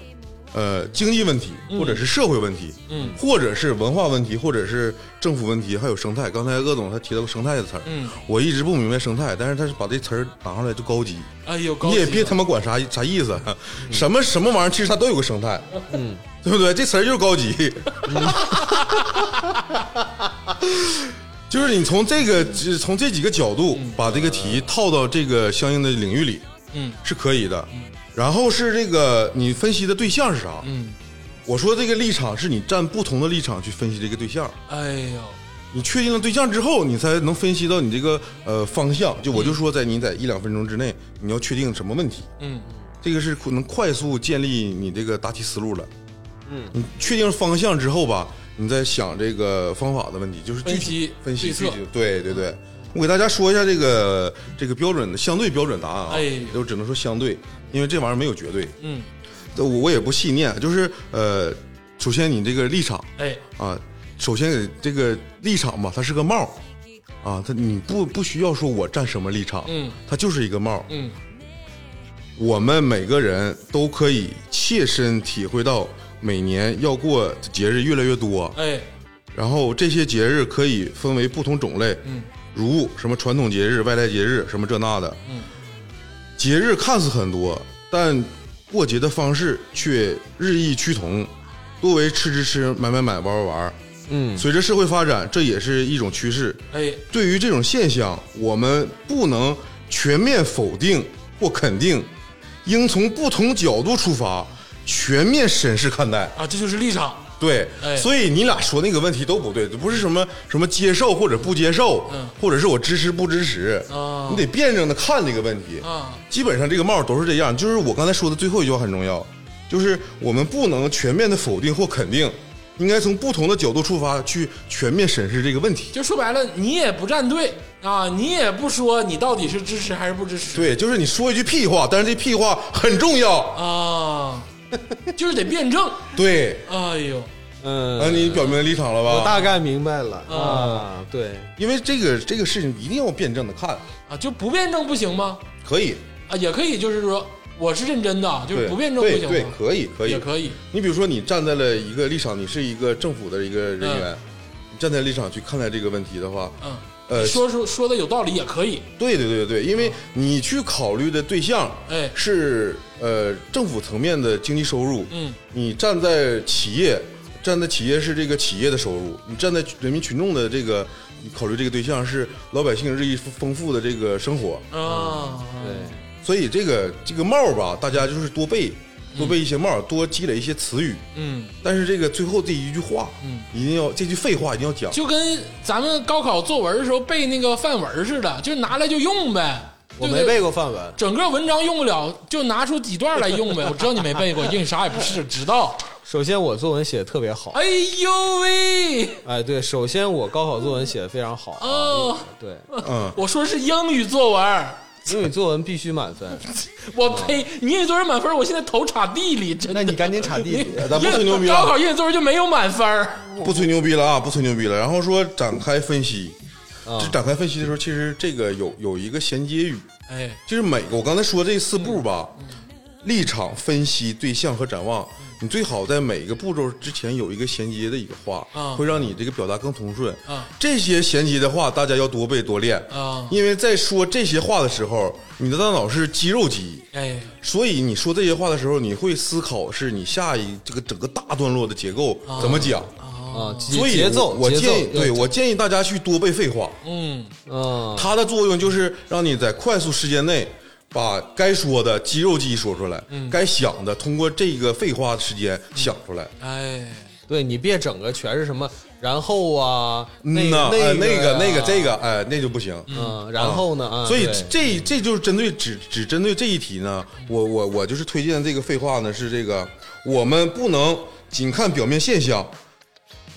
呃经济问题，或者是社会问题，
嗯，
或者是文化问题，或者是政府问题，还有生态。刚才鄂总他提到过生态的词儿，
嗯，
我一直不明白生态，但是他是把这词儿拿上来就高级，
哎呦，高
你
级
也别
了
他妈管啥啥意思，啊什么什么玩意儿，其实它都有个生态，嗯，对不对？这词儿就是高级， 就是你从这个从这几个角度把这个题套到这个相应的领域里，
嗯，
是可以的。然后是这个你分析的对象是啥？
嗯，
我说这个立场是你站不同的立场去分析这个对象，
哎呦，
你确定了对象之后，你才能分析到你这个呃方向。就我就说，在你在一两分钟之内，你要确定什么问题，
嗯，
这个是能快速建立你这个答题思路了。嗯，你确定方向之后吧，你再想这个方法的问题，就是具体
分
分
析
析
对策
具体对对对，我给大家说一下这个这个标准的相对标准答案啊，
哎
我只能说相对，因为这玩意儿没有绝对。
嗯，
我我也不细念，就是呃，首先你这个立场
哎，
啊，首先给这个立场吧，它是个帽儿啊，它你不不需要说我站什么立场，
嗯，
它就是一个帽儿。
嗯，
我们每个人都可以切身体会到，每年要过的节日越来越多，
哎，
然后这些节日可以分为不同种类，
嗯，
如什么传统节日、外来节日什么这那的，嗯，节日看似很多，但过节的方式却日益趋同，多为吃吃吃、买买买、玩玩玩。
嗯，
随着社会发展，这也是一种趋势。
哎，
对于这种现象，我们不能全面否定或肯定，应从不同角度出发，全面审视看待。
啊，这就是立场，
对，
哎
所以你俩说那个问题都不对，不是什么什么接受或者不接受，
嗯
或者是我支持不支持，
啊
你得辩证的看这个问题。
啊，
基本上这个帽都是这样，就是我刚才说的最后一句话很重要，就是我们不能全面的否定或肯定，应该从不同的角度出发去全面审视这个问题。
就说白了，你也不站队啊，你也不说你到底是支持还是不支持，
对，就是你说一句屁话，但是这屁话很重要。
啊，就是得辩证，
对，
哎呦，
嗯，
那你表明立场了
我
吧？
大概明白了
嗯
啊，对，
因为这个这个事情一定要辩证的看，
啊，就不辩证不行吗？
可以，
啊，也可以，就是说我是认真的啊，就是
对，
不辩证不行吗？
对对，可以，可以，
也可以，
你比如说，你站在了一个立场，你是一个政府的一个人员，你站在立场去看待这个问题的话，
嗯，
呃，
说说说的有道理也可以，
对对对对，因为你去考虑的对象，
哎
是呃政府层面的经济收入，
嗯，
你站在企业，站在企业是这个企业的收入，你站在人民群众的这个，你考虑这个对象是老百姓日益丰富的这个生活，
啊，
嗯
对，
所以这个这个帽儿吧，大家就是多背多背一些帽儿，多积累一些词语，
嗯，
但是这个最后这一句话，嗯，一定要这句废话一定要讲，
就跟咱们高考作文的时候背那个范文似的，就拿来就用呗。
我
对不
没
对
背过范文，
整个文章用不了，就拿出几段来用呗。我知道你没 背过，因为你啥也不是，知道。
首先我作文写的特别好，
哎呦喂，
哎，对，首先我高考作文写的非常好啊，
哦，
对，
嗯，
我说是英语作文，
英语作文必须 满分，
我呸！你英语作文满分，我现在头插地里，真的。
那你赶紧插 地。
哎咱啊不吹牛逼
高
了
考。英语作文就没有满分儿
不吹牛逼了啊，不吹牛逼了。然后说展开分析，
啊
就展开分析的时候，其实这个有有一个衔接语，
哎，
就是每个我刚才说这四步吧，
嗯
立场、分析、对象和展望，你最好在每一个步骤之前有一个衔接的一个话
啊，
会让你这个表达更通顺
啊。
这些衔接的话，大家要多背多练
啊
因为在说这些话的时候，你的大脑是肌肉记忆。
哎，
所以你说这些话的时候，你会思考是你下一这个整个大段落的结构怎么讲，
啊，
哦
节
所以
节奏，
我
节奏
建议，对
要
我建议大家去多背废话，
嗯，
嗯，
它的作用就是让你在快速时间内把该说的肌肉记忆说出来，
嗯
该想的通过这个废话的时间想出来。
哎，
对你别整个全是什么，然后啊，那
嗯呐，
那
哎那
个
个
啊
那个这，个，哎，那就不行。
嗯，然后呢啊，
所以
对
这这就是针对只只针对这一题呢，我我我就是推荐这个废话呢是这个，我们不能仅看表面现象，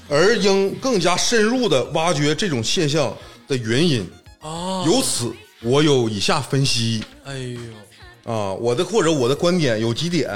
而应更加深入的挖掘这种现象的原因。
哦，
由此，我有以下分析
哎呦，
啊，我的或者我的观点有几点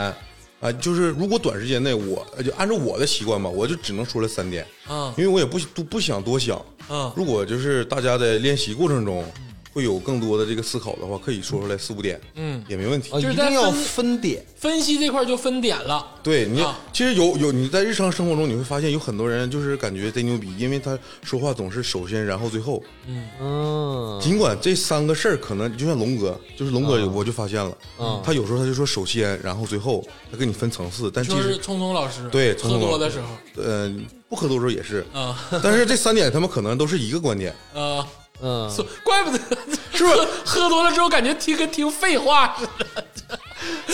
啊，就是如果短时间内我呃就按照我的习惯吧，我就只能说了三点，
嗯
因为我也不都不想多想。
嗯，
如果就是大家在练习过程中会有更多的这个思考的话，可以说出来四五点，
嗯
也没问题
啊。
就是
一
在
定要
分
分点，
分析这块就分点了，
对你
啊，
其实有有你在日常生活中你会发现有很多人就是感觉贼牛逼，因为他说话总是首先然后最后，
嗯，
尽管这三个事儿可能就像龙哥，就是龙哥，我就发现了，
啊
他有时候他就说首先，然后最后，他给你分层次，但其
就是
实
聪聪老师
对
喝多的时候，，
呃，不喝多的时候也是，
啊
但是这三点他们可能都是一个观点，
啊，
嗯，
所怪不得
是不是？
喝多了之后感觉听跟听废话似的，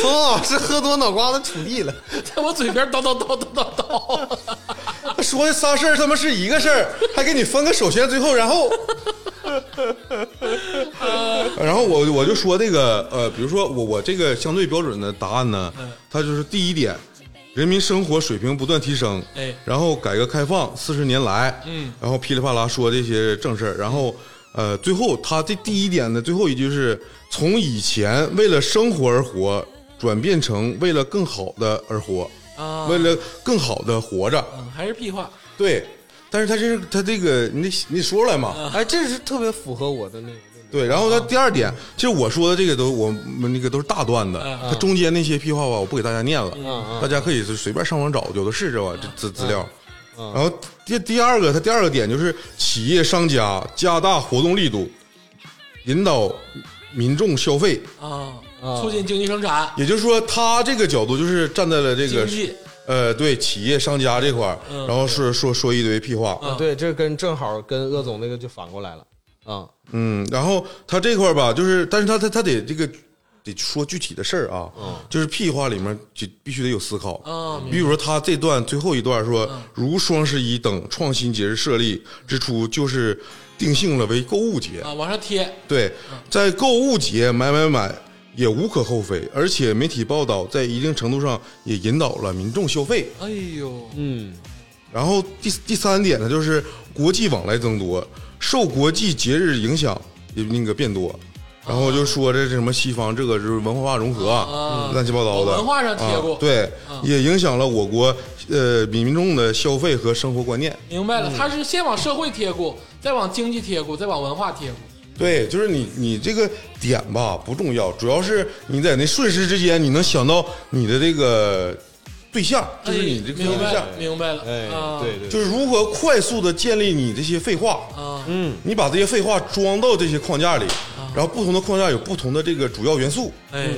聪老师喝多脑瓜子杵地了，
在我嘴边叨叨叨叨叨叨。
他说的仨事儿他妈是一个事儿，还给你分个首先最后，然后，
呃
然后我我就说这个呃，比如说我我这个相对标准的答案呢，
嗯
它就是第一点，人民生活水平不断提升，
哎
然后改革开放四十年来，嗯，然后噼里啪啦说这些正事儿，然后
嗯
呃，最后他这第一点的最后一句是从以前为了生活而活，转变成为了更好的而活。
啊
为了更好的活着，
嗯，还是屁话，
对，但是他这是他这个你得你得说出来
嗯
嘛。
哎，这是特别符合我的那个论点，
对，然后他第二点，其实我说的这个都我们那个都是大段子，
嗯
他中间那些屁话吧，我不给大家念了，大家可以是随便上网找，有的是这吧，这
嗯
资资料。然后第第二个，他第二个点就是企业商家加大活动力度，引导民众消费。
啊，
啊
促进经济生产，
也就是说，他这个角度就是站在了这
经
个
济
呃，对企业商家这块儿，
嗯
然后说说说一堆屁话。
啊
对，这跟正好跟鄂总那个就反过来了，啊，
嗯，然后他这块儿吧，就是，但是他他他得这个得说具体的事儿啊，就是屁话里面就必须得有思考。
啊，嗯明白嗯
比如说他这段最后一段说，如双十一等创新节日设立之初，就是定性了为购物节。
啊，往上贴，
对，
嗯
在购物节买买买也无可厚非，而且媒体报道在一定程度上也引导了民众消费。
哎呦，
嗯，
然后第第三点呢，就是国际往来增多，受国际节日影响也那个变多。然后就说这什么西方这个就是文化融合
啊，
乱七八糟的，
往文化上贴过
啊对，也影响了我国呃民众的消费和生活观念。
明白
嗯
了，他是先往社会贴过，再往经济贴过，再往文化贴过。
对，就是你你这个点吧不重要，主要是你在那瞬时之间你能想到你的这个对象，就是你这个
哎
对
明白
象
了，，明白了，
哎，
啊，
对对，
就是如何快速的建立你这些废话，
啊，
你把这些废话装到这些框架里，然后不同的框架有不同的这个主要元素，
哎，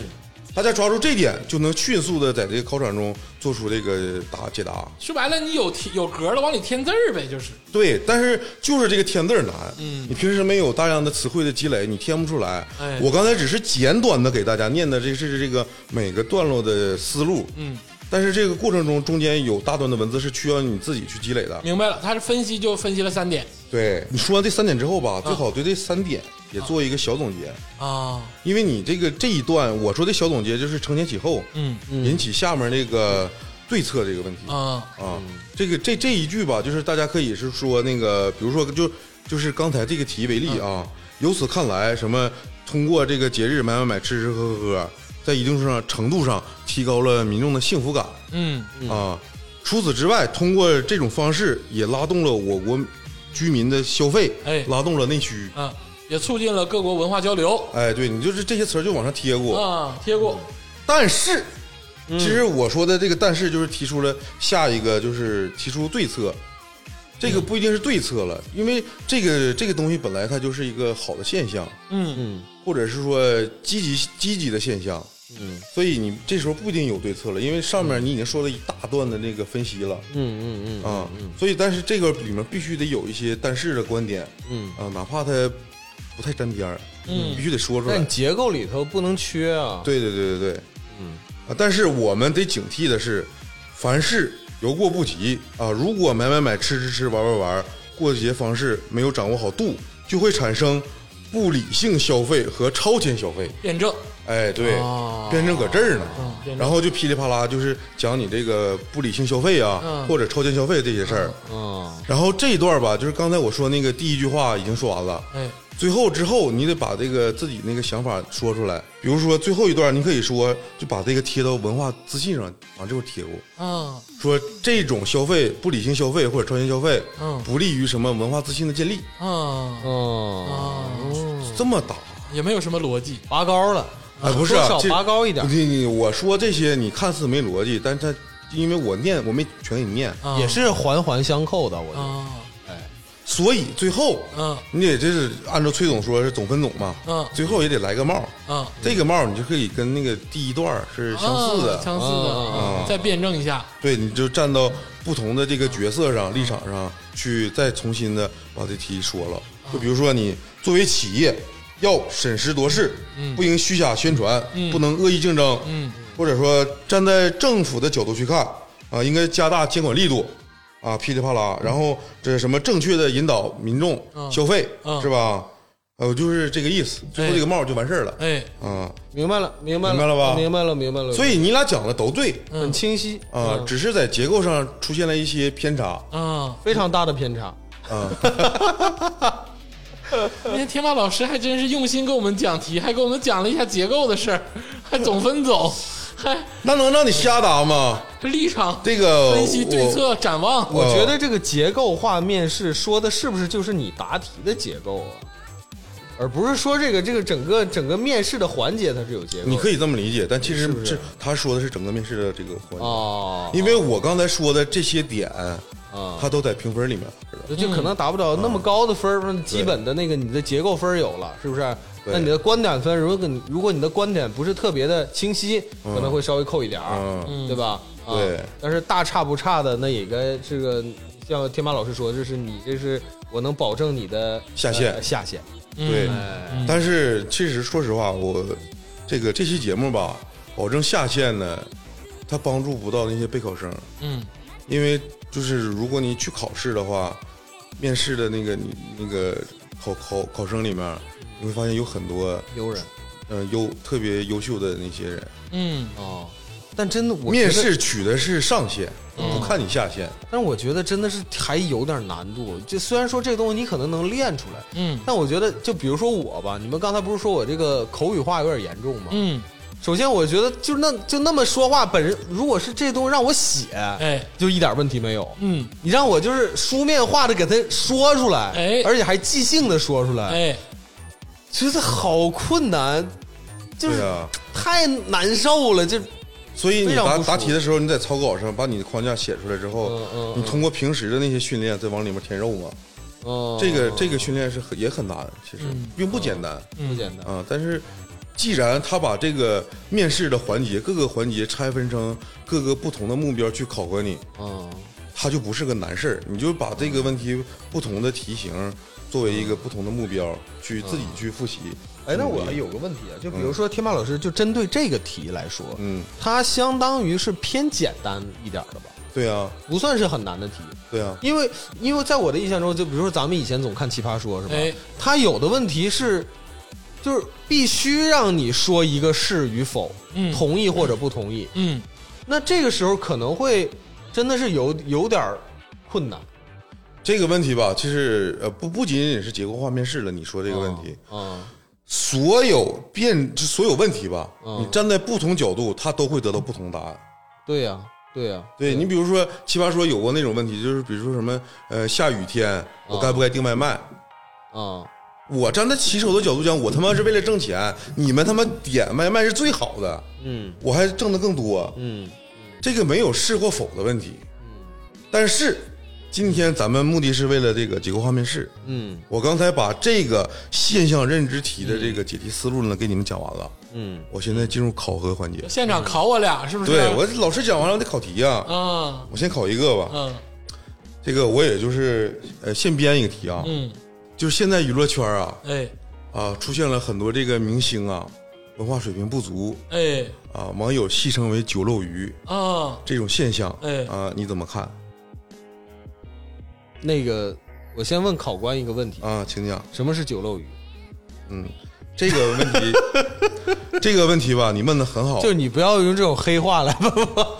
大家抓住这点，就能迅速的在这个考场中做出这个答解答。
说白了，你有题有格了，往里添字儿呗，就是
对，但是就是这个填字儿难，嗯，你平时没有大量的词汇的积累，你填不出来。
哎
我刚才只是简短的给大家念的这是这个每个段落的思路，嗯，但是这个过程中中间有大段的文字是需要你自己去积累的。
明白了。他是分析就分析了三点
对，你说完这三点之后吧，最好对这三点也做一个小总结，
啊，
因为你这个这一段我说的小总结就是承前启后，
嗯
引起下面那个对策这个问题
啊，
啊，这个这这一句吧，就是大家可以是说那个，比如说就就是刚才这个题为例
嗯
啊，由此看来，什么通过这个节日买买买、吃吃喝喝喝，在一定程度上程度上提高了民众的幸福感
嗯，
啊。除此之外，通过这种方式也拉动了我国居民的消费，
哎
拉动了内需。
啊，也促进了各国文化交流
哎，对你就是这些词儿就往上贴过，
啊，贴过
但是，
嗯
其实我说的这个但是就是提出了下一个就是提出对策，这
嗯
个不一定是对策了，因为这个这个东西本来它就是一个好的现象，
嗯
或者是说积极积极的现象，
嗯，
所以你这时候不一定有对策了，因为上面你已经说了一大段的那个分析了。
嗯嗯嗯
啊，所以但是这个里面必须得有一些但是的观点，
嗯
啊，哪怕它不太沾边儿，
嗯
必须得说出来。
但结构里头不能缺啊。
对对对对对，嗯啊，但是我们得警惕的是，凡事犹过不及啊！如果买买买、吃吃吃、玩玩玩，过节方式没有掌握好度，就会产生不理性消费和超前消费。
辩证，
哎，对，
哦
辩证搁这儿呢。
嗯辩证
然后就噼里啪啦，就是讲你这个不理性消费啊，
嗯
或者超前消费这些事儿。
嗯
然后这一段吧，就是刚才我说那个第一句话已经说完了，
哎，
最后之后，你得把这个自己那个想法说出来。比如说最后一段，你可以说就把这个贴到文化资讯上，往这块贴过，
啊，
说这种消费不理性消费或者超前消费，
嗯
不利于什么文化自信的建立。
啊，
哦
嗯，
这么打，
也没有什么逻辑，
拔高了，
哎，不是、啊，
多少
这
拔高一点，
你你我说这些，你看似没逻辑，但它因为我念我没全给你念，
啊
也是环环相扣的。我觉得，
啊，
所以最后
嗯
你得这是按照崔总说是总分总嘛，
嗯
最后也得来个帽儿。
啊，
这个帽儿你就可以跟那个第一段儿是相似的，嗯
啊相似的，
啊
啊再辩证一下，
对，你就站到不同的这个角色上、立场上去，再重新的把这题说了。就比如说，你作为企业要审时度势，不应虚假宣传，不能恶意竞争，
嗯
或者说站在政府的角度去看啊，应该加大监管力度啊，噼里啪啦，然后这什么正确的引导民众
嗯
消费，
嗯
是吧？呃，就是这个意思，最后这个帽就完事儿了。
哎，
啊，
明白了，明白了，
明白了吧
明白了，明白
嗯
了。
所以你俩讲的都对
很清晰
啊，只是在结构上出现了一些偏差。
啊，
非常大的偏差。
今天天霸老师还真是用心给我们讲题，还给我们讲了一下结构的事儿，还总分总，还
那能让你瞎答吗？
立场
这个
分析对策展
哦
望，
我觉得这个结构化面试说的是不是就是你答题的结构啊？而不是说这个这个整个整个面试的环节它是有结构的。
你可以这么理解，但其实
是不是
他说的是整个面试的这个环节，
哦，
因为我刚才说的这些点，
啊
他都在评分里面。
就可能达不到那
嗯
么高的分儿，那基本的那个你的结构分儿有了，是不是？
对
那你的观点分，如果你如果你的观点不是特别的清晰，可能会稍微扣一点儿，
嗯
对吧？啊
对
但是大差不差的，那也该这个，像天马老师说，就是你这是我能保证你的
下限
呃下限。
嗯
对，
哎，
嗯但是其实说实话，我这个这期节目吧，保证下线呢，他帮助不到那些备考生，
嗯
因为就是如果你去考试的话，面试的那个你那个考考考生里面，你会发现有很多
优人
嗯优特别优秀的那些人。
嗯
哦，但真的我觉得嗯
面，试取的是上限，不看你下限。
但是我觉得真的是还有点难度。就虽然说这东西你可能能练出来，
嗯
但我觉得就比如说我吧，你们刚才不是说我这个口语化有点严重吗？
嗯，
首先，我觉得就那就那么说话，本人如果是这东西让我写，
哎
就一点问题没有。
嗯
你让我就是书面化的给他说出来，
哎
而且还即兴的说出来，
哎，
觉得好困难，就
对
是
啊，
太难受了。就
所以你
非常
答
不熟
答题的时候，你在草稿上把你的框架写出来之后
嗯嗯，
你通过平时的那些训练再往里面填肉嘛。
嗯，
这个这个训练是很也很难，其实并不简单
不简单。
啊。但是既然他把这个面试的环节各个环节拆分成各个不同的目标去考核你，
嗯，
它就不是个难事儿。你就把这个问题不同的题型作为一个不同的目标去自己去复习。
嗯
嗯
哎，那我
努力
有个问题啊，就比如说天霸老师，就针对这个题来说，
嗯，
它相当于是偏简单一点的吧，
对啊，
不算是很难的题。
对啊，
因为因为在我的印象中，就比如说咱们以前总看《奇葩说》是吧？
哎，
它有的问题是，就是必须让你说一个是与否，
嗯
同意或者不同意。
嗯，
那这个时候可能会真的是有有点儿困难。
这个问题吧，其实呃不不仅仅是结构化面试了，你说这个问题，
啊，
所有变就所有问题吧，你站在不同角度，他都会得到不同答案。
对呀、对呀、
对你比如说奇葩说有过那种问题，就是比如说什么呃下雨天我该不该订外卖？
啊，
我站在骑手的角度讲，我他妈是为了挣钱，你们他妈点外卖是最好的，
嗯
我还挣的更多，
嗯
这个没有是或否的问题。但是今天咱们目的是为了这个结构化面试，
嗯
我刚才把这个现象认知题的这个解题思路呢给你们讲完了，
嗯，
我现在进入考核环节。
现场考我俩是不是？
对我老师讲完了，我得考题呀、
啊，
我先考一个吧。
嗯
这个我也就是呃现编一个题啊，
嗯，
就是现在娱乐圈啊
哎
啊出现了很多这个明星啊，文化水平不足
哎
啊，网友戏称为“酒漏鱼
啊”，
这种现象，
哎
啊你怎么看
那个我先问考官一个问题，
啊？请讲。
什么是酒漏鱼？
这个 问题，这个问题吧，你问的很好，
就
就是
你不要用这种黑话来问我。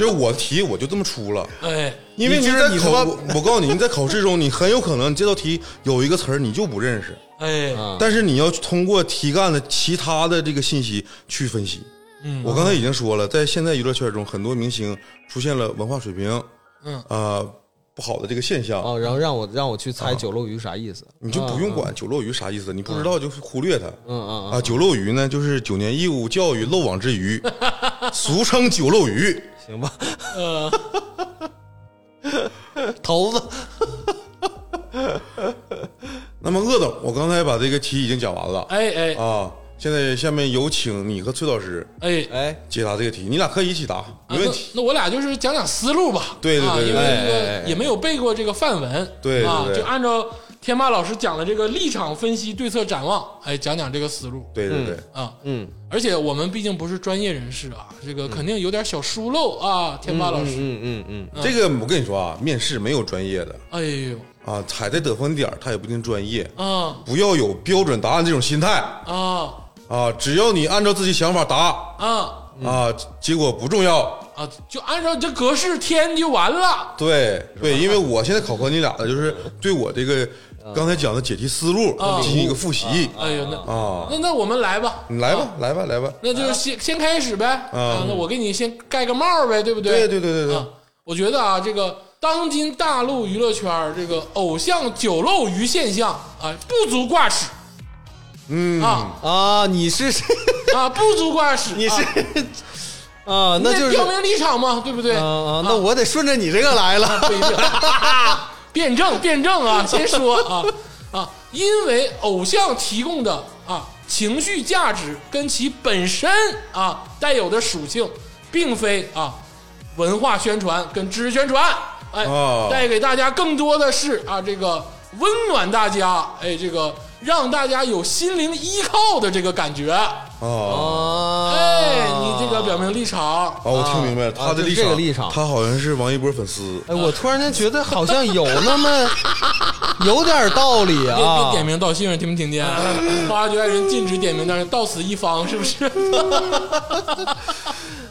是我题我就这么出了。
哎，
因为
你
你
知
在
道你
考，
他妈
我我告诉你，你在考试中，你很有可能这道题有一个词儿你就不认识，
哎，
啊
但是你要通过题干的其他的这个信息去分析。
嗯
我刚才已经说了，在现在娱乐圈中，很多明星出现了文化水平，
嗯
呃不好的这个现象，
哦，然后让我让我去猜酒漏鱼啥意思？
你就不用管酒漏鱼啥意思，你不知道就忽略它。
嗯嗯嗯，
啊，酒漏鱼呢，就是九年义务教育漏网之 鱼，俗称酒漏鱼。
行吧，
呃，
头发
那么鄂总，我刚才把这个题已经讲完了
哎哎
啊，现在下面有请你和崔老师
哎，
哎，
解答这个题，你俩可以一起答，没问题。
啊那。那我俩就是讲讲思路吧。
对对对
啊，
对
因为这
哎哎哎
个也没有背过这个范文，
对对
啊，
对
就按照天霸老师讲的这个立场分析、对策展望，哎，讲讲这个思路
对对对，
啊。
嗯，
而且我们毕竟不是专业人士啊，这个肯定有点小疏漏
嗯
啊，天霸老师。
嗯嗯嗯，
这个我跟你说啊，面试没有专业的
哎呦
啊，踩在得分点儿他也不一定专业，
啊
不要有标准答案这种心态
啊
啊！只要你按照自己想法答
啊
啊，结果不重要。
啊！就按照这格式填就完了。
对对，因为我现在考核你俩的就是对我这个刚才讲的解题思路
嗯啊
进行一个复习
哎呦，那
啊。
那那我们来吧，
你来吧，来吧，来吧。嗯
那就是先先开始呗。啊，那我给你先盖个帽儿呗，对不对？
对对对对对
啊，我觉得啊，这个当今大陆娱乐圈儿这个偶像酒漏鱼现象啊，不足挂齿。嗯啊
啊，你 是
啊，不足挂齿。
你是
啊
啊，那就是
表明立场嘛，对不对？
啊啊，那我得顺着你这个 来了。
不一定。辩证辩证啊，先说啊啊，因为偶像提供的啊情绪价值跟其本身啊带有的属性，并非啊文化宣传跟知识宣传，哎，
哦
带给大家更多的是啊这个温暖大家，哎，这个让大家有心灵依靠的这个感觉。
哦
啊，
哎，你这个表明立场，
哦，我听明白了，
啊
他的
就
立
这个
场，
立场
他好像是王一博粉丝。
哎，我突然间觉得好像有那 么有点道理
别别
啊。
点名道姓，听没听 见？花局爱人禁止点名道姓，到此一方，是不 是？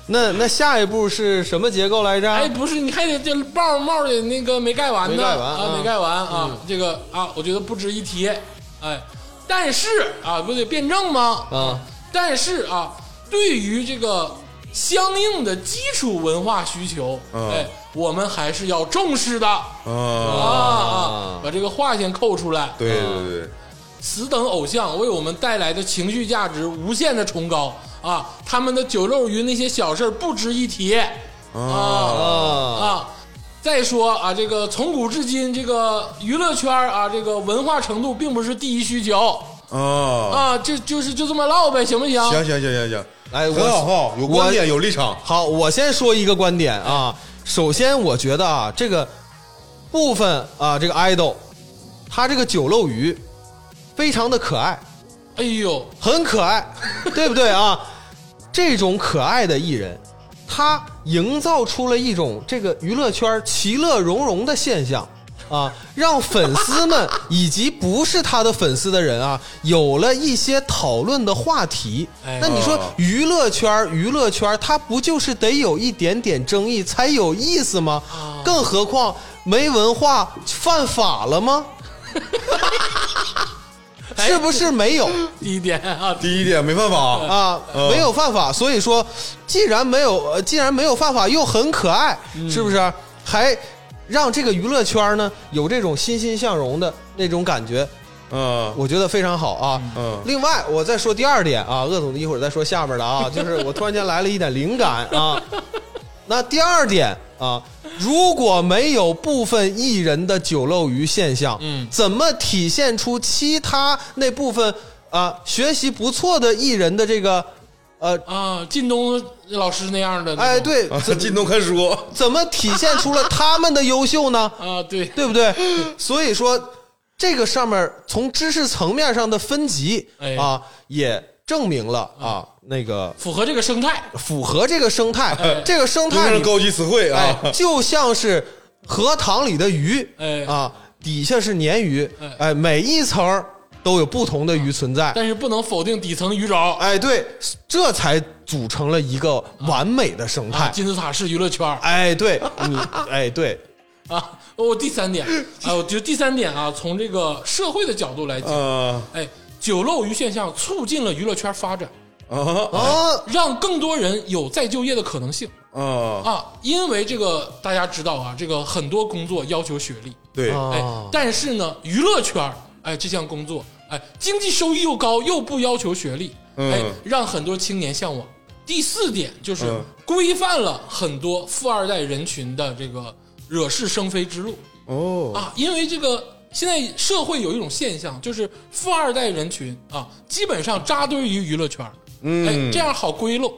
那那下一步是什么结构来着？
哎，不是，你还得这帽帽的那个没盖完呢，
没盖完
啊
啊，
没盖完啊，这个啊，我觉得不值一提，哎，但是啊，不得辩证吗？
啊，
但是啊，对于这个相应的基础文化需求，
嗯
哎，我们还是要重视的啊
嗯
啊，
啊，把这个话先扣出来，
对对对，
此等偶像为我们带来的情绪价值无限的崇高，啊，他们的酒肉鱼那些小事儿不值一提啊
啊，
啊。再说啊，这个从古至今，这个娱乐圈儿啊，这个文化程度并不是第一需求
啊！
啊，这就是就这么唠呗，行不行？
行行行行行，
哎，
很好
我
哈，有观点有立场，
好，我先说一个观点啊。首先，我觉得啊，这个部分啊，这个 idol，他这个酒漏鱼非常的可爱，
哎呦，
很可爱，对不对啊？ 这种可爱的艺人，他营造出了一种这个娱乐圈其乐融融的现象啊，让粉丝们以及不是他的粉丝的人啊，有了一些讨论的话题
哎。
那你说
哦
娱乐圈，娱乐圈，它不就是得有一点点争议才有意思吗？更何况没文化犯法了吗？是不是没有？
第一点啊，
第一点没办法，
啊，
嗯
没有犯法，所以说，既然没有，呃既然没有犯法，又很可爱，是不是？还让这个娱乐圈呢有这种欣欣向荣的那种感觉，
嗯
我觉得非常好啊。
嗯
另外，我再说第二点啊，鄂总一会儿再说下边的啊，就是我突然间来了一点灵感啊。那第二点啊，如果没有部分艺人的酒漏鱼现象，
嗯
怎么体现出其他那部分啊学习不错的艺人的这个呃，
啊，靳东老师那样的那种，
哎，对，
啊，
怎
进东看书，
怎么体现出了他们的优秀呢？
啊，对，
对不对？所以说，这个上面从知识层面上的分级
哎
啊，也证明了啊，那个
符合这个生态，
符合这个生态，
哎
这个生
用
态
上
里，
高级词汇
哎
啊，，
就像是荷塘里的鱼
哎
啊，底下是鲶鱼
哎，
哎，每一层儿都有不同的鱼存在。
但是不能否定底层鱼沼。
哎，对，这才组成了一个完美的生
啊，
态。
金字塔式娱乐圈儿
哎，对，你，哎，对，
啊！我、第三点，哎、我觉得第三点啊，从这个社会的角度来讲，
啊
哎，酒漏鱼现象促进了娱乐圈发展，
啊
啊，
让更多人有再就业的可能性
啊，
啊！因为这个大家知道啊，这个很多工作要求学历，
对，
啊
哎，但是呢，娱乐圈儿哎这项工作哎经济收益又高，又不要求学历，
嗯
哎，让很多青年向往。第四点就是
嗯
规范了很多富二代人群的这个惹是生非之路。
哦，
啊，因为这个现在社会有一种现象，就是富二代人群啊，基本上扎堆于娱乐圈儿，哎，
嗯
这样好归拢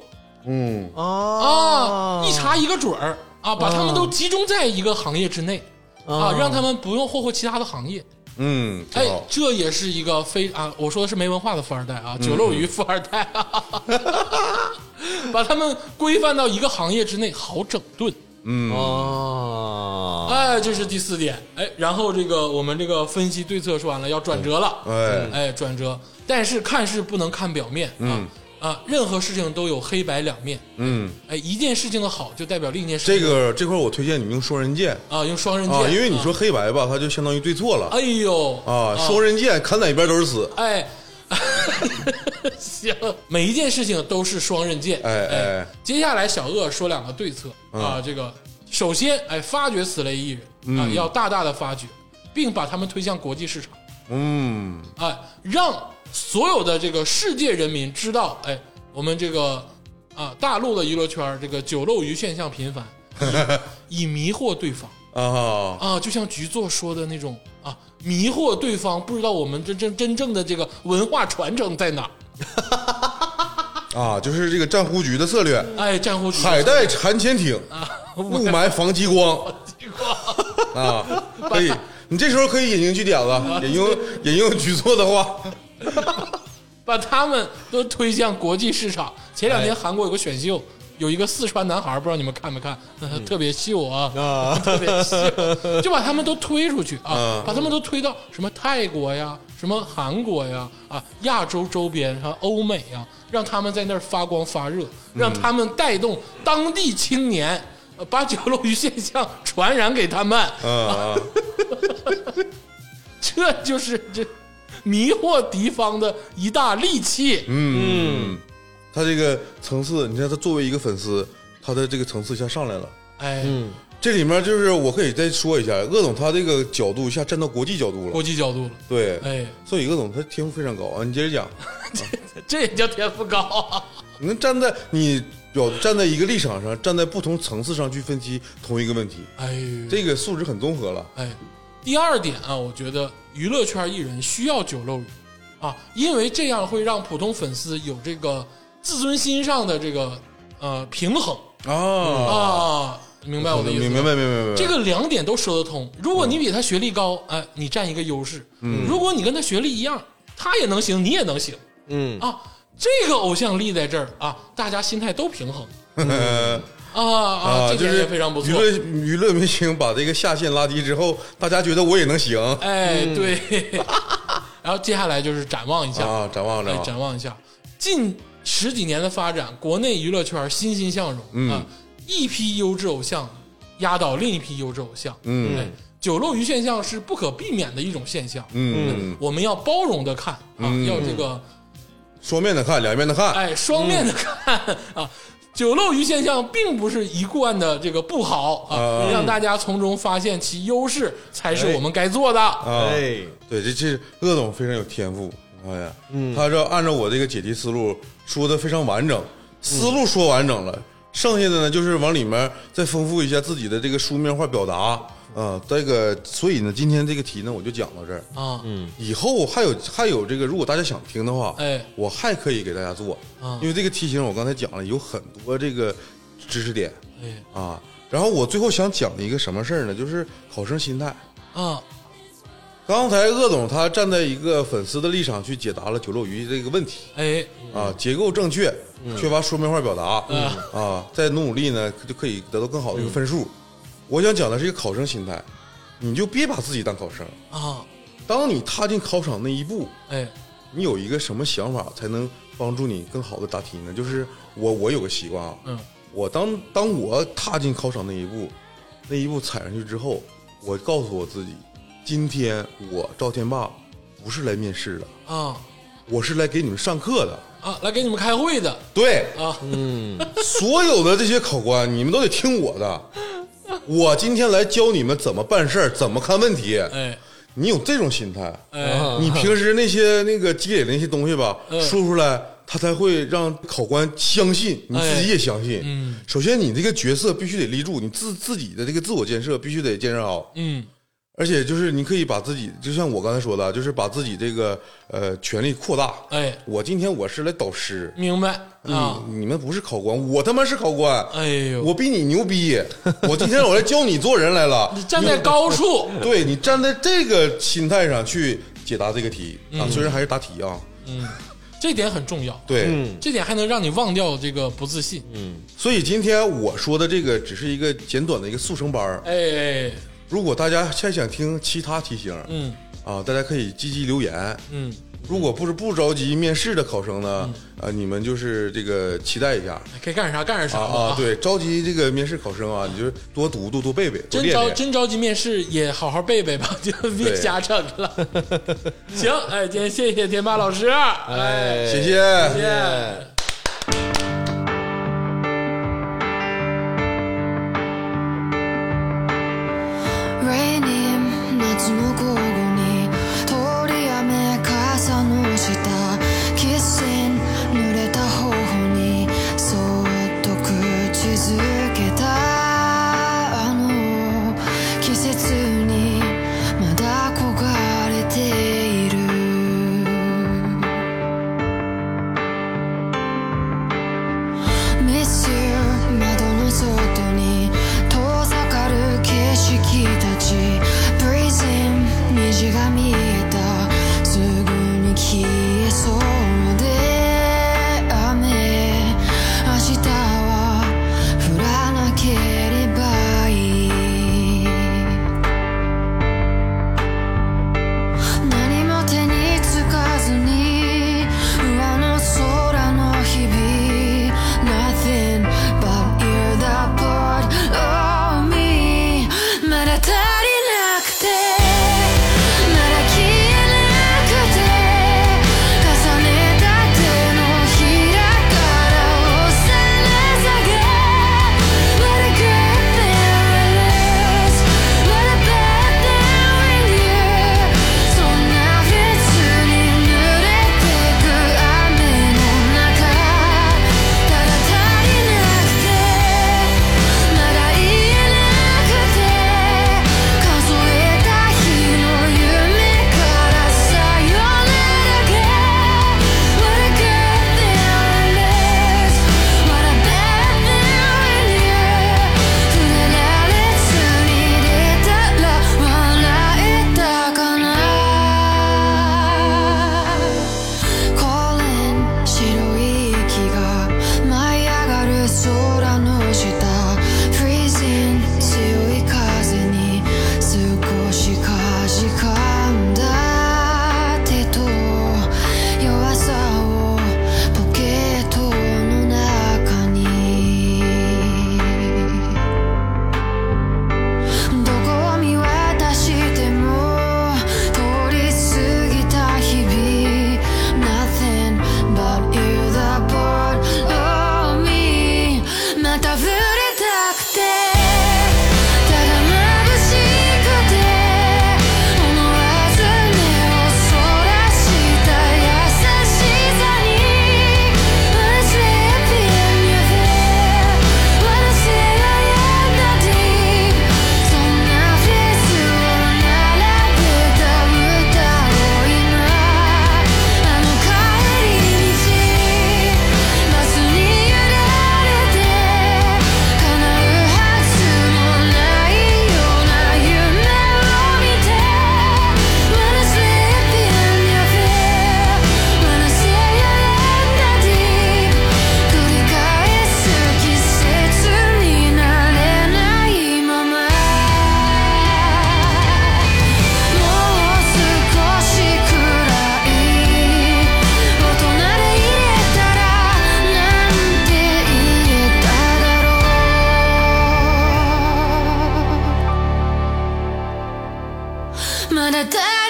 嗯
啊
啊，
一查一个准儿啊，把他们都集中在一个行业之内
哦
啊，让他们不用霍霍其他的行业。
嗯，
哎
挺好，，
这也是一个非啊，我说的是没文化的富二代啊，
嗯
酒肉鱼富二代，啊， 把他们规范到一个行业之内，好整顿。
啊
哦，
哎，这是第四点。哎，然后这个我们这个分析对策说完了，要转折了。
哎
哎，转折，但是看事不能看表面啊、啊，任何事情都有黑白两面。
嗯，
哎，一件事情的好就代表另一件事
这
情
个这块我推荐你们用双刃剑
啊，用双刃剑
啊，因为你说黑白吧，它就相当于对错了
哎呦
啊，双刃剑砍哪边都是死，
哎， 行，每一件事情都是双刃剑。
哎哎嗯
接下来小鄂说两个对策、啊，这个首先哎，发掘此类艺人、啊，要大大的发掘，并把他们推向国际市场。
嗯
哎，让所有的这个世界人民知道，哎，我们这个啊大陆的娱乐圈儿这个酒漏鱼现象频 繁，以以迷惑对方
啊，
啊，就像局座说的那种啊，迷惑对方不知道我们真正真正的这个文化传承在哪儿。
啊，就是这个战湖局的策略，
哎，战乎局
海带缠潜艇，雾霾啊 防激光啊，可 以。你这时候可以引经据典了，引 用引用局座的话，
把他们都推向国际市场。前两天韩国有个选秀，有一个四川男孩儿，不知道你们看没看，呃 特别秀啊， 特别秀，就把他们都推出去啊，把他们都推到什么泰国呀、什么韩国呀、啊亚洲周边啊、欧美呀，让他们在那儿发光发热，让他们带动当地青年。呃把九漏鱼现象传染给他们，
嗯啊，
这就是这迷惑敌方的一大利器。
嗯，他这个层次，你看他作为一个粉丝，他的这个层次一下上来了。
哎，
这里面就是我可以再说一下，鄂总他这个角度一下站到国际角度
国
了，
际角度了。
对，
哎，
所以鄂总他天赋非常高啊。你接着讲，
这也叫天赋高啊！
你能站在你表站在一个立场上，站在不同层次上去分析同一个问题，
哎呦，
这个素质很综合了。
哎，第二点啊，我觉得娱乐圈艺人需要酒漏鱼啊，因为这样会让普通粉丝有这个自尊心上的这个呃平衡
啊，
啊，明白我的意思吗？
明白明白明白明白。
这个两点都说得通。如果你比他学历高，哎，你占一个优势；
嗯
如果你跟他学历一样，他也能行，你也能行
嗯，
啊。这个偶像力在这儿啊，大家心态都平衡
呃
啊啊，这
就
点也
是
非常不
娱
错。
乐娱乐明星把这个下限拉低之后，大家觉得我也能行
哎，对。 然后接下来就是展望一下，
嗯啊！展望
哎，
着
展望一下近十几年的发展，国内娱乐圈欣欣向荣、
嗯
啊，一批优质偶像压倒另一批优质偶像，
嗯
哎，酒漏鱼现象是不可避免的一种现象，
嗯，
我们要包容的看啊，要这个
双面的看，两面的看，
哎双面的看、
嗯
啊。酒漏鱼现象并不是一贯的这个不好啊，
啊哎
让大家从中发现其优势才是我们该做的。
啊，
哎，
对，这这鄂总非常有天赋，哎呀，他这按照我这个解题思路说的非常完整，思路说完整了，剩下的呢就是往里面再丰富一下自己的这个书面化表达啊、这个所以呢，今天这个题呢我就讲到这儿，
啊，
以后还有还有这个，如果大家想听的话，
哎
我还可以给大家做，
啊
因为这个题型我刚才讲了有很多这个知识点
哎
啊，然后我最后想讲一个什么事儿呢？就是考生心态。
啊，
刚才鄂总他站在一个粉丝的立场去解答了九漏鱼这个问题
哎，
啊，结构正确，
嗯
缺乏说明化表达、啊，再努努力呢就可以得到更好的一个分
嗯
数。我想讲的是一个考生心态，你就别把自己当考生。
啊，
当你踏进考场那一步，
哎，
你有一个什么想法才能帮助你更好的答题呢？就是我我有个习惯啊，
嗯，
我当当我踏进考场那一步，那一步踩上去之后，我告诉我自己，今天我赵天霸不是来面试的，
啊
我是来给你们上课的。
啊，来给你们开会的
对，
啊，
所有的这些考官，你们都得听我的。我今天来教你们怎么办事儿，怎么看问题。
哎
你有这种心态，
哎，
你平时那些那个积累的那些东西吧，
嗯
说出来，他才会让考官相信，你自己也相信。
嗯，
首先你这个角色必须得立住，你自自己的这个自我建设必须得建设好，
嗯
而且就是你可以把自己，就像我刚才说的，就是把自己这个呃权利扩大。
哎，
我今天我是来导师，
明白啊，
你你们不是考官，我他妈是考官，
哎呦，
嗯我比你牛逼， 我今天我来教你做人来了。
你站在高处，
对你站在这个心态上去解答这个题啊，
嗯
虽然还是答题啊，
这点很重要，
对，
这点还能让你忘掉这个不自信。
嗯所以今天我说的这个只是一个简短的一个速成班儿。
哎，
如果大家还想听其他题型，
嗯
啊，大家可以积极留言。
嗯，
如果不是不着急面试的考生呢，啊，你们就是这个期待一下
该哎干啥干点啥
啊
吧
啊，，对，着急这个面试考生啊，你就多读读、多背背、多
真
练
着
练。
真着急面试也好好背背吧， 就别瞎整 了。行，哎，今天谢谢天霸老师，哎，
哎，
谢
谢。
谢。
谢谢。
Raining 夏の午後に通り雨傘の下 Kissing 濡れた頬にそっと口づけたあの季節にまだ焦がれているミスユー窓の外に遠ざかる景色たち Breezing 虹が見えたすぐに消えそうで雨明日は降らくてただ眩しくて思わず目をそらした優しさに Wanna sleep in your hair Wanna say I am the deep そんなフェスを並べた歌を今あの帰り道バスに揺られて叶うはずもないような夢を見て Wanna sleep in your fear Wanna see your energy 繰り返す季節になれないままもう少しくらい大人でいたいれたらなんて言えただろうまだ誰